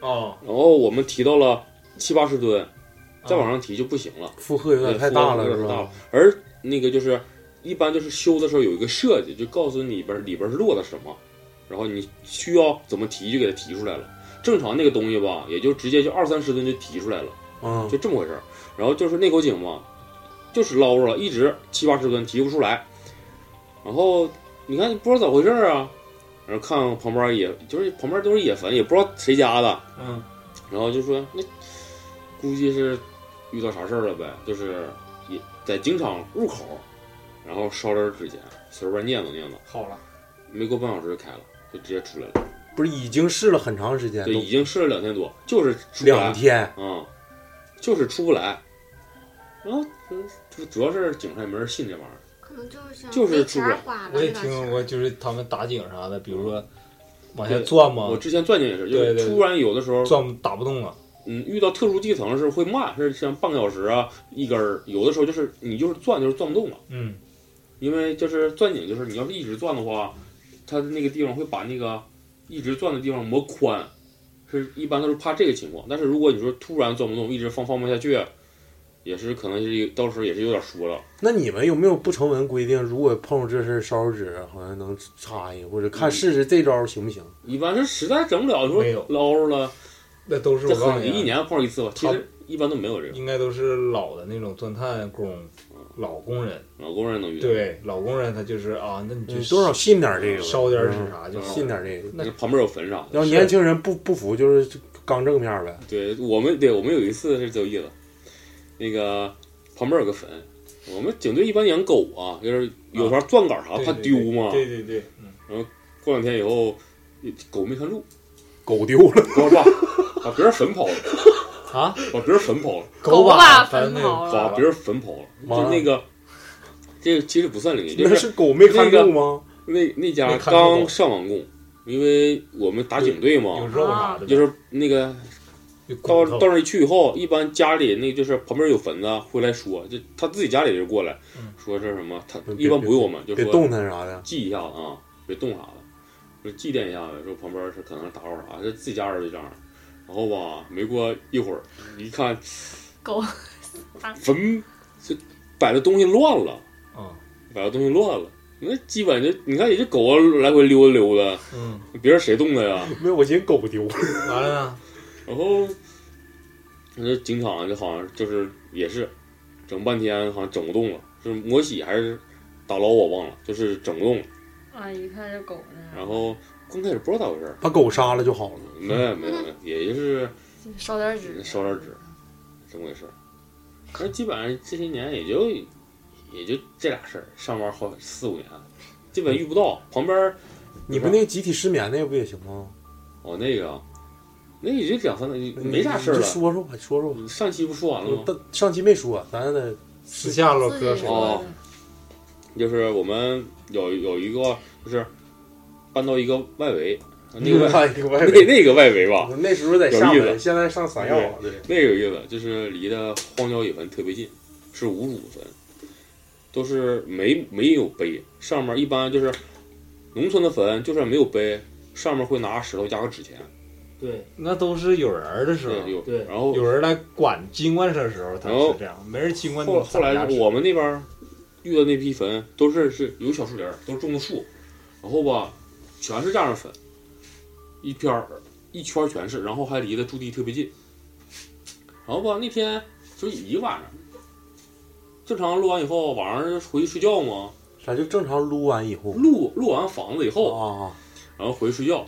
Speaker 5: 哦，
Speaker 2: 然后我们提到了七八十吨，再往上提就不行了。
Speaker 3: 负荷有点太大了，是
Speaker 2: 有点大
Speaker 3: 吧
Speaker 2: 了？而那个就是一般就是修的时候有一个设计，就告诉你里边里边是落的什么，然后你需要怎么提就给它提出来了。正常那个东西吧，也就直接就二三十吨就提出来了，
Speaker 3: 嗯
Speaker 2: 就，这么回事儿。然后就是那口井嘛，就是捞着了，一直七八十吨提不出来。然后你看不知道咋回事儿啊，然后看旁边儿也就是旁边儿都是野坟，也不知道谁家的，
Speaker 5: 嗯，
Speaker 2: 然后就说那估计是遇到啥事儿了呗，就是也在警场入口，然后烧点儿纸钱，随便念叨念叨，
Speaker 5: 好了，
Speaker 2: 没过半小时就开了，就直接出来了，
Speaker 3: 不是已经试了很长时间，
Speaker 2: 对，已
Speaker 3: 都
Speaker 2: 经试了两天多，就是出不来
Speaker 3: 两，天，
Speaker 2: 嗯，就是出不来，然后主主要是警察也没人信这玩意儿，
Speaker 4: 可能就是想
Speaker 2: 就是
Speaker 4: 给
Speaker 2: 出
Speaker 4: 钱
Speaker 2: 轨
Speaker 4: 儿花了
Speaker 5: 我也
Speaker 4: 这点钱
Speaker 5: 听
Speaker 4: 儿
Speaker 5: 过，就是他们打井啥的，比如说往下钻
Speaker 3: 啊
Speaker 5: 嘛
Speaker 2: 我，之前钻井也是，就
Speaker 5: 对
Speaker 2: 是
Speaker 5: 对
Speaker 2: 突然有的时候，
Speaker 5: 钻打不动了，
Speaker 2: 嗯，遇到特殊地层是会慢，是像半个小时啊一根儿，有的时候就是你就是钻就是钻不动了。
Speaker 5: 嗯，
Speaker 2: 因为就是钻井，就是你要是一直钻的话，它那个地方会把那个一直钻的地方磨宽，是一般都是怕这个情况。但是如果你说突然钻不动，一直放放不下去，也是可能是到时候也是有点输了。
Speaker 3: 那你们有没有不成文规定，如果碰上这事儿烧纸，好像能插一，或者看试试这招行不行？
Speaker 2: 一般是实在整不了，
Speaker 5: 没
Speaker 2: 你说
Speaker 5: 有
Speaker 2: 捞着了，
Speaker 5: 那都是
Speaker 2: 这
Speaker 5: 我告诉
Speaker 2: 很一
Speaker 5: 你啊，
Speaker 2: 年碰上一次吧。其
Speaker 5: 他
Speaker 2: 实一般都没有这个，
Speaker 5: 应该都是老的那种钻探工，老工人，
Speaker 2: 老工人能遇到。
Speaker 5: 对，老工人他就是啊，那你就
Speaker 3: 你嗯多少信点这个吧，
Speaker 5: 烧点纸啥就
Speaker 3: 嗯
Speaker 5: 好
Speaker 3: 信点这个。
Speaker 5: 那
Speaker 2: 那旁边有坟啥的。
Speaker 3: 要
Speaker 5: 是
Speaker 3: 年轻人不不服，就是刚正面呗。
Speaker 2: 对我们，对我们有一次是有意思，那个旁边有个坟，我们警队一般养狗啊，就是有啥钻杆啥
Speaker 5: 啊对
Speaker 2: 怕
Speaker 5: 对
Speaker 2: 啊丢
Speaker 5: 对
Speaker 2: 嘛。
Speaker 5: 对对对，嗯
Speaker 2: 过两天以后，狗没看住，
Speaker 3: [laughs] 狗丢了，
Speaker 2: 狗把 [laughs] 把别人坟刨了，
Speaker 5: 啊，
Speaker 2: 把别人坟刨了，
Speaker 7: 狗
Speaker 5: 把
Speaker 7: 把
Speaker 5: 坟
Speaker 7: 坟
Speaker 5: 那
Speaker 7: 刨
Speaker 2: 把
Speaker 7: 了，
Speaker 2: 别人坟刨了，
Speaker 3: 完了
Speaker 2: 就那个，这个其实不算灵异，就
Speaker 3: [laughs] 那
Speaker 2: 是
Speaker 3: 是狗没看住吗？
Speaker 2: 那那家
Speaker 5: 没看住狗
Speaker 2: 刚上完供，因为我们打警队
Speaker 5: 有
Speaker 2: 嘛，
Speaker 5: 肉啥的呗，
Speaker 2: 就是那个
Speaker 5: 就骨
Speaker 9: 到
Speaker 5: 头
Speaker 9: 到那儿一去以后，一般家里那就是旁边有坟的会来说，就他自己家里人过来
Speaker 5: 嗯
Speaker 9: 说是什么，他
Speaker 3: 别
Speaker 9: 一般不用我们，就
Speaker 3: 别
Speaker 9: 说
Speaker 3: 动弹啥的。
Speaker 9: 记一下子啊，别动啥的，就祭奠一下子，说旁边是可能打扰啥，这自己家人就这样。然后吧，没过一会儿，一看
Speaker 2: [laughs]
Speaker 7: 狗
Speaker 9: 坟这摆的东西乱了，
Speaker 5: 啊，
Speaker 9: 摆的东西乱了。那基本就你看，也就狗啊来回溜达溜达，
Speaker 5: 嗯，
Speaker 9: 别人谁动的呀？
Speaker 3: 没有，我寻思狗丢了。
Speaker 5: 完了呢，
Speaker 9: 然后，那警场就好像就是也是整半天，好像整不动了，是磨洗还是打捞我忘了，就是整不动了。
Speaker 7: 啊，一看这狗呢，
Speaker 9: 然后刚开始不知道咋回事儿，
Speaker 3: 把狗杀了就好了。
Speaker 9: 没没没，也就是
Speaker 7: 烧点纸，
Speaker 9: 烧点纸，这么回事儿。可是基本上这些年也就也就这俩事儿，上班好四五年，基本遇不到。旁边儿
Speaker 3: 你们那个集体失眠那个不也行吗？
Speaker 9: 哦那个，那也就两三年，没啥事儿
Speaker 3: 你
Speaker 9: 了
Speaker 3: 就。说说吧，说说吧。
Speaker 9: 上期不说完了吗？
Speaker 3: 但上期没说，咱得
Speaker 5: 私下唠嗑
Speaker 7: 自己
Speaker 5: 说，
Speaker 9: 哦就是我们有有一个就是搬到一个外围，那个外
Speaker 3: 嗯外 [laughs] 外
Speaker 9: 那那个外围吧，
Speaker 3: 那时候在
Speaker 9: 有
Speaker 3: 厦
Speaker 9: 意思
Speaker 3: 门，现在上三亚了。对，
Speaker 9: 那个意思就是离的荒郊野坟特别近，是无主坟，都是没没有碑，上面一般就是农村的坟，就算没有碑，上面会拿石头加个纸钱，
Speaker 2: 对
Speaker 5: 那都是有人儿的时候
Speaker 9: 对，有
Speaker 2: 对
Speaker 9: 然后
Speaker 5: 有人来管经管的时候，他是这样，没人经管。
Speaker 9: 后后来我们那边儿遇到那批坟都是是有小树林儿，都是种的树，然后吧全是这样的坟，一片儿一圈儿全是，然后还离得驻地特别近。然后吧那天就一晚上，正常录完以后晚上回去睡觉嘛，
Speaker 3: 啥就正常撸完以后
Speaker 9: 录录完房子以后，
Speaker 3: 啊，
Speaker 9: 然后回去睡觉，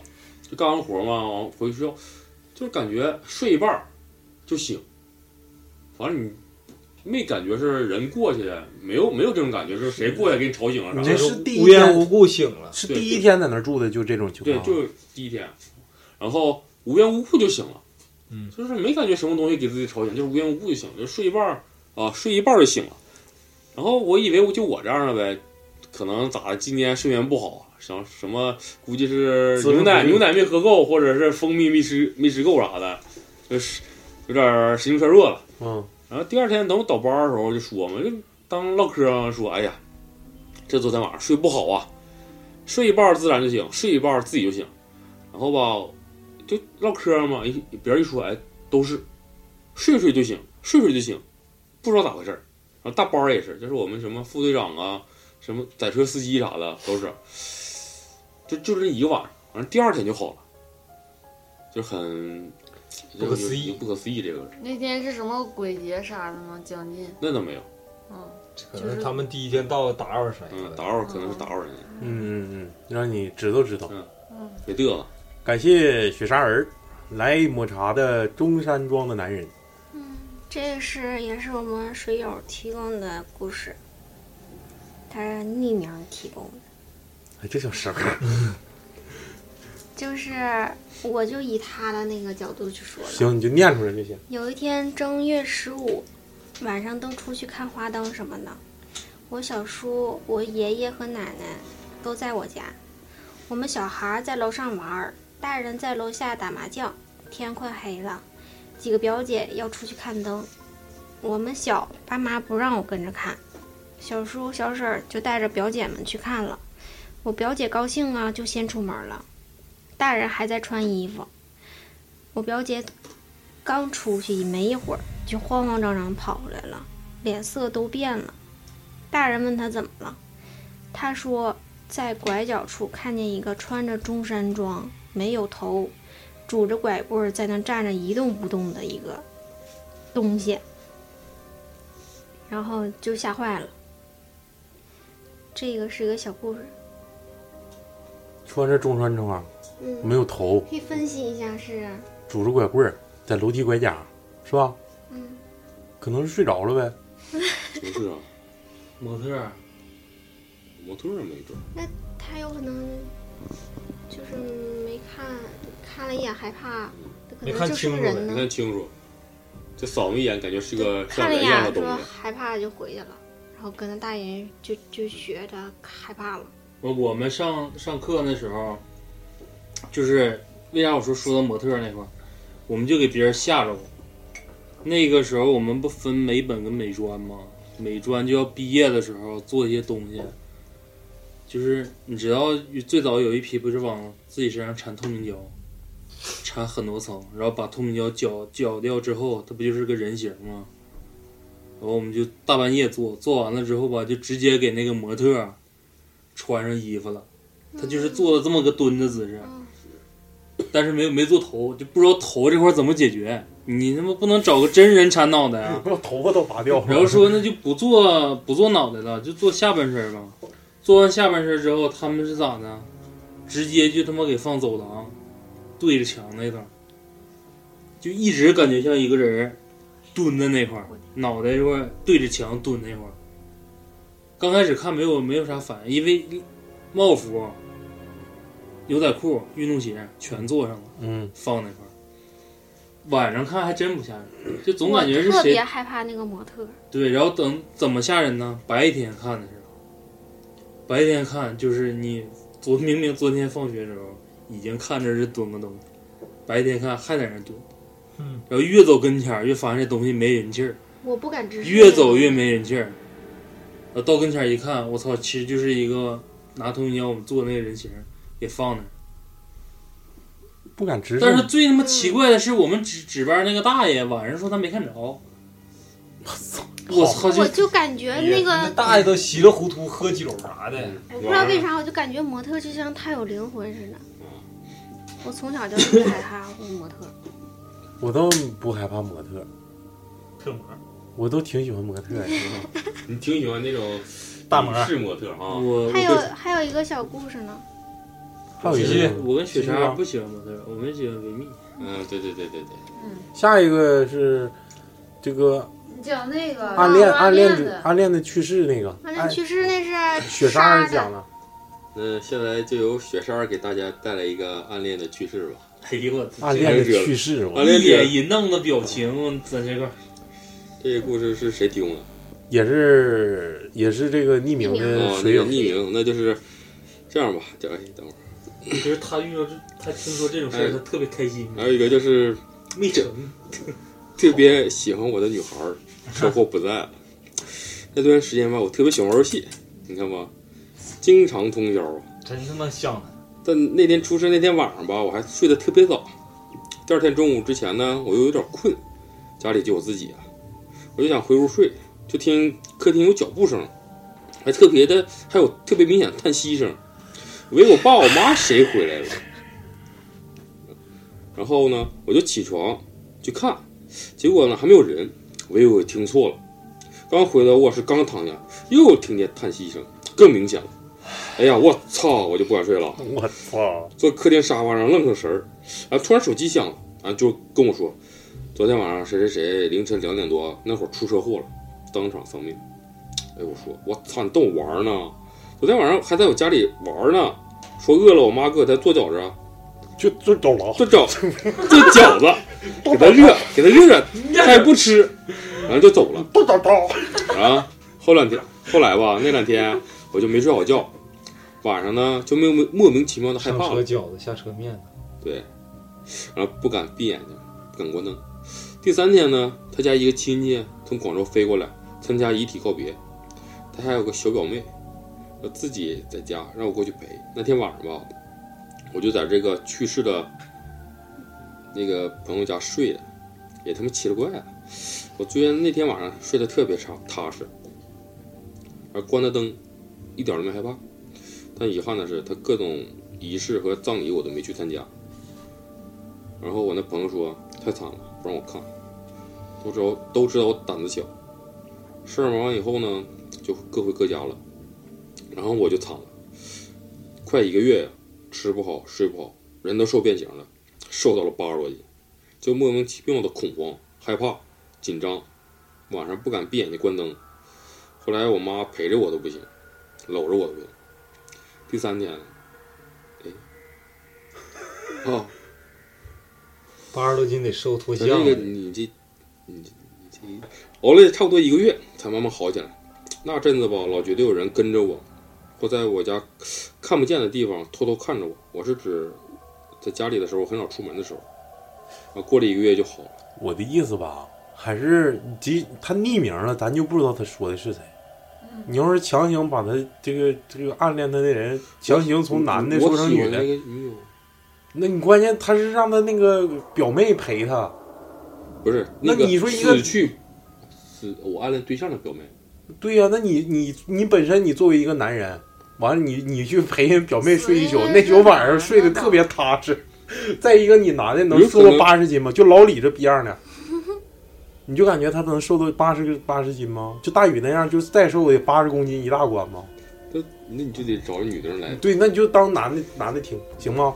Speaker 9: 就干完活嘛，完回去睡觉，就是感觉睡一半儿就醒，反正你没感觉是人过去的，没有没有这种感觉，是谁过来给你吵醒了啥
Speaker 3: 你
Speaker 9: 的
Speaker 3: 这
Speaker 5: 这
Speaker 3: 是第一
Speaker 5: 无缘
Speaker 3: 天
Speaker 5: 无故醒
Speaker 2: 哦
Speaker 5: 了，
Speaker 3: 是第一天在那儿住的，就这种情
Speaker 9: 对，
Speaker 3: 况。
Speaker 9: 就是第一天，然后无缘无故就醒了，
Speaker 5: 嗯
Speaker 9: 就是没感觉什么东西给自己吵醒，就是无缘无故就醒，就睡一半儿啊，睡一半儿就醒了。然后我以为我就我这样的呗，可能咋今天睡眠不好，啊想什么估计是
Speaker 3: 自律
Speaker 9: 牛奶
Speaker 3: 不力
Speaker 9: 牛奶没喝够，或者是蜂蜜没吃没吃够啥的，就是有点儿神经衰弱了。
Speaker 3: 嗯，
Speaker 9: 然后第二天等我倒班的时候就说嘛，就当唠嗑啊，说哎呀，这昨天晚上睡不好啊，睡一半儿自然就醒，睡一半儿自己就醒，然后吧就唠嗑嘛，一别人一说哎都是睡睡就醒，睡睡就醒，不知道咋回事儿。然后大班儿也是，就是我们什么副队长啊，什么载车司机啥的都是，就就这一个晚上，反正第二天就好了，就很
Speaker 5: 不可思议
Speaker 9: 不可思议这个人，
Speaker 7: 那天是什么鬼节啥的吗？将近，
Speaker 9: 那倒没有。
Speaker 7: 嗯，
Speaker 5: 可能是他们第一天到打扰谁
Speaker 9: 嗯，
Speaker 5: 了，
Speaker 9: 打扰可能是打扰人，
Speaker 3: 嗯嗯嗯，让你知道知道。
Speaker 9: 别嘚了。
Speaker 3: 感谢雪莎儿来抹茶的中山装的男人。
Speaker 4: 这是也是我们水友提供的故事，他是匿名提供的，
Speaker 3: 哎，这小声儿，
Speaker 4: 就是我就以他的那个角度去说了。
Speaker 3: [laughs] 行，你就念出来就行。
Speaker 4: 有一天正月十五晚上都出去看花灯什么的，我小叔、我爷爷和奶奶都在我家，我们小孩儿在楼上玩儿，大人在楼下打麻将。天快黑了，几个表姐要出去看灯，我们小爸妈不让我跟着看，小叔小婶儿就带着表姐们去看了。我表姐高兴啊，就先出门了，大人还在穿衣服。我表姐刚出去没一会儿，就慌慌张张跑回来了，脸色都变了。大人问他怎么了，他说在拐角处看见一个穿着中山装、没有头、拄着拐棍儿在那站着一动不动的一个东西，然后就吓坏了。这个是一个小故事，
Speaker 3: 穿着中山装，
Speaker 4: 嗯，
Speaker 3: 没有头，
Speaker 4: 可以分析一下是，
Speaker 3: 拄着拐棍儿，在楼梯拐角，是吧？
Speaker 4: 嗯，
Speaker 3: 可能是睡着了呗。 [laughs]
Speaker 9: 不是啊，
Speaker 2: 模特儿
Speaker 9: 模特儿没准儿。
Speaker 4: 他有可能就是没看，看了一眼害怕，可
Speaker 5: 没
Speaker 4: 能
Speaker 5: 看
Speaker 4: 就是
Speaker 5: 清
Speaker 4: 个
Speaker 5: 楚呗
Speaker 4: 人
Speaker 9: 你
Speaker 4: 呢。
Speaker 9: 看清楚，这扫一眼，感觉是个像
Speaker 4: 看了
Speaker 9: 人
Speaker 4: 一
Speaker 9: 一样的
Speaker 4: 眼
Speaker 9: 东
Speaker 4: 说
Speaker 9: 西。
Speaker 4: 害怕就回去了，然后跟着大人就就学着害怕了。
Speaker 2: 我我们上上课那时候，就是为啥我说说到模特那块儿，我们就给别人吓着了。那个时候我们不分美本跟美专吗？美专就要毕业的时候做一些东西，就是你知道最早有一批不是往自己身上缠透明胶，缠很多层，然后把透明胶绞绞掉之后，它不就是个人形吗？然后我们就大半夜做，做完了之后吧，就直接给那个模特儿穿上衣服了。他就是做了这么个蹲的姿势，但是没有没做头，就不知道头这块儿怎么解决。你他妈不能找个真人缠脑袋
Speaker 3: [laughs]
Speaker 2: 啊！
Speaker 3: 我头发都拔掉
Speaker 2: 然后
Speaker 3: 了。
Speaker 2: 说那就不做不做脑袋了，就做下半身吧。做完下半身之后，他们是咋的？直接就他妈给放走廊，对着墙那头，就一直感觉像一个人儿蹲在那块儿，脑袋这块儿对着墙蹲那块儿。刚开始看没有没有啥反应，因为帽服、啊牛仔裤、运动鞋全坐上了，
Speaker 3: 嗯，
Speaker 2: 放那块儿。晚上看还真不吓人，就总
Speaker 4: 我
Speaker 2: 感觉是
Speaker 4: 特
Speaker 2: 谁
Speaker 4: 别害怕那个模特，
Speaker 2: 对，然后等怎么吓人呢？白天看的时候，白天看就是你昨明明昨天放学的时候已经看着这蹲个东西，白天看还在那蹲，
Speaker 5: 嗯，
Speaker 2: 然后越走跟前儿越发现这东西没人气儿，
Speaker 4: 我不敢直视。
Speaker 2: 越走越没人气儿。呃，到跟前儿一看，我操，其实就是一个拿透明胶我们做那个人形儿给放那儿。
Speaker 3: 不敢直视。
Speaker 2: 但是最他妈
Speaker 7: 嗯
Speaker 2: 奇怪的是，我们值值班那个大爷晚上说他没看着，我操，就
Speaker 4: 我就感觉哎那
Speaker 5: 那
Speaker 4: 个，嗯
Speaker 5: 大爷都稀里糊涂喝酒啥的，
Speaker 4: 我不知道为啥，我就感觉模特就像太有灵魂似的。我从小就特别害怕 [laughs] 模特，
Speaker 3: 我都不害怕模特，
Speaker 5: 特模
Speaker 3: 我都挺喜欢模
Speaker 2: [laughs]
Speaker 3: 特的。
Speaker 6: 你挺喜欢那种
Speaker 5: 大模
Speaker 6: 是模特啊？
Speaker 2: 我
Speaker 4: 还有还有一个小故事呢。
Speaker 3: 还有
Speaker 5: 继
Speaker 3: 一
Speaker 5: 续
Speaker 3: 个，
Speaker 2: 我跟雪
Speaker 3: 是
Speaker 2: 莎
Speaker 3: 吗
Speaker 2: 不喜欢模特儿，我们喜欢维密。
Speaker 6: 嗯，对对对对对，
Speaker 3: 下一个是这个
Speaker 7: 你讲那个
Speaker 3: 哦暗恋暗恋
Speaker 7: 啊暗
Speaker 3: 的
Speaker 7: 的，
Speaker 3: 暗恋的去世那个，
Speaker 4: 完
Speaker 3: 哎
Speaker 4: 了去世那是
Speaker 3: 雪
Speaker 4: 莎
Speaker 3: 莎
Speaker 4: 的
Speaker 3: 讲的，
Speaker 9: 那现在就由雪莎给大家带来一个暗恋的趣事吧。
Speaker 2: 哎呦我操！
Speaker 3: 暗恋的去世，我
Speaker 9: 暗
Speaker 2: 一
Speaker 9: 恋
Speaker 2: 脸
Speaker 9: 者
Speaker 2: 淫荡的表情在这块儿，
Speaker 9: 这个故事是谁提供的？
Speaker 3: 也是也是这个匿名的
Speaker 9: 哦，那
Speaker 3: 水
Speaker 9: 个
Speaker 3: 友，
Speaker 9: 匿名，那就是这样吧。等哎，等会儿，
Speaker 2: 就是他遇到这，他听说这种事儿，
Speaker 9: 哎
Speaker 2: 他特别开心，
Speaker 9: 还有一个就是
Speaker 2: 没成。
Speaker 9: 特别喜欢我的女孩儿，收获不在了。 [laughs] 那段时间吧，我特别喜欢玩游戏，你看吧，经常通宵啊。
Speaker 5: 真他妈像他，
Speaker 9: 但那天出事那天晚上吧，我还睡得特别早。第二天中午之前呢，我又有点困，家里就我自己啊，我就想回屋睡，就听客厅有脚步声，还特别的，还有特别明显的叹息声。以为我爸我妈谁回来了？然后呢，我就起床去看，结果呢还没有人，我以为我听错了。刚回到卧室，刚躺下，又听见叹息声，更明显了。哎呀，我操！我就不敢睡了。
Speaker 3: 我操，
Speaker 9: 坐客厅沙发上愣个神儿，啊，突然手机响了，啊，就跟我说，昨天晚上谁谁谁凌晨两点多那会儿出车祸了，当场丧命。哎，我说我操，你逗我玩儿呢？昨天晚上还在我家里玩儿呢，说饿了，我妈给我在做饺子啊，
Speaker 3: 就就走了，
Speaker 9: 做饺做饺子，给他热，给他热热，他也不吃，然后就走了。
Speaker 8: 不叨叨。
Speaker 9: 啊，后两天，后来吧，那两天我就没睡好觉，晚上呢就莫名莫名其妙的害
Speaker 5: 上
Speaker 9: 怕
Speaker 5: 车
Speaker 9: 了，
Speaker 5: 饺子下车面子，
Speaker 9: 对，然后不敢闭眼睛，不敢关灯。第三天呢，他家一个亲戚从广州飞过来参加遗体告别，他还有个小表妹，我自己在家让我过去陪。那天晚上吧，我就在这个去世的那个朋友家睡的，也他妈奇了怪了。我昨天那天晚上睡得特别差踏实，而关了灯，一点儿都没害怕。但遗憾的是，他各种仪式和葬礼我都没去参加。然后我那朋友说太惨了，不让我看。都知道都知道我胆子小，事儿忙完以后呢，就各回各家了。然后我就惨了，快一个月呀，吃不好睡不好，人都瘦变形了，瘦到了八十多斤，就莫名其妙的恐慌、害怕、紧张，晚上不敢闭眼睛关灯。后来我妈陪着我都不行，搂着我都不行。第三天，哎， [laughs] 啊。
Speaker 5: 八十多斤得瘦脱
Speaker 9: 那
Speaker 5: 相
Speaker 9: 这个
Speaker 5: 了，
Speaker 9: 你这，你这你这，熬了差不多一个月才慢慢好起来。那阵子吧，老觉得有人跟着我，或在我家看不见的地方偷偷看着我。我是指在家里的时候，很少出门的时候，啊，过了一个月就好了。
Speaker 3: 我的意思吧，还是即他匿名了，咱就不知道他说的是谁。你要是强行把他这个这个暗恋他的人强行从男的
Speaker 9: 我
Speaker 3: 说成
Speaker 9: 喜
Speaker 3: 女
Speaker 9: 欢那
Speaker 3: 的，
Speaker 9: 个女友，
Speaker 3: 那你关键他是让他那个表妹陪他，
Speaker 9: 不是
Speaker 3: 那
Speaker 9: 个
Speaker 3: 你说一个
Speaker 9: 死去死我暗恋对象的表妹，
Speaker 3: 对呀、那你你你本身你作为一个男人，完了你你去陪人表妹睡一宿，那宿晚上睡得特别踏实。再一个，你男的能瘦
Speaker 9: 有可
Speaker 3: 到
Speaker 9: 能
Speaker 3: 八十斤吗？就老李这逼样的，你就感觉他能瘦到八十八十斤吗？就大宇那样，就是再瘦也八十公斤一大关吗？
Speaker 9: 那那你就得找女的人来。
Speaker 3: 对，那你就当男的男的听行吗？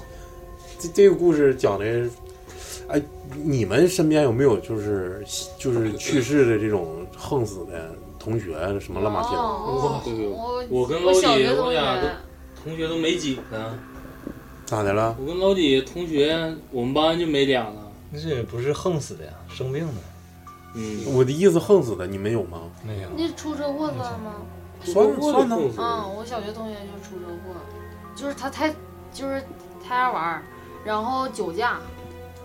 Speaker 3: 这这个故事讲的，哎，你们身边有没有就是就是去世的这种横死的同学什么乱八七八？
Speaker 7: 哦
Speaker 9: 对对，
Speaker 7: 我
Speaker 2: 我跟
Speaker 7: 我
Speaker 2: 老
Speaker 7: 小
Speaker 2: 李
Speaker 7: 学
Speaker 2: 我
Speaker 7: 同
Speaker 2: 俩
Speaker 7: 学，
Speaker 2: 同学都没几个，
Speaker 3: 咋的了？
Speaker 2: 我跟老李同学，我们班就没俩了。
Speaker 5: 那这也不是横死的呀，生病的
Speaker 2: 嗯，
Speaker 3: 我的意思，横死的你们有吗？
Speaker 5: 没有。
Speaker 7: 那出车祸算吗？
Speaker 3: 算算呢，
Speaker 7: 嗯，我小学同学就出车祸，就是他太就是他家玩儿，然后酒驾，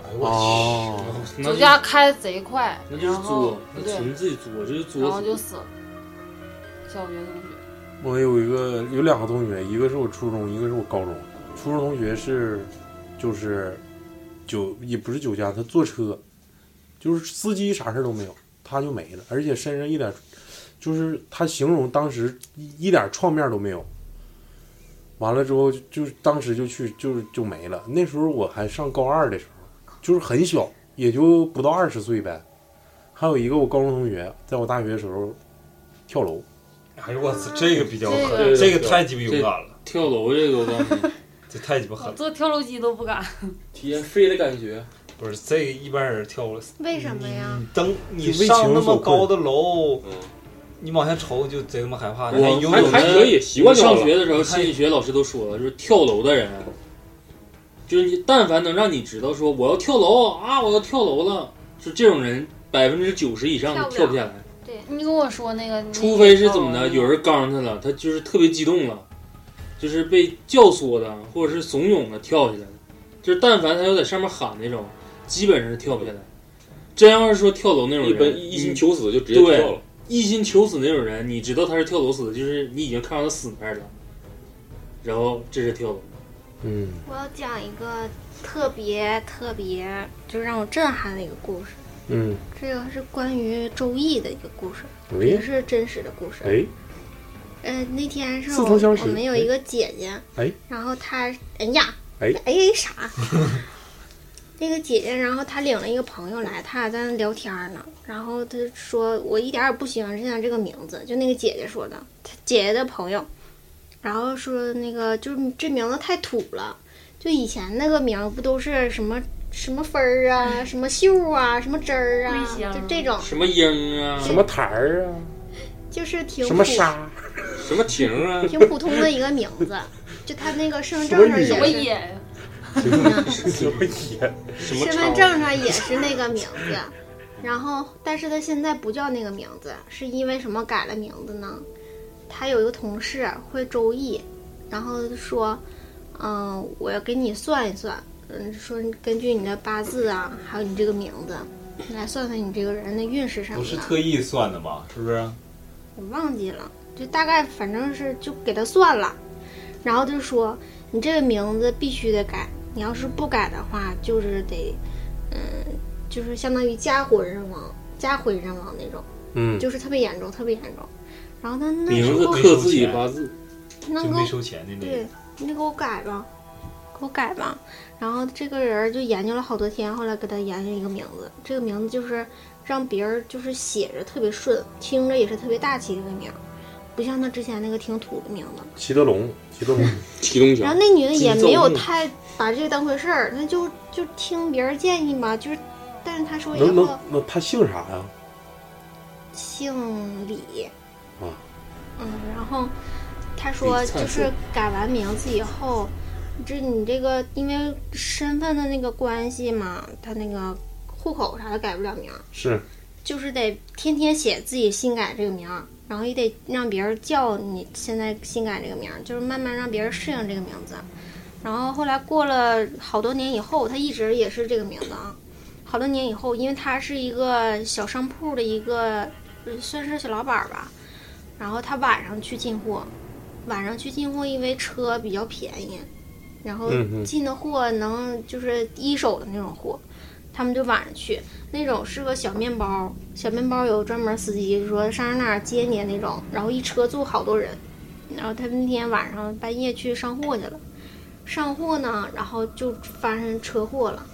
Speaker 5: 哎呦
Speaker 3: 哦
Speaker 5: 我去，
Speaker 2: 那
Speaker 7: 酒
Speaker 2: 就
Speaker 7: 驾开贼快，
Speaker 2: 那就
Speaker 7: 然
Speaker 2: 是作
Speaker 7: 后，
Speaker 2: 那
Speaker 7: 对，
Speaker 2: 纯自己作，就是
Speaker 7: 然
Speaker 2: 作
Speaker 7: 后
Speaker 2: 死。
Speaker 7: 就死了。小学同学，
Speaker 3: 我有一个有两个同学，一个是我初中，一个是我高中。初中同学是就是酒也不是酒驾，他坐车，就是司机啥事儿都没有，他就没了，而且身上一点就是他形容当时一一点创面都没有。完了之后就就是当时就去就是就没了。那时候我还上高二的时候，就是很小，也就不到二十岁呗。还有一个我高中同学，在我大学的时候跳楼。
Speaker 5: 哎呦我操，这个比较
Speaker 7: 这
Speaker 5: 狠，
Speaker 7: 个
Speaker 5: 这个太鸡巴勇敢了，
Speaker 2: 跳楼这个我告诉你，
Speaker 5: 这太鸡巴
Speaker 7: 我
Speaker 5: 狠了。
Speaker 7: 坐跳楼机都不敢。
Speaker 6: 体验飞的感觉。
Speaker 5: 不是这个一般人跳不了。
Speaker 4: 为什么呀？
Speaker 5: 你等你
Speaker 3: 为情
Speaker 5: 上那么
Speaker 3: 所困
Speaker 5: 高的楼，
Speaker 9: 嗯，
Speaker 5: 你往下瞅就贼他妈害怕。你
Speaker 2: 我
Speaker 5: 看游
Speaker 2: 还
Speaker 5: 泳
Speaker 2: 还
Speaker 5: 的 [laughs]
Speaker 2: 可以，
Speaker 9: 习惯就好
Speaker 2: 上
Speaker 9: 了
Speaker 2: 学的时候，心理学老师都说了，就是跳楼的人，就是你但凡能让你知道说我要跳楼啊，我要跳楼了，就这种人百分之九十以上都
Speaker 4: 跳
Speaker 2: 跳
Speaker 4: 不了嗯
Speaker 2: 不下来，
Speaker 7: 你跟我说那个，那
Speaker 2: 除非是怎么
Speaker 3: 哦
Speaker 2: 的，
Speaker 7: 个
Speaker 2: 有人刚他了，他就是特别激动了，就是被教唆的或者是怂恿的跳下来的，就是但凡他要在上面喊那种，基本上是跳不下来。真要是说跳楼那种
Speaker 9: 一
Speaker 2: 人，
Speaker 9: 般一
Speaker 2: 你
Speaker 9: 心求死就直接跳了。
Speaker 2: 一心求死那种人，你知道他是跳楼死的，就是你已经看到他死那儿了，然后这是跳楼。
Speaker 3: 嗯，
Speaker 4: 我要讲一个特别特别就让我震撼的一个故事，
Speaker 3: 嗯，
Speaker 4: 这个是关于《周易》的一个故事，也
Speaker 3: 喂，
Speaker 4: 是真实的故事。
Speaker 3: 哎，
Speaker 4: 呃，那天是
Speaker 3: 似
Speaker 4: 我
Speaker 3: 曾相识
Speaker 4: 我们有一个姐姐，
Speaker 3: 哎，
Speaker 4: 然后她，哎呀，
Speaker 3: 哎
Speaker 4: 哎
Speaker 3: [laughs]
Speaker 4: 啥？那个姐姐，然后她领了一个朋友来，她俩在那聊天呢。然后她说：“我一点儿也不喜欢现在这个名字。”就那个姐姐说的，她姐姐的朋友，然后说那个就是这名字太土了，就以前那个名儿不都是什么什么分儿啊、什么秀啊、什么汁儿啊
Speaker 7: 桂，香
Speaker 4: 就这种，
Speaker 2: 什么鹰啊，
Speaker 3: 什么台儿啊，
Speaker 4: 就是挺
Speaker 3: 什么
Speaker 4: 普
Speaker 3: 沙，
Speaker 9: 什么婷啊， [laughs]
Speaker 4: 挺普通的一个名字，就他那个身份
Speaker 3: 什么
Speaker 4: 证上
Speaker 3: 语
Speaker 7: 什么
Speaker 4: 也是
Speaker 7: 野呀？
Speaker 4: 嗯
Speaker 5: [laughs]
Speaker 3: 什么野，
Speaker 2: 什么啊
Speaker 4: 身份证上也是那个名字，然后但是他现在不叫那个名字，是因为什么改了名字呢？他有一个同事会周易，然后说，嗯、我要给你算一算，嗯，说根据你的八字啊，还有你这个名字，来算算你这个人的运势什
Speaker 5: 不
Speaker 4: 么
Speaker 5: 是
Speaker 4: 的。
Speaker 5: 特意算的吧？是不是？
Speaker 4: 我忘记了，就大概反正是就给他算了，然后就说你这个名字必须得改，你要是不改的话，就是得，嗯，就是相当于家毁人亡，家毁人亡那种，
Speaker 3: 嗯，
Speaker 4: 就是特别严重，特别严重。然后他那时
Speaker 2: 名字
Speaker 4: 候
Speaker 2: 刻自己八字，
Speaker 4: 那
Speaker 5: 就
Speaker 4: 给
Speaker 5: 没
Speaker 4: 我
Speaker 5: 收钱的那
Speaker 4: 对
Speaker 5: 个。，
Speaker 4: 你给我改吧，给我改吧。然后这个人就研究了好多天，后来给他研究一个名字，这个名字就是让别人就是写着特别顺，听着也是特别大气的一个名儿，不像他之前那个挺土的名字。
Speaker 3: 齐德龙，齐德龙，
Speaker 9: 祁东
Speaker 4: 然后
Speaker 9: 强。
Speaker 4: 那女的也
Speaker 9: 金奏
Speaker 4: 没有
Speaker 9: 木
Speaker 4: 太把这个当回事儿，她就就听别人建议嘛，就是，但是她说以
Speaker 3: 能
Speaker 4: 后
Speaker 3: 能那他姓啥呀？
Speaker 4: 姓李，
Speaker 3: 啊
Speaker 4: 嗯，然后她说
Speaker 2: 李灿
Speaker 4: 就是
Speaker 2: 顺
Speaker 4: 改完名字以后，这你这个因为身份的那个关系嘛，她那个户口啥的改不了名儿，
Speaker 3: 是，
Speaker 4: 就是得天天写自己新改这个名儿，然后也得让别人叫你现在新改这个名儿，就是慢慢让别人适应这个名字。然后后来过了好多年以后，他一直也是这个名字啊。好多年以后，因为他是一个小商铺的一个，呃算是小老板儿吧。然后他晚上去进货，晚上去进货，因为车比较便宜，然后
Speaker 3: 嗯嗯
Speaker 4: 进的货能就是一手的那种货，他们就晚上去。那种是个小面包，小面包有专门司机就说上哪儿接你那种，然后一车坐好多人。然后他们那天晚上半夜去上货去了，上货呢，然后就发生车祸了。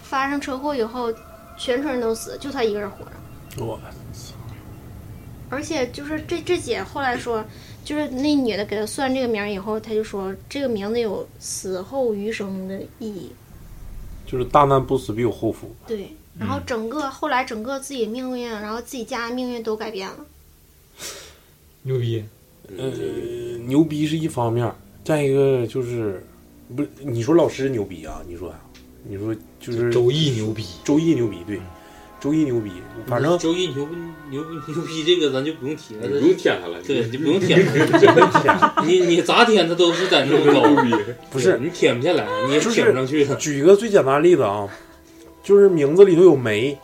Speaker 4: 发生车祸以后，全村人都死，就他一个人活着。
Speaker 3: 我
Speaker 4: 而且就是这这姐后来说，就是那女的给她算这个名儿以后，她就说这个名字有死后余生的意义。
Speaker 3: 就是大难不死必有后福。
Speaker 4: 对，
Speaker 2: 嗯
Speaker 4: 然
Speaker 5: 嗯
Speaker 4: 后整个、后来整个自己命运，然后自己家的命运都改变了。
Speaker 5: 牛逼，
Speaker 9: 嗯
Speaker 3: 呃，牛逼是一方面儿，再一个就是，不是你说老师牛逼啊？你说啊，你说就是
Speaker 5: 周易牛逼，
Speaker 3: 周易牛逼，对，周易牛逼，反正
Speaker 2: 周易牛不牛不牛逼这个咱就不用提了，
Speaker 9: 你不用舔他了，
Speaker 2: 对，你不用舔，你你咋舔它都是在那么高，
Speaker 3: 不是
Speaker 2: 你舔不下来，你也舔不上去。
Speaker 3: 举一个最简单的例子啊，就是名字里头有梅，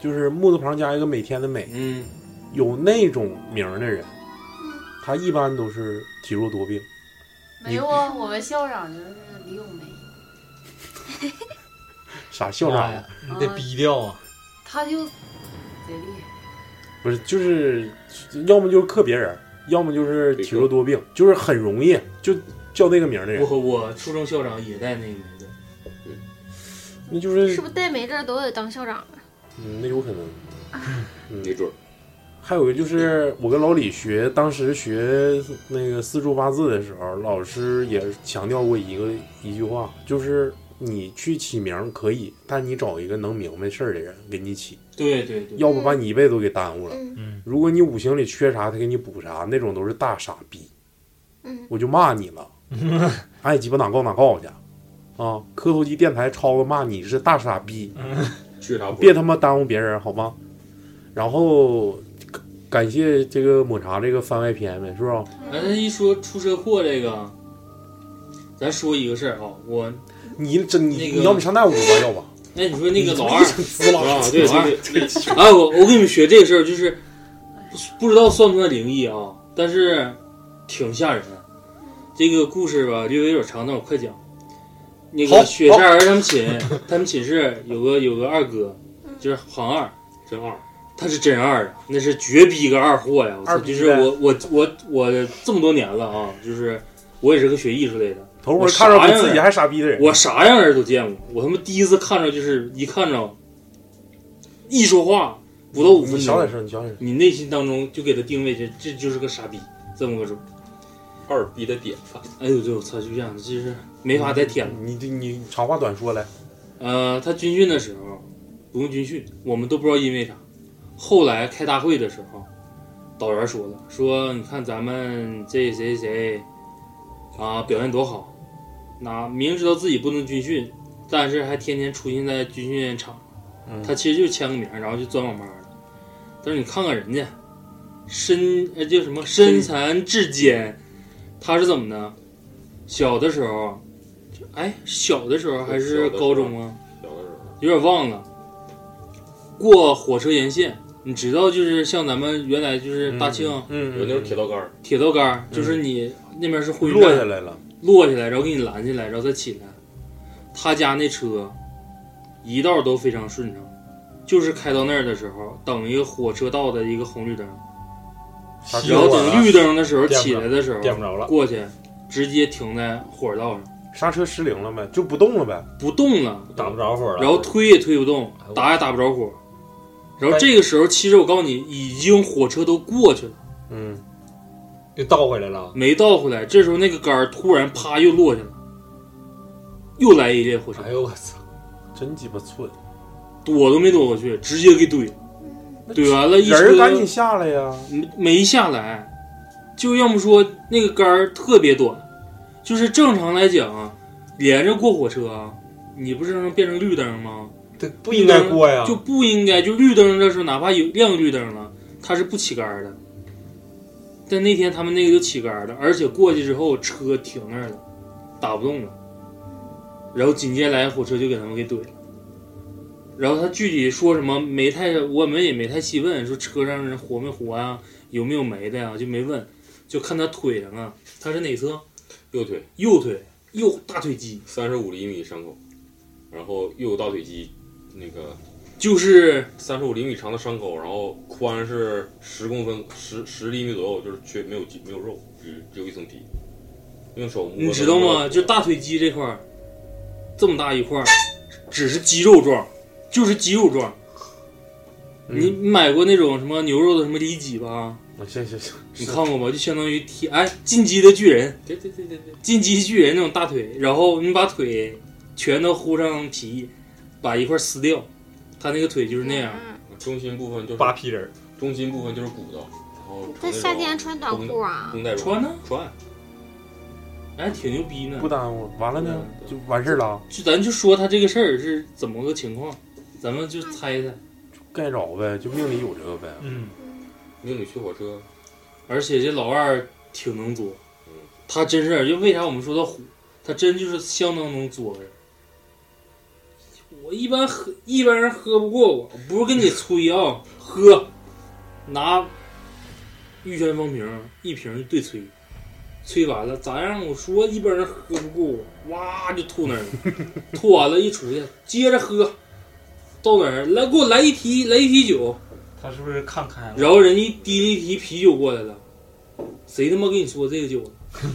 Speaker 3: 就是木字旁加一个每天的每，
Speaker 2: 嗯，
Speaker 3: 有那种名儿的人，他一般都是体弱多病。
Speaker 7: 没有啊，我们校长就是李咏梅，
Speaker 3: 啥校长
Speaker 5: 妈哎呀？你得逼掉啊！
Speaker 7: 她就贼厉害。
Speaker 3: 不是，就是要么就是克别人，要么就是体弱多病，就是很容易就叫那个名儿的人，
Speaker 2: 我我初中校长也带那个名字，
Speaker 3: 那就是
Speaker 4: 是不是戴没这儿都得当校长啊？
Speaker 3: 嗯，那有可能。
Speaker 9: 没准儿。
Speaker 3: 还有一个就是我跟老李学，当时学那个四柱八字的时候，老师也强调过一个一句话，就是你去起名儿可以，但你找一个能明白事儿的人给你起，
Speaker 2: 对对对，
Speaker 3: 要不把你一辈子都给耽误了。
Speaker 4: 嗯
Speaker 3: 如果你五行里缺啥，他给你补啥，那种都是大傻逼，
Speaker 4: 嗯，
Speaker 3: 我就骂
Speaker 2: [laughs]
Speaker 3: 你了，爱鸡巴哪告哪告去，啊！磕头机电台超子骂你是大傻逼，
Speaker 2: 嗯
Speaker 9: 缺啥补
Speaker 3: 别他妈耽误别人好吗？然后感感谢这个抹茶这个番外篇呗，是不是？
Speaker 2: 咱这一说出车祸这个，咱说一个事儿啊，我
Speaker 3: 你真你、
Speaker 2: 那个
Speaker 3: 你要不上那屋吧，要不
Speaker 2: 那你说那个老二，
Speaker 3: 滋
Speaker 2: 啊
Speaker 3: 啦，
Speaker 2: 对
Speaker 3: 老二
Speaker 2: 对对，啊，我我跟你们学这个事儿，就是不知道算不算灵异啊，但是挺吓人的。这个故事吧，略微有点长，但我快讲。那
Speaker 3: 好
Speaker 2: 个雪山儿他们寝，他们寝室有个有个二哥，就是行二，
Speaker 9: 真二，
Speaker 2: 他是真二啊，那是绝逼个二货呀！我操，
Speaker 3: 二逼
Speaker 2: 就是
Speaker 3: 呗
Speaker 2: 我我我我这么多年了啊，就是我也是个学艺术类的，
Speaker 3: [laughs] 头回
Speaker 2: 我
Speaker 3: 看着
Speaker 2: 啥
Speaker 3: 比
Speaker 2: 样
Speaker 3: 自己
Speaker 2: 啊
Speaker 3: 还傻逼的人，
Speaker 2: 我啥样人都见过，我他妈第一次看着就是一看着，一说话不到五分
Speaker 3: 你小点
Speaker 2: 钟，
Speaker 3: 声，你小点声。
Speaker 2: 你内心当中就给他定位这这就是个傻逼，这么个种。
Speaker 9: 二逼的典范。
Speaker 2: 哎呦，对我操，就这样，就是没法再舔了。
Speaker 3: 嗯你你你长话短说来，
Speaker 2: 呃，他军训的时候不用军训，我们都不知道因为啥。后来开大会的时候，导员说了，说你看咱们这谁谁啊表现多好，那明知道自己不能军训，但是还天天出现在军训场。
Speaker 9: 嗯
Speaker 2: 他其实就签个名，然后就钻网吧了。但是你看看人家，身呃叫什么身残志坚，他是怎么呢？小的时候，就哎，小的时候还
Speaker 9: 小
Speaker 2: 是
Speaker 9: 的时候
Speaker 2: 高中啊，
Speaker 9: 小的时候，
Speaker 2: 有点忘了。过火车沿线，你知道，就是像咱们原来就是大庆、
Speaker 3: 嗯，
Speaker 9: 有那种铁道杆儿，
Speaker 2: 铁道杆儿，就是你那边是灰
Speaker 3: 落
Speaker 2: 站
Speaker 3: 下来了，
Speaker 2: 落下来，然后给你拦下来，然后再起来。他家那车一道都非常顺畅，就是开到那儿的时候，等一个火车道的一个红绿灯，
Speaker 3: 啥
Speaker 2: 然
Speaker 5: 然
Speaker 3: 车
Speaker 2: 后
Speaker 5: 后
Speaker 3: 管
Speaker 2: 等
Speaker 3: 了
Speaker 2: 绿灯的时候
Speaker 5: 点不
Speaker 2: 起来的时候
Speaker 5: 嗯点不着了，
Speaker 2: 过去，直接停在火车道上
Speaker 3: 刹车失灵了呗，就不动了呗。
Speaker 2: 不动了，
Speaker 5: 打不着火了。
Speaker 2: 然后推也推不动
Speaker 5: 哎，呦
Speaker 2: 打也打不着火。然后这个时候，其实我告诉你，已经火车都过去了，
Speaker 3: 嗯，
Speaker 5: 又倒回来了，
Speaker 2: 没倒回来。这时候那个杆儿突然啪又落下了，又来一列火车，
Speaker 5: 哎呦我操！
Speaker 3: 真鸡巴寸，
Speaker 2: 躲都没躲过去，直接给怼了。怼完了，一
Speaker 3: 人儿赶紧
Speaker 2: 车
Speaker 3: 下来呀！
Speaker 2: 没没下来，就要么说那个杆儿特别短，就是正常来讲啊，连着过火车啊，你不是能变成绿灯吗？
Speaker 5: 这不应该啊过呀！
Speaker 2: 就不应该，就绿灯的时候，哪怕有亮绿灯了，它是不起杆儿的。但那天他们那个就起杆儿了，而且过去之后车停那儿了，打不动了，然后紧接着来火车就给他们给怼了。然后他具体说什么没太，我们也没太细问，说车上人活没活啊，有没有没的呀、就没问，就看他腿上啊，他是哪侧？
Speaker 9: 右腿
Speaker 2: 右腿，右大腿肌，
Speaker 9: 三十五厘米伤口，然后右大腿肌那个
Speaker 2: 就是
Speaker 9: 三十五厘米长的伤口，然后宽是十公分，十十厘米左右，就是缺没有肌没有肉，只只有一层皮。用手摸，
Speaker 2: 你知道吗？就大腿肌这块儿，这么大一块儿，只是肌肉状，就是肌肉状。你
Speaker 3: 嗯，
Speaker 2: 你买过那种什么牛肉的什么里脊吧？
Speaker 3: 行行行，
Speaker 2: 你看过吗？就相当于踢哎进击的巨人，
Speaker 9: 对对对对对，
Speaker 2: 进击巨人那种大腿，然后你把腿全都糊上皮，把一块儿撕掉，他那个腿就是那样。
Speaker 4: 嗯
Speaker 9: 中心部分就是
Speaker 5: 扒皮人儿，
Speaker 9: 中心部分就是骨头，然后
Speaker 4: 他
Speaker 9: 成那种
Speaker 4: 夏天穿短裤啊，
Speaker 9: 绷带绒
Speaker 2: 穿呢，
Speaker 9: 穿，
Speaker 2: 哎，挺牛逼呢
Speaker 3: 不。耽误。完了呢，就完事儿了啊，
Speaker 2: 就咱就说他这个事儿是怎么个情况，咱们就猜猜。
Speaker 3: 该着呗，就命里有这个呗。
Speaker 5: 嗯，
Speaker 9: 命里去火车，
Speaker 2: 而且这老二挺能作
Speaker 9: 嗯，
Speaker 2: 他真是，就为啥我们说他虎，他真就是相当能作人。我一般喝一般人喝不过我，不是跟你吹啊，喝，拿玉泉方瓶一瓶就对吹，吹完了咋样？我说一般人喝不过我，哇就吐那儿了，吐完了，一出去接着喝，到哪儿来给我来一提来一啤酒，
Speaker 5: 他是不是看开了？
Speaker 2: 然后人一提了一提啤酒过来了，谁他妈跟你说这个酒啊？ [laughs]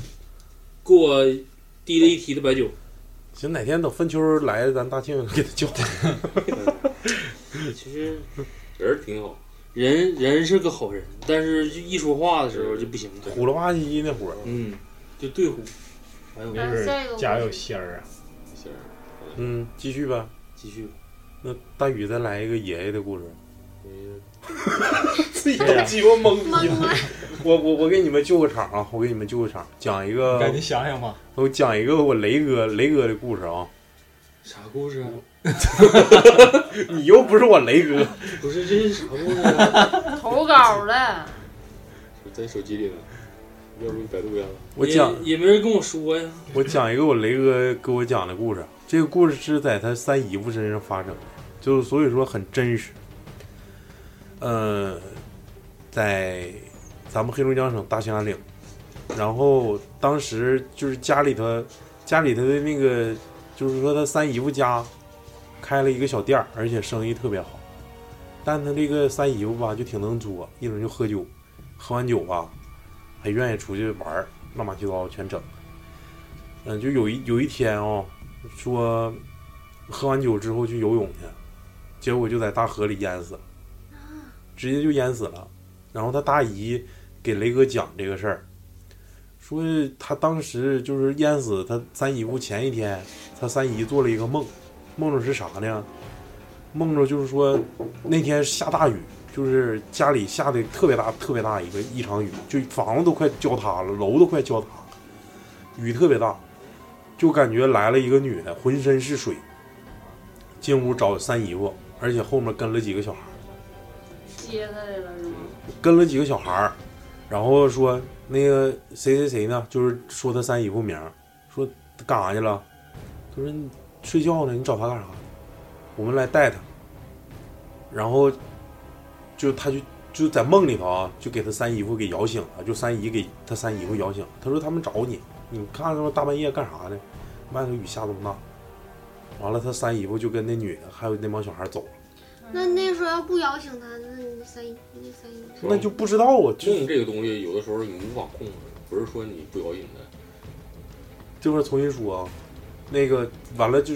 Speaker 2: 给我提了一提的白酒，
Speaker 3: 行，哪天等粪球来咱大庆给他叫。
Speaker 2: 其实
Speaker 9: 人儿挺好，
Speaker 2: 人人是个好人，但是就一说话的时候就不行了，
Speaker 3: 虎了吧唧那会儿，
Speaker 2: 嗯，就对虎。哎呦，
Speaker 5: 没准
Speaker 7: 下一个
Speaker 5: 儿家有仙儿啊，
Speaker 9: 行，
Speaker 3: 嗯，继续呗。
Speaker 2: 继续吧，
Speaker 3: 那大宇再来一个爷爷的故事。 [laughs]
Speaker 8: 自己都鸡巴懵逼
Speaker 4: 懵
Speaker 8: 了。
Speaker 4: 了，
Speaker 3: 我我我给你们救个场啊！我给你们救个场，讲一个
Speaker 5: 赶紧想想吧。
Speaker 3: 我讲一个我雷哥雷哥的故事啊！
Speaker 2: 啥故事啊？
Speaker 3: 你又不是我雷哥，
Speaker 2: 不是这是啥故事 [laughs] 啊？
Speaker 3: 哎
Speaker 7: 投稿的，
Speaker 9: 就在手机里呢，要不你百度一下吧。
Speaker 3: 我讲
Speaker 2: 也也没人跟我说呀。
Speaker 3: 我讲一个我雷哥给我讲的故事。这个故事是在他三姨夫身上发生的，就是所以说很真实。呃，在咱们黑龙江省大兴安岭，然后当时就是家里头，家里头的那个，就是说他三姨夫家开了一个小店儿，而且生意特别好。但他这个三姨夫吧，就挺能作，一整就喝酒，喝完酒吧，还愿意出去玩儿，乱七八糟全整。嗯，就有一有一天哦，说喝完酒之后去游泳去，结果就在大河里淹死了，直接就淹死了。然后他大姨给雷哥讲这个事儿，说他当时就是淹死他三姨夫前一天，他三姨做了一个梦，梦着是啥呢？梦着就是说那天下大雨，就是家里下的特别大、特别大一个一场雨，就房子都快浇塌了，楼都快浇塌了。雨特别大，就感觉来了一个女的，浑身是水，进屋找三姨夫，而且后面跟了几个小孩儿，
Speaker 7: 接他来了是吗？
Speaker 3: 跟了几个小孩儿，然后说那个谁谁谁呢，就是说他三姨夫名儿，说他干啥去了？他说你睡觉呢，你找他干啥？我们来带他。然后就他就就在梦里头啊，就给他三姨夫给摇醒了，就三姨给他三姨夫摇醒。他说他们找你，你看他妈大半夜干啥呢？外头雨下这么大。完了，他三姨夫就跟那女的还有那帮小孩走了，
Speaker 4: 那那时候要不摇醒他，那你三姨那三姨
Speaker 3: 那就不知道啊，就
Speaker 2: 嗯
Speaker 9: 梦这个东西有的时候你无法控制，不是说你不摇醒它，
Speaker 3: 这块儿重新说啊，那个完了就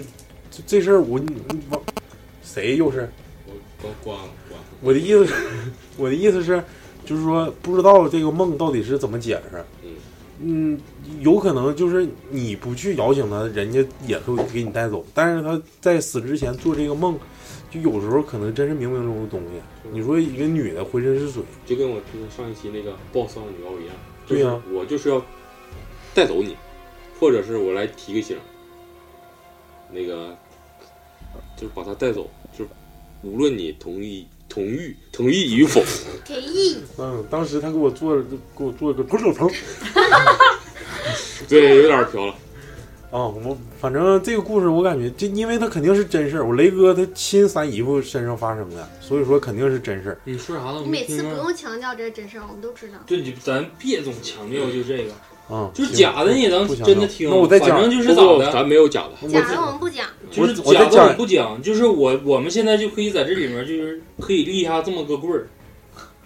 Speaker 3: 就这事儿我你你往谁又是
Speaker 9: 我刚关了关了。
Speaker 3: 我的意思是， [laughs] 我的意思是，就是说不知道这个梦到底是怎么解释。嗯，有可能就是你不去摇醒他，人家也会给你带走。但是他在死之前做这个梦，就有时候可能真是冥冥中的东西。你说一个女的浑身是水，
Speaker 9: 就跟我之前上一期那个抱丧女妖一样，
Speaker 3: 对呀
Speaker 9: 就是我就是要带走你，或者是我来提个醒，那个就是把她带走，就是无论你同意同意同
Speaker 2: [laughs]
Speaker 9: 意与否，
Speaker 4: 给一
Speaker 3: 嗯，当时他给我做了，给我做了个滚手疼，
Speaker 9: 对，有点飘了，
Speaker 3: 啊，我反正这个故事我感觉这，因为他肯定是真事儿，我雷哥他亲三姨夫身上发生的，所以说肯定是真事儿。
Speaker 2: 你说啥了？我
Speaker 10: 你
Speaker 2: 没
Speaker 10: 每次
Speaker 2: 听啊
Speaker 10: 不
Speaker 2: 着。
Speaker 10: 用强调这是真事儿，我们都知道。
Speaker 2: 就你咱别总强调就这个，
Speaker 3: 啊、
Speaker 2: 就是
Speaker 3: 行
Speaker 2: 假的你也能
Speaker 3: 不强
Speaker 2: 真
Speaker 3: 调
Speaker 2: 的听，
Speaker 3: 那我再
Speaker 2: 反
Speaker 3: 讲
Speaker 2: 正，就是
Speaker 9: 不
Speaker 2: 咋
Speaker 9: 不，
Speaker 2: 的，
Speaker 9: 咱没有假的，
Speaker 3: 我
Speaker 10: 假
Speaker 3: 这
Speaker 10: 的我们不讲，
Speaker 2: 就是
Speaker 3: 我
Speaker 2: 假
Speaker 3: 再
Speaker 2: 的
Speaker 3: 讲
Speaker 2: 我不讲，就是我我们现在就可以在这里面就是可以立下这么个棍儿，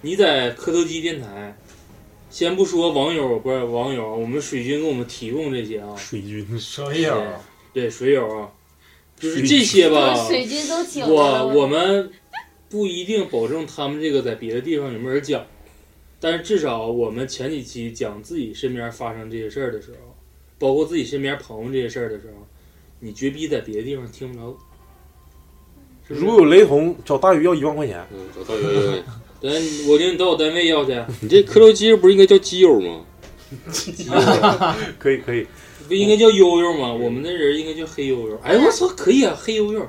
Speaker 2: 你在磕头机电台，先不说网友不是网友，我们水军给我们提供这些啊，
Speaker 3: 水军
Speaker 5: 所以啊
Speaker 2: 对水友啊，就是
Speaker 3: 水
Speaker 2: 这些吧，
Speaker 7: 水军都请来了
Speaker 2: 我我们不一定保证他们这个在别的地方有没有人讲，但是至少我们前几期讲自己身边发生这些事儿的时候，包括自己身边朋友这些事儿的时候，你绝逼在别的地方听不着。是不是
Speaker 3: 如有雷同，找大鱼要一万块钱。
Speaker 9: 嗯，找到有有有，
Speaker 2: 咱我领你到我单位要去，
Speaker 9: [laughs] 你这磕头机不是应该叫基友吗？
Speaker 3: 可以可以，
Speaker 2: 不应该叫悠悠吗？我们那人应该叫黑悠悠。哎，我操，可以啊，黑悠悠。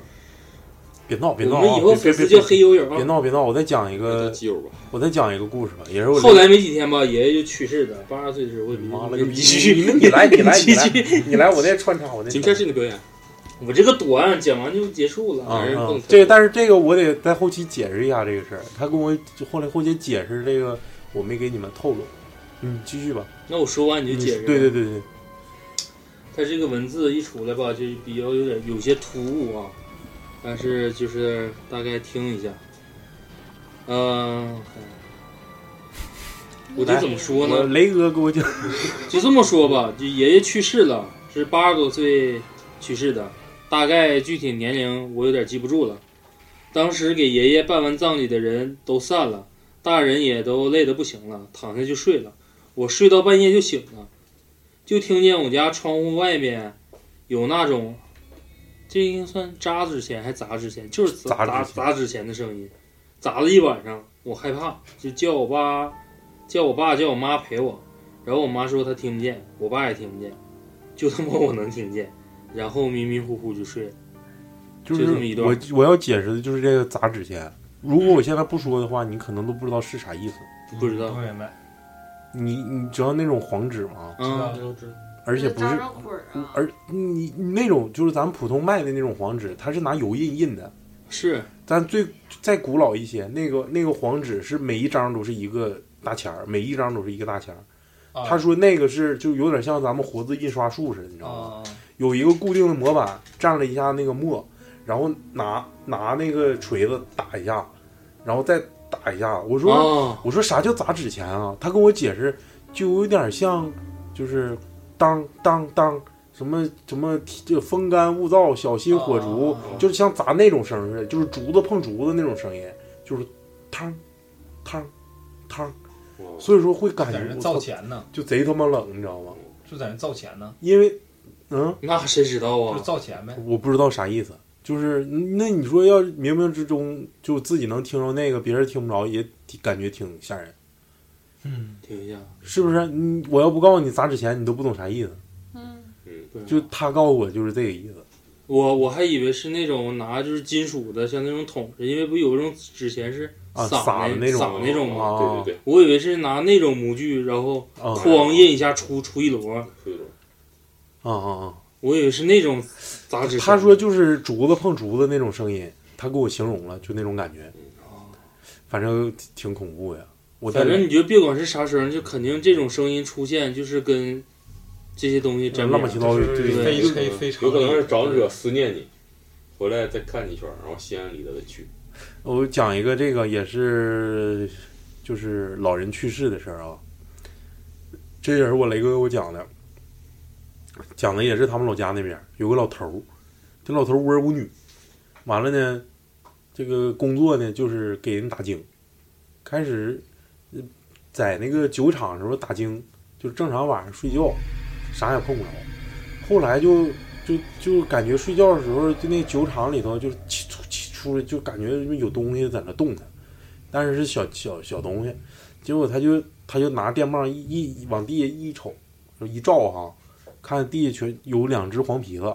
Speaker 3: 别闹别
Speaker 2: 我
Speaker 3: 闹
Speaker 2: 们
Speaker 3: 啊！
Speaker 2: 以后
Speaker 3: 别
Speaker 2: 粉
Speaker 3: 别
Speaker 2: 丝
Speaker 3: 别
Speaker 2: 叫黑悠悠
Speaker 3: 别
Speaker 2: 啊。
Speaker 3: 闹别闹！我再讲一
Speaker 9: 叫
Speaker 2: 呃
Speaker 3: 个，
Speaker 9: 基友吧。
Speaker 3: 我再讲一个故事吧，也是我
Speaker 2: 后来没几天吧，爷爷就去世了，八十岁的时候。我也没
Speaker 3: 妈了个逼！
Speaker 2: 继续，
Speaker 3: 你你来你来
Speaker 2: 继 [laughs]
Speaker 3: 你来
Speaker 2: 续。
Speaker 3: 你来，我再穿插我再
Speaker 9: 今
Speaker 3: 讲。
Speaker 9: 天是你的表
Speaker 2: 哎
Speaker 9: 演，
Speaker 2: 我这个短讲完就结束了。
Speaker 3: 啊
Speaker 9: 男人
Speaker 3: 啊
Speaker 9: 更！
Speaker 3: 这个但是这个我得在后期解释一下这个事儿。他跟我后来后期解释这个，我没给你们透露。嗯，继续吧。
Speaker 2: 那我说完你
Speaker 3: 你
Speaker 2: 就解释。
Speaker 3: 对对对对，
Speaker 2: 它这个文字一出来吧，就比较有点有些突兀啊，但是就是大概听一下，嗯、我这怎么说
Speaker 3: 我
Speaker 2: 呢？
Speaker 3: 雷哥
Speaker 2: [laughs]
Speaker 3: 给我讲，
Speaker 2: 就这么说吧，就爷爷去世了，是八十多岁去世的，大概具体年龄我有点记不住了。当时给爷爷办完葬礼的人都散了，大人也都累得不行了，躺下就睡了。我睡到半夜就醒了，就听见我家窗户外面有那种，这应该算扎纸钱还砸纸钱，就是砸砸
Speaker 3: 砸纸钱
Speaker 2: 砸纸钱的声音，砸了一晚上，我害怕，就叫我爸，叫我爸叫我妈陪我，然后我妈说她听不见，我爸也听不见，就他妈我能听见，然后迷迷糊糊就睡了。
Speaker 3: 就
Speaker 2: 就是这么一段
Speaker 3: 我我要解释的就是这个砸纸钱。如果我现在不说的话，你可能都不知道是啥意思。
Speaker 2: 不知道
Speaker 5: 不明白，
Speaker 3: 你你知道那种黄纸吗？
Speaker 5: 知
Speaker 2: 嗯
Speaker 5: 道，知道知道，
Speaker 3: 而且不
Speaker 7: 扎
Speaker 3: 是嗯
Speaker 7: 上捆儿啊，
Speaker 3: 而你你那种就是咱们普通卖的那种黄纸，它是拿油印印的。
Speaker 2: 是
Speaker 3: 咱最再古老一些，那个那个黄纸是每一张都是一个大钱儿，每一张都是一个大钱儿。
Speaker 5: 啊
Speaker 3: 他说那个是就有点像咱们活字印刷术似的，你知道吗？
Speaker 5: 啊，
Speaker 3: 有一个固定的模板，蘸了一下那个墨，然后拿拿那个锤子打一下，然后再打一下。我说、
Speaker 2: 啊，
Speaker 3: 我说啥叫砸纸钱啊？他跟我解释，就有点像，就是当当当什么什么这风干物燥，小心火烛，
Speaker 5: 啊
Speaker 3: 就是像砸那种声似的，就是竹子碰竹子那种声音，就是汤汤汤，
Speaker 9: 哇
Speaker 3: 所以说会感
Speaker 5: 在
Speaker 3: 觉
Speaker 5: 那
Speaker 3: 我
Speaker 5: 造
Speaker 3: 操
Speaker 5: 钱呢，
Speaker 3: 就贼他妈冷，你知道吗？
Speaker 5: 就在那造钱呢，
Speaker 3: 因为嗯，
Speaker 2: 那谁知道
Speaker 5: 就是
Speaker 2: 啊？
Speaker 5: 造钱呗，
Speaker 3: 我不知道啥意思。就是那你说要冥冥之中就自己能听着那个，别人听不着也挺感觉挺吓人，
Speaker 5: 嗯，
Speaker 2: 听一下，
Speaker 3: 是不是？你我要不告诉你砸纸钱，你都不懂啥意思。
Speaker 7: 嗯，
Speaker 9: 嗯，
Speaker 2: 不知道
Speaker 3: 就他告诉我就是这个意思。
Speaker 2: 我我还以为是那种拿就是金属的，像那种桶子，因为不有一种纸钱是
Speaker 3: 啊
Speaker 2: 撒
Speaker 3: 撒的那
Speaker 2: 那
Speaker 3: 种
Speaker 2: 撒那种吗？
Speaker 3: 啊
Speaker 9: 对对
Speaker 2: 我以为是拿那种模具，然后
Speaker 3: 啊
Speaker 2: 哐印一下出出一摞，
Speaker 9: 对，
Speaker 3: 啊啊啊！
Speaker 2: 我以为是那种砸纸钱。
Speaker 3: 他说就是竹子碰竹子那种声音，他给我形容了，就那种感觉，反正挺挺恐怖呀。我在
Speaker 2: 哦反正你就别管是啥声，就肯定这种声音出现就是跟这些东西沾
Speaker 3: 乱
Speaker 2: 边
Speaker 3: 八七
Speaker 2: 儿。
Speaker 3: 糟的，
Speaker 5: 就
Speaker 3: 对
Speaker 5: 是非非非常
Speaker 9: 有可能是找你者思念你，回来再看你一圈，然后心安理得的去。
Speaker 3: 我讲一个这个也是，就是老人去世的事儿啊。这也是我雷哥给我讲的，讲的也是他们老家那边儿有个老头儿，这老头儿无儿无女，完了呢，这个工作呢就是给人打更，开始呃在那个酒厂时候打更，就正常晚上睡觉，啥也碰不着。后来就就就感觉睡觉的时候，就那酒厂里头就起出起出来，就感觉有东西在那动弹，但是是小小小东西。结果他就他就拿电棒一一往地下一瞅，就一照哈，看地下全有两只黄皮子，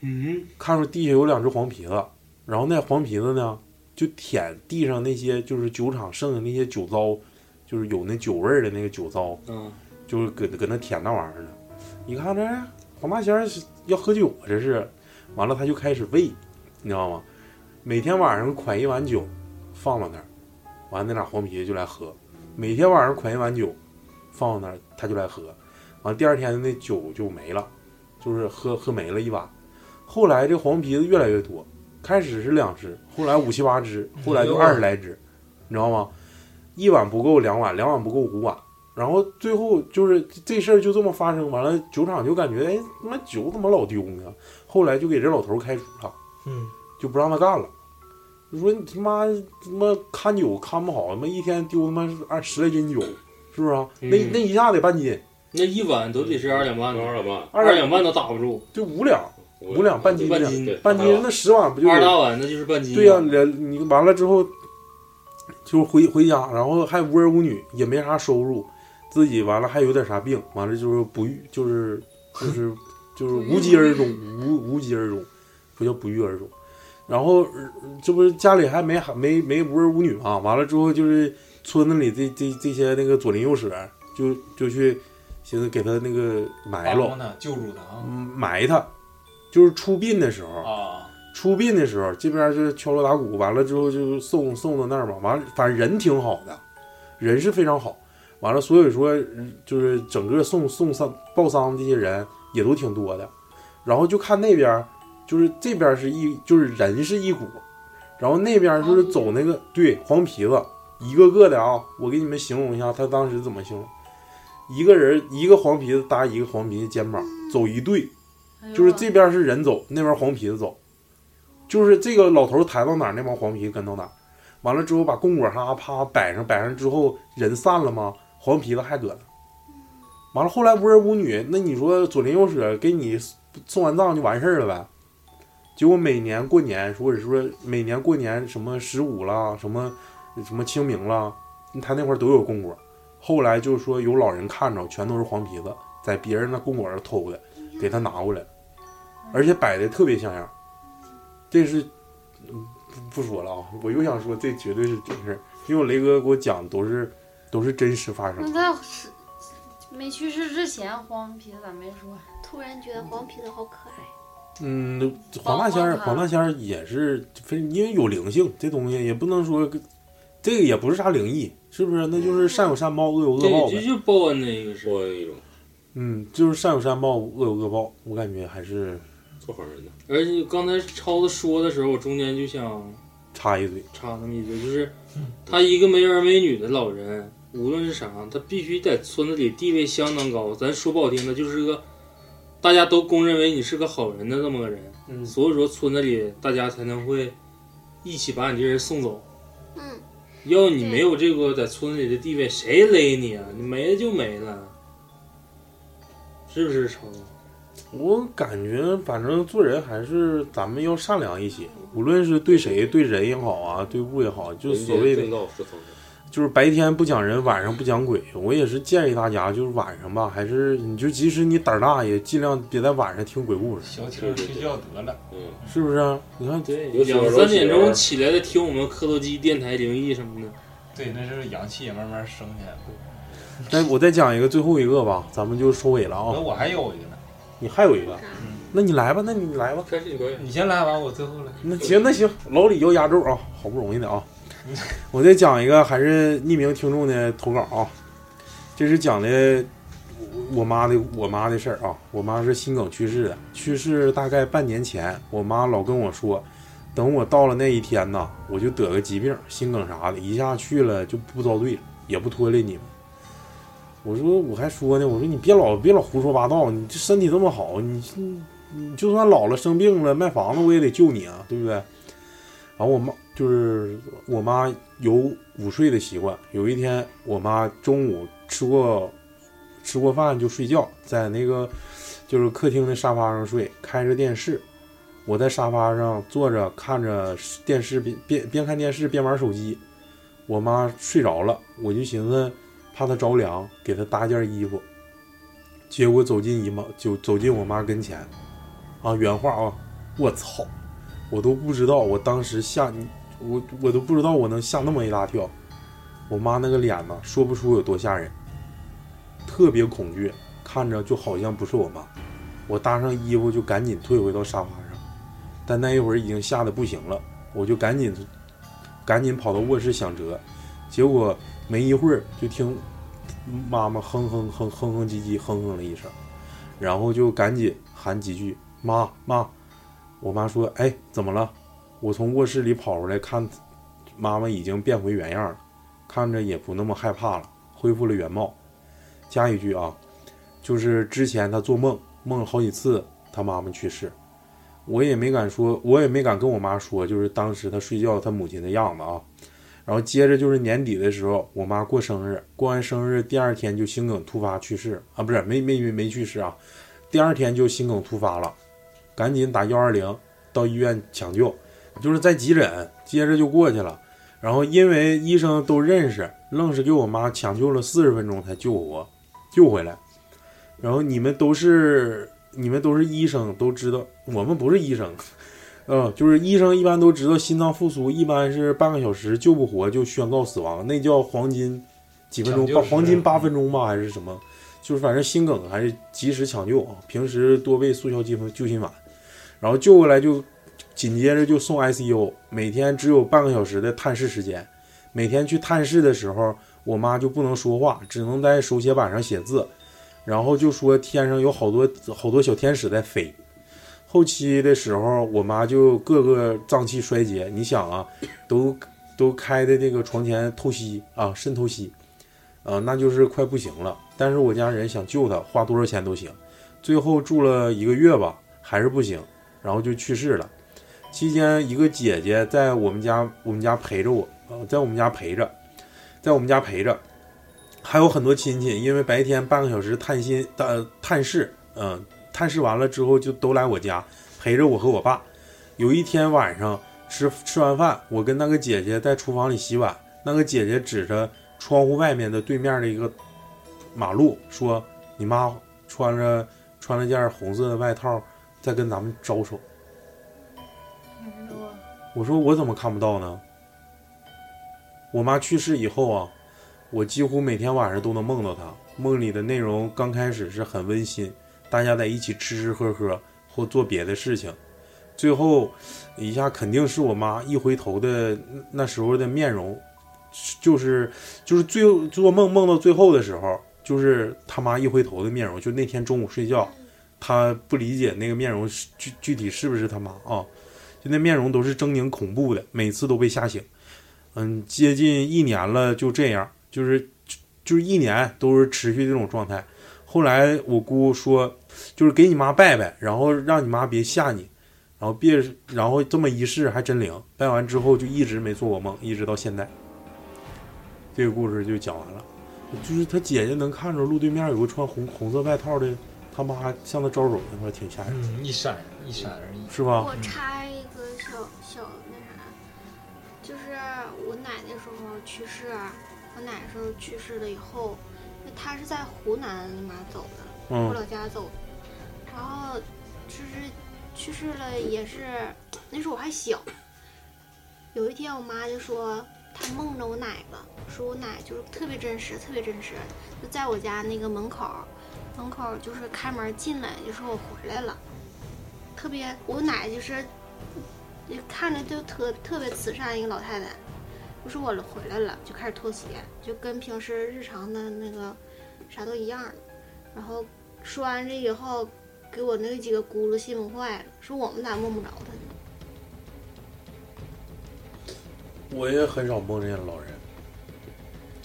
Speaker 2: 嗯，
Speaker 3: 看着地下有两只黄皮子，然后那黄皮子呢就舔地上那些就是酒厂剩的那些酒糟，就是有那酒味儿的那个酒糟，
Speaker 2: 啊，
Speaker 3: 就是搁搁那舔那玩意儿呢。一看这王大仙儿是要喝酒啊，这是。完了，他就开始喂，你知道吗？每天晚上款一碗酒，放到那儿，完了那俩黄皮就来喝。每天晚上款一碗酒，放到那儿他就来喝。完了第二天那酒就没了，就是喝喝没了一碗。后来这黄皮子越来越多，开始是两只，后来五七八只，后来就二十来只，你知道吗？一碗不够两碗，两碗不够五碗，然后最后就是这这事儿就这么发生。完了，酒厂就感觉哎，他妈酒怎么老丢呢？后来就给这老头儿开除了，
Speaker 5: 嗯，
Speaker 3: 就不让他干了。就说你他妈他妈看酒看不好，他妈一天丢他妈二十来斤酒，是不是啊？那
Speaker 2: 嗯
Speaker 3: 那一下得半斤，
Speaker 2: 那一碗都得是二两半的，
Speaker 9: 二万，
Speaker 2: 二两半都打不住，
Speaker 3: 就五两，五两半斤
Speaker 2: 半
Speaker 3: 两
Speaker 2: 斤
Speaker 9: 对
Speaker 3: 半斤，那十碗不就
Speaker 2: 二
Speaker 3: 得
Speaker 2: 大碗那就是半斤。
Speaker 3: 对呀、连你完了之后，就回回家，然后还无儿无女，也没啥收入，自己完了还有点啥病，完了就是不育，就是就是就是无疾而终，无无疾而终，不叫不育而终。然后呃这不是家里还没还没没无儿无女嘛，完了之后就是村子里这这这些那个左邻右舍就就去寻思给他那个埋了，
Speaker 5: 帮他救助他啊
Speaker 3: 嗯埋他，就是出殡的时候。
Speaker 5: 啊，
Speaker 3: 出殡的时候，这边就是敲锣打鼓，完了之后就送送到那儿嘛。完了，反正人挺好的，人是非常好。完了，所以说嗯就是整个送送丧报丧这些人也都挺多的。然后就看那边，就是这边是一就是人是一股，然后那边就是走那个对黄皮子，一个个的啊，我给你们形容一下他当时怎么形容。一个人一个黄皮子搭一个黄皮子肩膀走一队，
Speaker 7: 哎呦
Speaker 3: 就是这边是人走，那边黄皮子走，就是这个老头抬到哪儿，那帮黄皮子跟到哪儿。完了之后把供果哈啪摆上，摆上之后人散了吗？黄皮子还搁那儿。完了后来无儿无女，那你说左邻右舍给你送完葬就完事儿了呗？结果每年过年，或者说每年过年什么十五啦，什么什么清明啦，他那块儿都有供果。后来就是说有老人看着，全都是黄皮子在别人的供果上偷的，给他拿过来，而且摆的特别像样。这是嗯不不说了啊，我又想说这绝对是真事儿，因为我雷哥给我讲都是都是真实发生的
Speaker 7: 嗯那。他是没去世之前，黄皮子咋没说？ [laughs]
Speaker 10: 突然觉得黄皮子好可爱。
Speaker 3: 嗯，黄大仙儿，
Speaker 7: 帮帮他
Speaker 3: 黄大仙儿也是，非因为有灵性，这东西也不能说，这个也不是啥灵异，是不是？那就是善有善报，恶有恶报
Speaker 2: 嗯对，就
Speaker 3: 呗。
Speaker 2: 就报恩那个是。
Speaker 9: 我有一种
Speaker 3: 嗯，就是善有善报，恶有恶报。我感觉还是
Speaker 9: 做好人的，
Speaker 2: 而且刚才超子说的时候，我中间就想
Speaker 3: 插一嘴，
Speaker 2: 插那么一嘴，就是他一个没儿没女的老人，无论是啥，他必须在村子里地位相当高。咱说不好听的，就是个大家都公认为你是个好人的这么个人，
Speaker 8: 嗯
Speaker 2: 所以说村子里大家才能会一起把你这人送走。
Speaker 10: 嗯，
Speaker 2: 要你
Speaker 10: 对
Speaker 2: 没有这个在村子里的地位，谁勒你啊？你没了就没了，是不是超子？
Speaker 3: 我感觉反正做人还是咱们要善良一些，无论是对谁，对人也好啊，对物也好，就所谓的
Speaker 9: 人间正道是沧桑。
Speaker 3: 就是白天不讲人，晚上不讲鬼。我也是建议大家，就是晚上吧，还是你就即使你胆儿大，也尽量别在晚上听鬼故事，
Speaker 5: 小青儿睡觉得了，
Speaker 9: 嗯，
Speaker 3: 是不是啊、你看
Speaker 2: 对
Speaker 9: 尤其是
Speaker 2: 两
Speaker 9: 老
Speaker 2: 三
Speaker 9: 喜
Speaker 2: 点
Speaker 9: 儿
Speaker 2: 钟起来的听我们磕头机电台灵异什么的，
Speaker 5: 对，那就是阳气也慢慢升起来了。
Speaker 3: 再我再讲一个最后一个吧，咱们就收尾了啊、
Speaker 5: 那
Speaker 9: 嗯
Speaker 5: 我还有一个呢，
Speaker 3: 你还有一个，那你来吧，那你来吧。
Speaker 9: 开始你表演，
Speaker 5: 你先来完，我最后来。
Speaker 3: 那行，那行，老李要压轴啊，好不容易的啊。我再讲一个，还是匿名听众的投稿啊。这是讲的我我妈的我妈的事儿啊。我妈是心梗去世的，去世大概半年前，我妈老跟我说，等我到了那一天呐，我就得个疾病，心梗啥的，一下去了就不遭罪了，也不拖累你们。我说我还说呢，我说你别老别老胡说八道，你这身体这么好，你你嗯就算老了生病了卖房子，我也得救你啊，对不对？然后我妈就是我妈有午睡的习惯，有一天我妈中午吃过吃过饭就睡觉，在那个就是客厅的沙发上睡，开着电视，我在沙发上坐着看着电视边边边看电视边玩手机，我妈睡着了，我就寻思怕她着凉，给她搭件衣服，结果走进姨妈就走进我妈跟前，啊原话啊，我操！我都不知道，我当时吓你，我我都不知道我能吓那么一大跳。我妈那个脸呢，说不出有多吓人，特别恐惧，看着就好像不是我妈。我搭上衣服就赶紧退回到沙发上，但那一会儿已经吓得不行了，我就赶紧赶紧跑到卧室想辙，结果没一会儿就听妈妈哼哼哼哼哼唧唧哼哼了一声，然后就赶紧喊几句妈妈，我妈说哎怎么了？我从卧室里跑出来看，妈妈已经变回原样了，看着也不那么害怕了，恢复了原貌。加一句啊，就是之前她做梦，梦了好几次她妈妈去世，我也没敢说，我也没敢跟我妈说，就是当时她睡觉她母亲的样子啊。然后接着就是年底的时候，我妈过生日，过完生日第二天就心梗突发去世啊，不是没没没没去世啊，第二天就心梗突发了，赶紧打幺二零到医院抢救，就是在急诊，接着就过去了。然后因为医生都认识，愣是给我妈抢救了四十分钟才救活，救回来。然后你们都是你们都是医生，都知道我们不是医生， [laughs] 嗯，就是医生一般都知道心脏复苏一般是半个小时救不活就宣告死亡，那叫黄金几分钟，
Speaker 5: 抢救
Speaker 3: 八
Speaker 5: 时
Speaker 3: 黄金八分钟吧还是什么，就是反正心梗还是及时抢救啊，平时多备速效救心救心丸，然后救过来就紧接着就送 ICU，每天只有半个小时的探视时间。每天去探视的时候，我妈就不能说话，只能在手写板上写字，然后就说天上有好多好多小天使在飞。后期的时候，我妈就各个脏器衰竭，你想啊，都都开的那个床前透析啊，肾透析，啊、那就是快不行了。但是我家人想救她，花多少钱都行。最后住了一个月吧，还是不行，然后就去世了。期间，一个姐姐在我们家，我们家陪着我，呃，在我们家陪着，在我们家陪着，还有很多亲戚，因为白天半个小时探亲，呃，探视，嗯、探视完了之后就都来我家陪着我和我爸。有一天晚上吃吃完饭，我跟那个姐姐在厨房里洗碗，那个姐姐指着窗户外面的对面的一个马路说：“你妈穿着穿了件红色的外套，在跟咱们招手。”我说我怎么看不到呢？我妈去世以后啊，我几乎每天晚上都能梦到她。梦里的内容刚开始是很温馨，大家在一起吃吃喝喝或做别的事情，最后一下肯定是我妈一回头的那时候的面容，就是就是最后做梦梦到最后的时候，就是他妈一回头的面容，就那天中午睡觉，她不理解那个面容是具具体是不是他妈啊。就那面容都是狰狞恐怖的，每次都被吓醒。嗯，接近一年了，就这样，就是就就是一年都是持续这种状态。后来我姑说，就是给你妈拜拜，然后让你妈别吓你，然后别，然后这么一试还真灵。拜完之后就一直没做过梦，一直到现在。这个故事就讲完了，就是他姐姐能看着路对面有个穿红红色外套的他妈向他招手那块儿挺吓人，
Speaker 5: 嗯，一闪一闪而已。
Speaker 3: 是
Speaker 2: 哦
Speaker 3: 吧
Speaker 4: 我？插一个小小那啥，就是我奶奶时候去世啊，我奶奶时候去世了以后，因为她是在湖南嘛走的，我
Speaker 3: 嗯
Speaker 4: 老家走的，然后就是去世了也是那时候我还小，有一天我妈就说她梦着我奶了，说我奶就是特别真实，特别真实，就在我家那个门口，门口就是开门进来就说我回来了。特别，我奶就是就看着就特特别慈善一个老太太，就说我回来了，就开始脱鞋，就跟平时日常的那个啥都一样了。然后说完这以后，给我那几个轱辘羡慕坏了，说我们咋摸不着她呢？
Speaker 3: 我也很少梦见老人。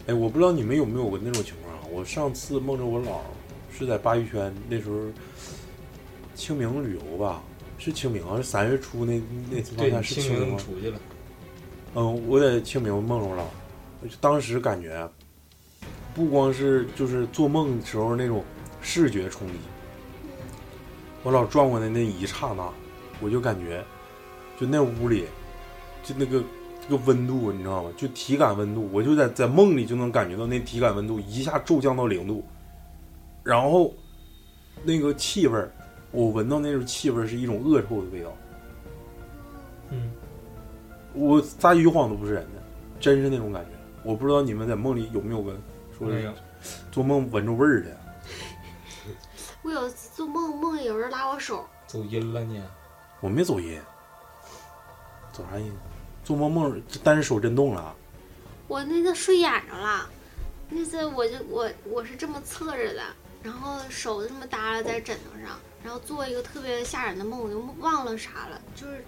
Speaker 3: 哎，我不知道你们有没有过那种情况啊？我上次梦着我姥儿是在鲅鱼圈，那时候清明旅游吧，是清明啊，是三月初那那次放假
Speaker 5: 对，
Speaker 3: 是
Speaker 5: 清
Speaker 3: 清明
Speaker 5: 明
Speaker 3: 吗？
Speaker 5: 出去了，
Speaker 3: 嗯，我在清明梦着我姥儿，我就当时感觉啊不光是就是做梦时候那种视觉冲击，我姥转过来那一刹那，我就感觉就那屋里就那个这个温度，你知道吗？就体感温度，我就在在梦里就能感觉到那体感温度一下骤降到零度，然后那个气味儿，我闻到那种气味儿是一种恶臭的味道。
Speaker 5: 嗯，
Speaker 3: 我撒一句谎都不是人的，真是那种感觉。我不知道你们在梦里有没有闻，说
Speaker 5: 没
Speaker 3: 是
Speaker 5: 有，
Speaker 3: 做梦闻着味儿的，
Speaker 10: 我有次做梦，梦有人拉我手，
Speaker 5: 走音了你，啊
Speaker 3: 我没走音，走啥音？做梦梦，但是手震动了。
Speaker 10: 我那个睡眼着了，那次我就我我是这么侧着的，然后手这么耷拉在枕头上，然后做一个特别吓人的梦，我就忘了啥了，就是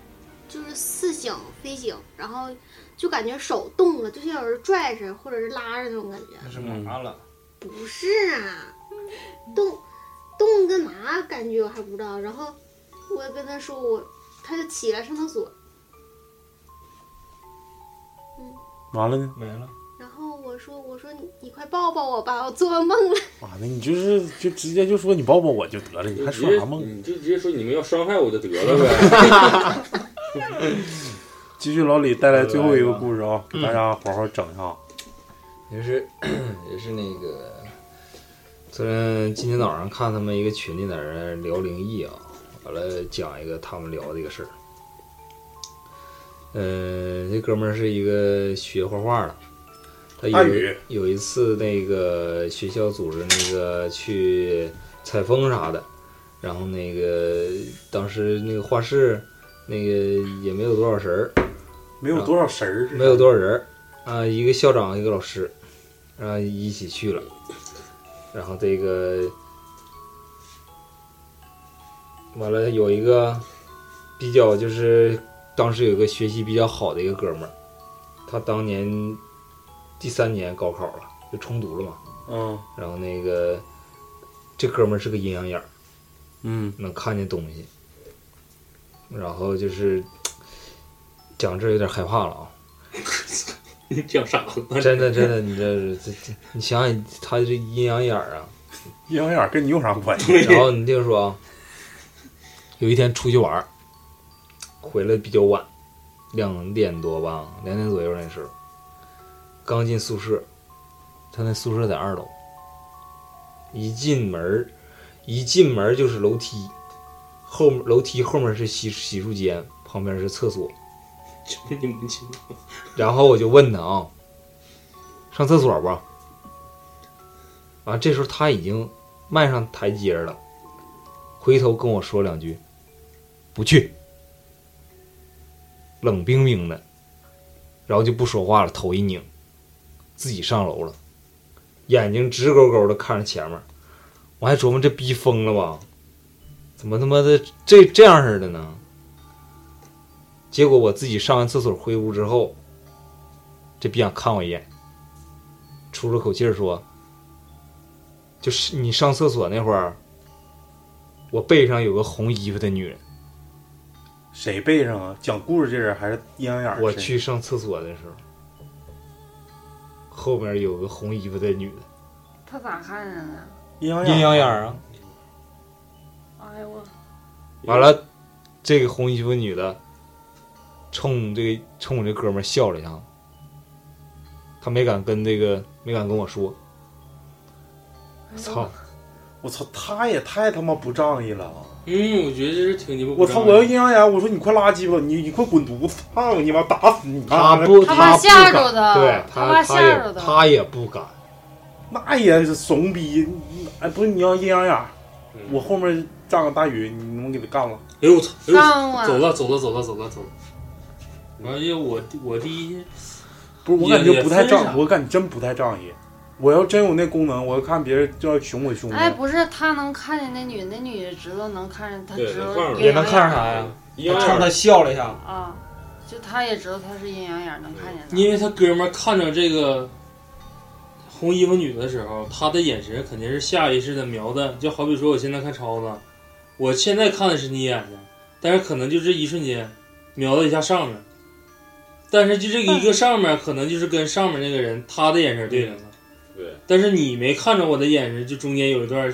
Speaker 10: 就是似醒非醒，然后就感觉手动了，就像有人拽着或者是拉着那种感觉。
Speaker 5: 那是麻了。
Speaker 10: 不是啊，动动干嘛？感觉我还不知道。然后我跟他说我，他就起来上厕所，
Speaker 3: 完了呢？
Speaker 5: 嗯没了，
Speaker 10: 然后我说我说你你快抱抱我吧，我做完
Speaker 3: [laughs]
Speaker 10: 梦了。
Speaker 3: 妈的，啊你就是就直接就说你抱抱我就得了，你还
Speaker 6: 直
Speaker 3: 说
Speaker 6: 接
Speaker 3: 啥梦？
Speaker 6: 你就直接说你们要伤害我就得了 [laughs] 呗。
Speaker 3: 继续老李带来最后一个故事啊，
Speaker 5: 嗯
Speaker 3: 给大家好好整一下。
Speaker 5: 也是 [clears throat] 也是那个，昨天今天早上看他们一个群里在那儿聊灵异啊，完了讲一个他们聊的一个事儿。嗯，这哥们儿是一个学画画的，他
Speaker 3: 大
Speaker 5: 有
Speaker 3: 宇
Speaker 5: 有一次那个学校组织那个去采风啥的，然后那个当时那个画室那个也没有多少人儿，
Speaker 3: 没有多少神儿，
Speaker 5: 没有多少人儿，啊、一个校长，一个老师，然后一起去了，然后这个完了有一个比较就是当时有个学习比较好的一个哥们儿，他当年第三年高考了，就重读了嘛，
Speaker 6: [laughs]
Speaker 3: 嗯
Speaker 5: 然后那个这哥们儿是个阴阳眼儿。
Speaker 3: 嗯
Speaker 5: 能看见东西，然后就是讲这有点害怕了啊！
Speaker 6: 你讲啥呢？
Speaker 5: 真的真的，你这这这，你想想他这阴阳眼儿啊，
Speaker 3: 阴阳眼跟你有啥关系？
Speaker 5: 然后你听说啊，有一天出去玩儿，回来比较晚，两点多吧，两点左右那时候，刚进宿舍，他那宿舍在二楼，一进门儿，一进门儿就是楼梯，后面楼梯后面是洗洗漱间，旁边是厕所，
Speaker 6: 你们去
Speaker 5: 然后我就问他啊，上厕所不？完、这时候他已经迈上台阶了，回头跟我说两句，不去，冷冰冰的，然后就不说话了，头一拧，自己上楼了，眼睛直勾勾的看着前面，我还琢磨这逼疯了吧？怎么他妈的这这样式的呢？结果我自己上完厕所回屋之后，这逼想看我一眼，出了口气儿说：“就是你上厕所那会儿，我背上有个红衣服的女人，
Speaker 3: 谁背上啊？讲故事这人啊还是阴阳眼？
Speaker 5: 我，去上厕所的时候，后面有个红衣服的女的，
Speaker 7: 他咋看着呢？
Speaker 3: 阴阳
Speaker 5: 阴阳眼儿啊。
Speaker 7: 哎呦我，
Speaker 5: 完了，这个红衣服女的冲这个冲我这哥们儿笑了一下子，他没敢跟这个没敢跟我说，
Speaker 7: 哎
Speaker 5: 操！”
Speaker 3: 我操，他也太他妈不仗义了！
Speaker 6: 嗯，我觉得这是挺鸡巴。
Speaker 3: 我操，我要阴阳眼，我说你快拉鸡巴，你你快滚犊子！操你妈，打死你！
Speaker 5: 他不，
Speaker 7: 他怕
Speaker 5: 不
Speaker 7: 吓
Speaker 5: 敢，
Speaker 7: 着的
Speaker 5: 对
Speaker 7: 他怕
Speaker 5: 他
Speaker 7: 吓
Speaker 5: 也
Speaker 7: 着的
Speaker 5: 他也不敢。
Speaker 3: 那也是怂逼！哎，不是你要阴阳眼，
Speaker 6: 嗯
Speaker 3: 我后面站个大宇，你能给他干了？
Speaker 6: 哎呦我操！哎呦
Speaker 7: 上
Speaker 6: 走
Speaker 7: 啊！
Speaker 6: 了走了走了走了走了。完了，哎我我第一
Speaker 3: 不是，我
Speaker 6: 也
Speaker 3: 感觉不太
Speaker 6: 也分
Speaker 3: 仗，
Speaker 6: 上
Speaker 3: 我感觉真不太仗义。我要真有那功能，我要看别人就要熊我
Speaker 6: 嗯
Speaker 3: 胸
Speaker 7: 哎，
Speaker 3: 部。
Speaker 7: 不是，他能看见那女，那女的知道能看见他，
Speaker 6: 对
Speaker 7: 知道
Speaker 6: 能看着
Speaker 7: 阴阳眼
Speaker 5: 能看着啥呀？
Speaker 6: 阴阳眼儿，
Speaker 5: 笑了一下，
Speaker 7: 啊，就他也知道他是阴阳眼，能看见他。
Speaker 2: 因为他哥们儿看着这个红衣服女的时候，他的眼神肯定是下意识的瞄的，就好比说我现在看超子，我现在看的是你眼睛，但是可能就这一瞬间瞄了一下上面，但是就这个一个上面，可能就是跟上面那个人他的眼神对上了，
Speaker 6: 对，
Speaker 2: 但是你没看着我的眼神，就中间有一段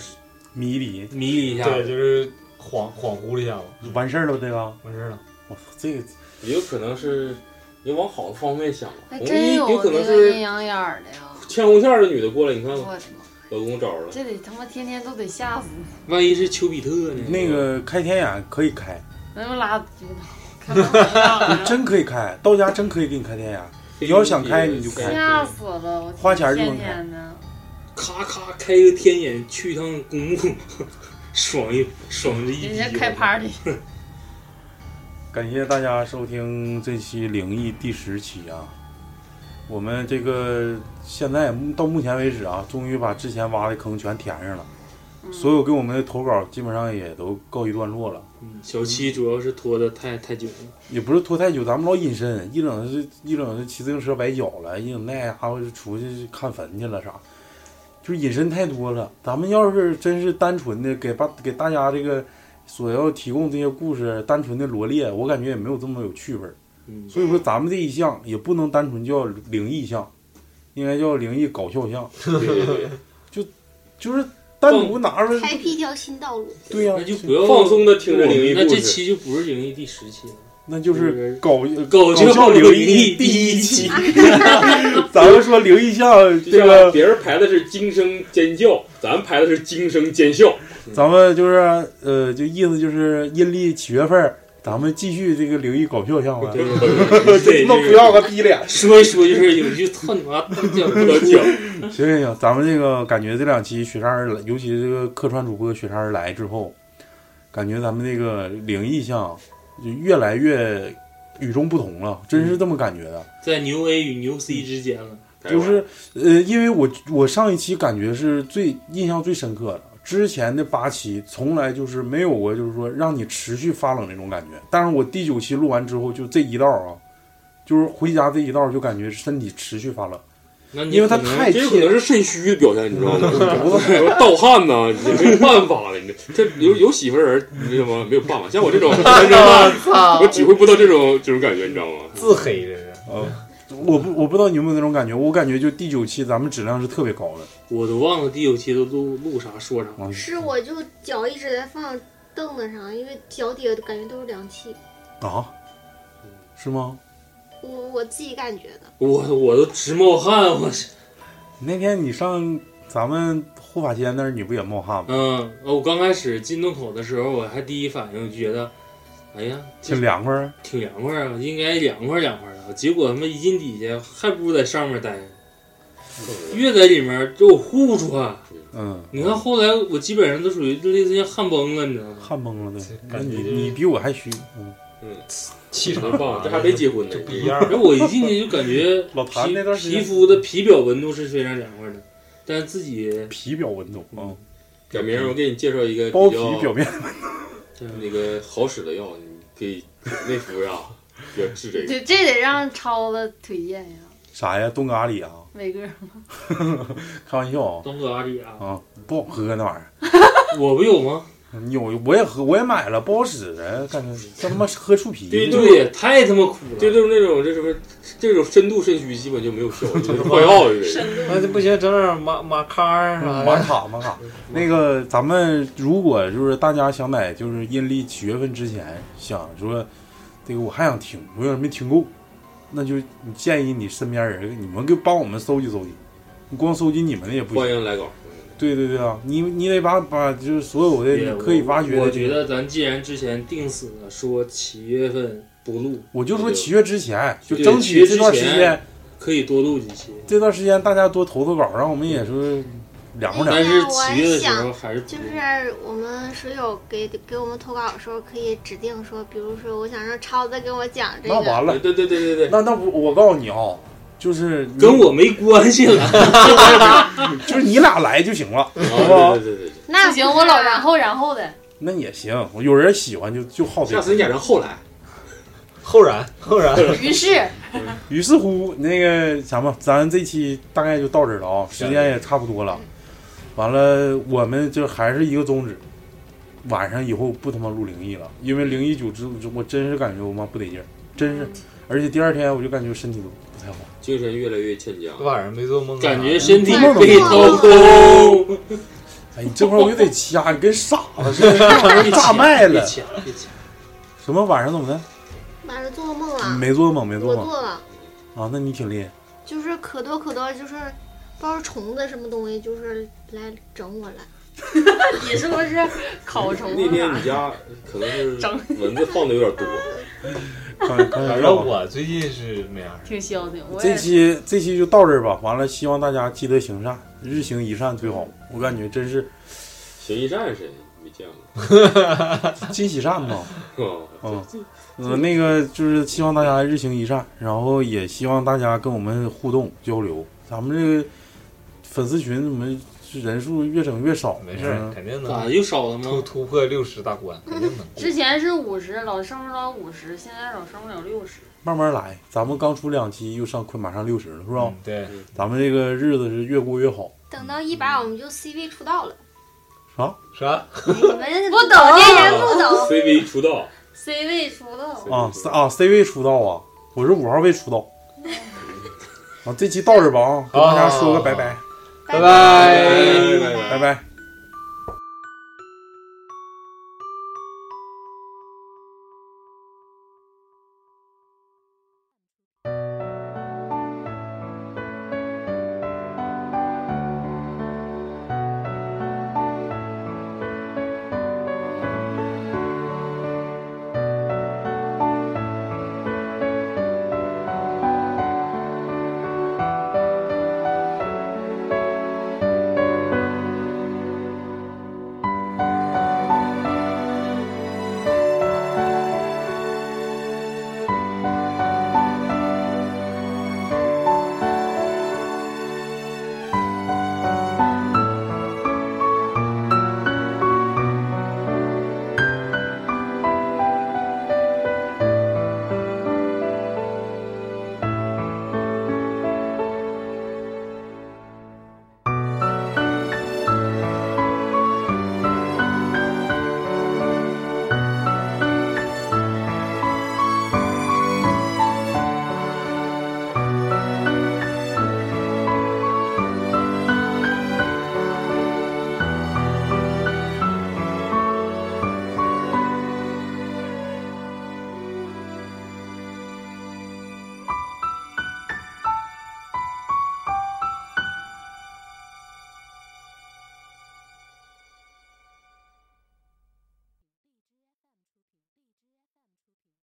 Speaker 3: 迷离
Speaker 2: 迷离一下，
Speaker 5: 对，就是恍恍惚了一下子，
Speaker 3: 完事儿了吧？这个，
Speaker 6: 哎
Speaker 5: 完事儿了。
Speaker 3: 我操，这个
Speaker 6: 也有可能是你往好的方面
Speaker 9: 啊
Speaker 6: 想了。
Speaker 7: 还
Speaker 6: 红
Speaker 7: 真
Speaker 6: 衣有可
Speaker 7: 那
Speaker 6: 能
Speaker 7: 个阴
Speaker 6: 是嗯
Speaker 7: 阳眼儿的呀！
Speaker 6: 牵红线儿的女的过来，你看
Speaker 7: 我
Speaker 6: 看，
Speaker 7: 的妈，
Speaker 6: 老公找着了。
Speaker 7: 这得他妈天天都得吓死你！
Speaker 2: 万一是丘比特呢？
Speaker 3: 那个开天眼可以开，
Speaker 7: 那么拉鸡巴，看到我了
Speaker 3: 真可以开，到家真可以给你开天眼。你要想开你就开
Speaker 7: 吓死了！我
Speaker 3: 花钱就能
Speaker 7: 天
Speaker 3: 看
Speaker 7: 天的，
Speaker 2: 咔咔开个天眼去一趟公墓，爽一爽这一
Speaker 7: 人
Speaker 2: 逼
Speaker 7: 家开
Speaker 2: 我
Speaker 7: party，
Speaker 3: 感谢大家收听这期灵异第十期啊！我们这个现在到目前为止啊，终于把之前挖的坑全填上了，所有给我们的投稿基本上也都告一段落了。
Speaker 2: 小七主要是拖的太太久了，
Speaker 3: 也不是拖太久，咱们老隐身，一整是一整是骑自行车崴脚了，一整那还是出去看坟去了啥，就是隐身太多了。咱们要是真是单纯的给把给大家这个所要提供这些故事单纯的罗列，我感觉也没有这么有趣味儿。
Speaker 2: 嗯
Speaker 3: 所以说咱们这一项也不能单纯叫灵异项，应该叫灵异搞
Speaker 2: [laughs]
Speaker 3: 笑项，
Speaker 9: 对对对，
Speaker 3: 就是单独拿出来，
Speaker 10: 开辟一条新道
Speaker 3: [laughs]
Speaker 10: 路。
Speaker 3: 对呀、
Speaker 2: 那就不要
Speaker 9: 放松的听着灵异
Speaker 2: 那
Speaker 9: 故
Speaker 2: 这
Speaker 9: 事，
Speaker 2: 期就不是灵异第十期了，
Speaker 3: 那就是搞
Speaker 2: 搞
Speaker 3: 笑
Speaker 2: 笑
Speaker 3: 灵
Speaker 2: 异
Speaker 3: 第
Speaker 2: 第
Speaker 3: 一
Speaker 2: 期
Speaker 3: 期。咱们说灵异项
Speaker 9: 就
Speaker 3: 这
Speaker 9: 像
Speaker 3: 个。
Speaker 9: 别人排的是惊声尖叫，咱排的是惊声尖笑。
Speaker 3: 咱们就是呃，就意思就是阴历七月份儿，咱们继续这个灵异搞笑项目。 [laughs]
Speaker 2: 对对对，
Speaker 8: 他妈
Speaker 2: 对
Speaker 8: 不要个逼脸，
Speaker 2: 说一说就是有一句操你妈大讲不能讲，
Speaker 3: 行行行，咱们这个感觉这两期雪山儿来，尤其这个客串主播雪山儿来之后，感觉咱们这个灵异项就越来越与众不同了，真是这么感觉的。
Speaker 2: 在牛 A 与牛 C 之间了，
Speaker 3: 就是呃，因为我我上一期感觉是最印象最深刻的，之前的八期从来就是没有过，就是说让你持续发冷那种感觉。但是我第九期录完之后，就这一道啊，就是回家这一道就感觉身体持续发冷，
Speaker 2: 那你
Speaker 3: 因为它
Speaker 2: 可能
Speaker 3: 太
Speaker 9: 这有可能
Speaker 3: 切
Speaker 9: 是肾虚的表现，你知道
Speaker 3: [laughs]
Speaker 9: 吗？
Speaker 3: 犊子。
Speaker 9: 说盗汗呐，你没有办法了，你这这有有媳妇儿人，你知道吗？没有办法，像
Speaker 3: [laughs]
Speaker 9: 我这种，你知道
Speaker 7: [laughs]
Speaker 9: 吗？我体会不到这种这种感觉，你知道吗？
Speaker 5: 自黑这是。
Speaker 3: 呃，我不我不知道你有没有那种感觉，我感觉就第九期咱们质量是特别高的。
Speaker 2: 我都忘了第九期都录录啥说啥，
Speaker 3: 啊
Speaker 10: 是，我就脚一直在放凳子上，因为脚底下感觉都是凉气，
Speaker 3: 啊，是吗？
Speaker 10: 我我自己感觉的。
Speaker 2: 我我都直冒汗，我是
Speaker 3: 那天你上咱们护发间那儿，你不也冒汗吗？
Speaker 2: 嗯，我刚开始进洞口的时候，我还第一反应就觉得，哎呀，
Speaker 3: 挺凉快儿。
Speaker 2: 挺凉快啊，应该凉快凉快的。结果他妈一进底下，还不如在上面待着，越在里面就有护处啊。
Speaker 3: 嗯，
Speaker 2: 你看后来我基本上都属于类似像汗崩了，你知道吗？[laughs]
Speaker 3: 嗯汗崩了都
Speaker 5: 这，
Speaker 3: 那
Speaker 5: 感觉
Speaker 3: 你
Speaker 5: 就是
Speaker 3: 你比我还虚，嗯，
Speaker 5: 气
Speaker 9: 没
Speaker 5: 场啊
Speaker 9: 办法，这还没结婚呢
Speaker 5: 就，不一样
Speaker 2: 然后我一进去就感觉
Speaker 3: [laughs] 老谭
Speaker 2: 皮
Speaker 3: 那段时间
Speaker 2: 皮肤的皮表温度是非常凉快的，但是自己
Speaker 3: 皮表温度啊，
Speaker 9: 小明，我给你介绍一个
Speaker 3: 包
Speaker 9: 比
Speaker 3: 皮表
Speaker 9: 较
Speaker 3: 面
Speaker 9: 那个好使的药，你可以内服呀，要治这个。
Speaker 7: 这这得让超子推荐呀，
Speaker 3: 啥呀？冻咖喱啊？
Speaker 7: 伟哥。
Speaker 3: 开玩笑啊
Speaker 2: 东哥阿里啊，
Speaker 3: 啊，不好喝那玩意儿。
Speaker 2: 我不有吗？
Speaker 3: 有我也喝，我也买了，不好使啊，感觉像他妈喝树皮。
Speaker 9: 对
Speaker 2: 对，太他妈苦了。
Speaker 9: 就这种那种这什么这种深度肾虚，基本就没有效，就是换药的人。
Speaker 5: 那就不行，整点马马咖儿啥
Speaker 3: 玛
Speaker 5: 的。
Speaker 3: 卡玛卡，那个咱们如果就是大家想在就是阴历七月份之前想说，这个我还想听，我有点没听够，那就你建议你身边人，你们给帮我们搜集搜集，你光搜集你们的也不
Speaker 9: 欢
Speaker 3: 行。
Speaker 9: 迎来稿，
Speaker 3: 对对对啊，你你得把把就是所有的
Speaker 2: 对
Speaker 3: 你可以挖掘的
Speaker 2: 我。我
Speaker 3: 这
Speaker 2: 觉
Speaker 3: 个
Speaker 2: 得咱既然之前定死了，说七月份不录，
Speaker 3: 我就说七月之前，就
Speaker 2: 对
Speaker 3: 争
Speaker 2: 七
Speaker 3: 取
Speaker 2: 月
Speaker 3: 这段
Speaker 2: 之
Speaker 3: 时
Speaker 2: 前
Speaker 3: 间，
Speaker 2: 可以多录几期。
Speaker 3: 这段时间大家多投投稿，让我们也说凉快凉
Speaker 2: 但是
Speaker 3: 快。
Speaker 2: 七月的时候还是不
Speaker 10: 就
Speaker 2: 录
Speaker 10: 是我们水友给给我们投稿的时候，可以指定说，比如说我想让超子给我讲这
Speaker 3: 那
Speaker 10: 个，
Speaker 3: 完了
Speaker 9: 对，对对对对对，
Speaker 3: 那那不我告诉你啊、就是你
Speaker 2: 跟我没关系了。
Speaker 3: 就是你俩来就行了，
Speaker 9: 啊对
Speaker 2: 哦
Speaker 9: 对对对，
Speaker 10: 那
Speaker 7: 不行，我老然
Speaker 10: 后
Speaker 7: 后然后
Speaker 6: [laughs]
Speaker 7: 的，
Speaker 3: 那也行。有人喜欢就就好这
Speaker 9: 下次你
Speaker 3: 个。
Speaker 9: 改成后来，
Speaker 5: [laughs] 后然后然，
Speaker 7: 于是
Speaker 3: 于是乎，那个啥嘛，咱这期大概就到这儿了啊，时间也差不多了。完了，我们就还是一个宗旨，晚上以后不他妈录灵异了，因为灵异久之，我真是感觉我妈不得劲儿，真是。而且第二天我就感觉身体都不太好。
Speaker 9: 精神越来越欠佳。
Speaker 5: [laughs] 晚上没做梦
Speaker 2: [laughs]
Speaker 5: 啊，
Speaker 2: 感觉身体
Speaker 3: 嗯
Speaker 2: 被掏空，
Speaker 3: 哎，你这块儿我就得掐，你跟傻子似的，这玩意
Speaker 2: 啊
Speaker 3: 儿炸麦了
Speaker 2: 别。抢别抢
Speaker 3: 什么晚上怎么的？
Speaker 10: 晚上做梦
Speaker 4: 啊
Speaker 10: 了，
Speaker 3: 没做梦，没
Speaker 10: 我
Speaker 3: 做梦
Speaker 10: 做了，
Speaker 3: 啊？那你挺厉害。
Speaker 10: 就是可多可多，就是不知道是虫子什么东西，就是来整我了。
Speaker 7: 你是不是烤虫
Speaker 9: 那天
Speaker 7: 啊
Speaker 9: 你？家可能是
Speaker 7: 整
Speaker 9: 蚊子放的有点多，
Speaker 3: 开玩开
Speaker 5: 反
Speaker 3: 玩
Speaker 5: 正
Speaker 3: 笑吧。
Speaker 5: 我最近是没啥事。
Speaker 7: 挺消停，我
Speaker 3: 这
Speaker 7: 也是
Speaker 3: 期这期就到这儿吧。完了，希望大家积德行善，日行一善最好。我感觉真是
Speaker 9: 行一善是谁？没见过。
Speaker 3: 金喜善嘛，
Speaker 9: 哦，
Speaker 3: 嗯，呃，那个就是希望大家日行一善，然后也希望大家跟我们互动交流。咱们这个粉丝群，我们人数越整越少，
Speaker 5: 没事儿，
Speaker 3: 嗯
Speaker 5: 肯定
Speaker 2: 咋
Speaker 5: 能
Speaker 2: 又少了
Speaker 5: 突
Speaker 2: 吗？
Speaker 5: 突破六十大关，肯定能过。
Speaker 7: 之前是五十，老升不了五十，现在老升不了六十。
Speaker 3: 慢慢来。咱们刚出两期，又上快马上六十了，是吧？
Speaker 5: 嗯对，
Speaker 3: 咱们这个日子是越过越好。
Speaker 10: 等到一百我们就 CV 出道 [laughs] 了，
Speaker 5: 啥？
Speaker 10: 你们
Speaker 7: 不懂
Speaker 4: 哦
Speaker 10: 老年人不懂，
Speaker 9: CV 出道
Speaker 7: C 位出道，
Speaker 3: 啊，C 啊，C 位出道啊，我是五号位出
Speaker 5: [laughs]
Speaker 3: 道。
Speaker 5: 啊
Speaker 3: 啊，这期到这儿吧啊，跟大家说个拜拜，
Speaker 5: 拜
Speaker 10: 拜
Speaker 5: 拜
Speaker 9: 拜拜
Speaker 3: 拜拜。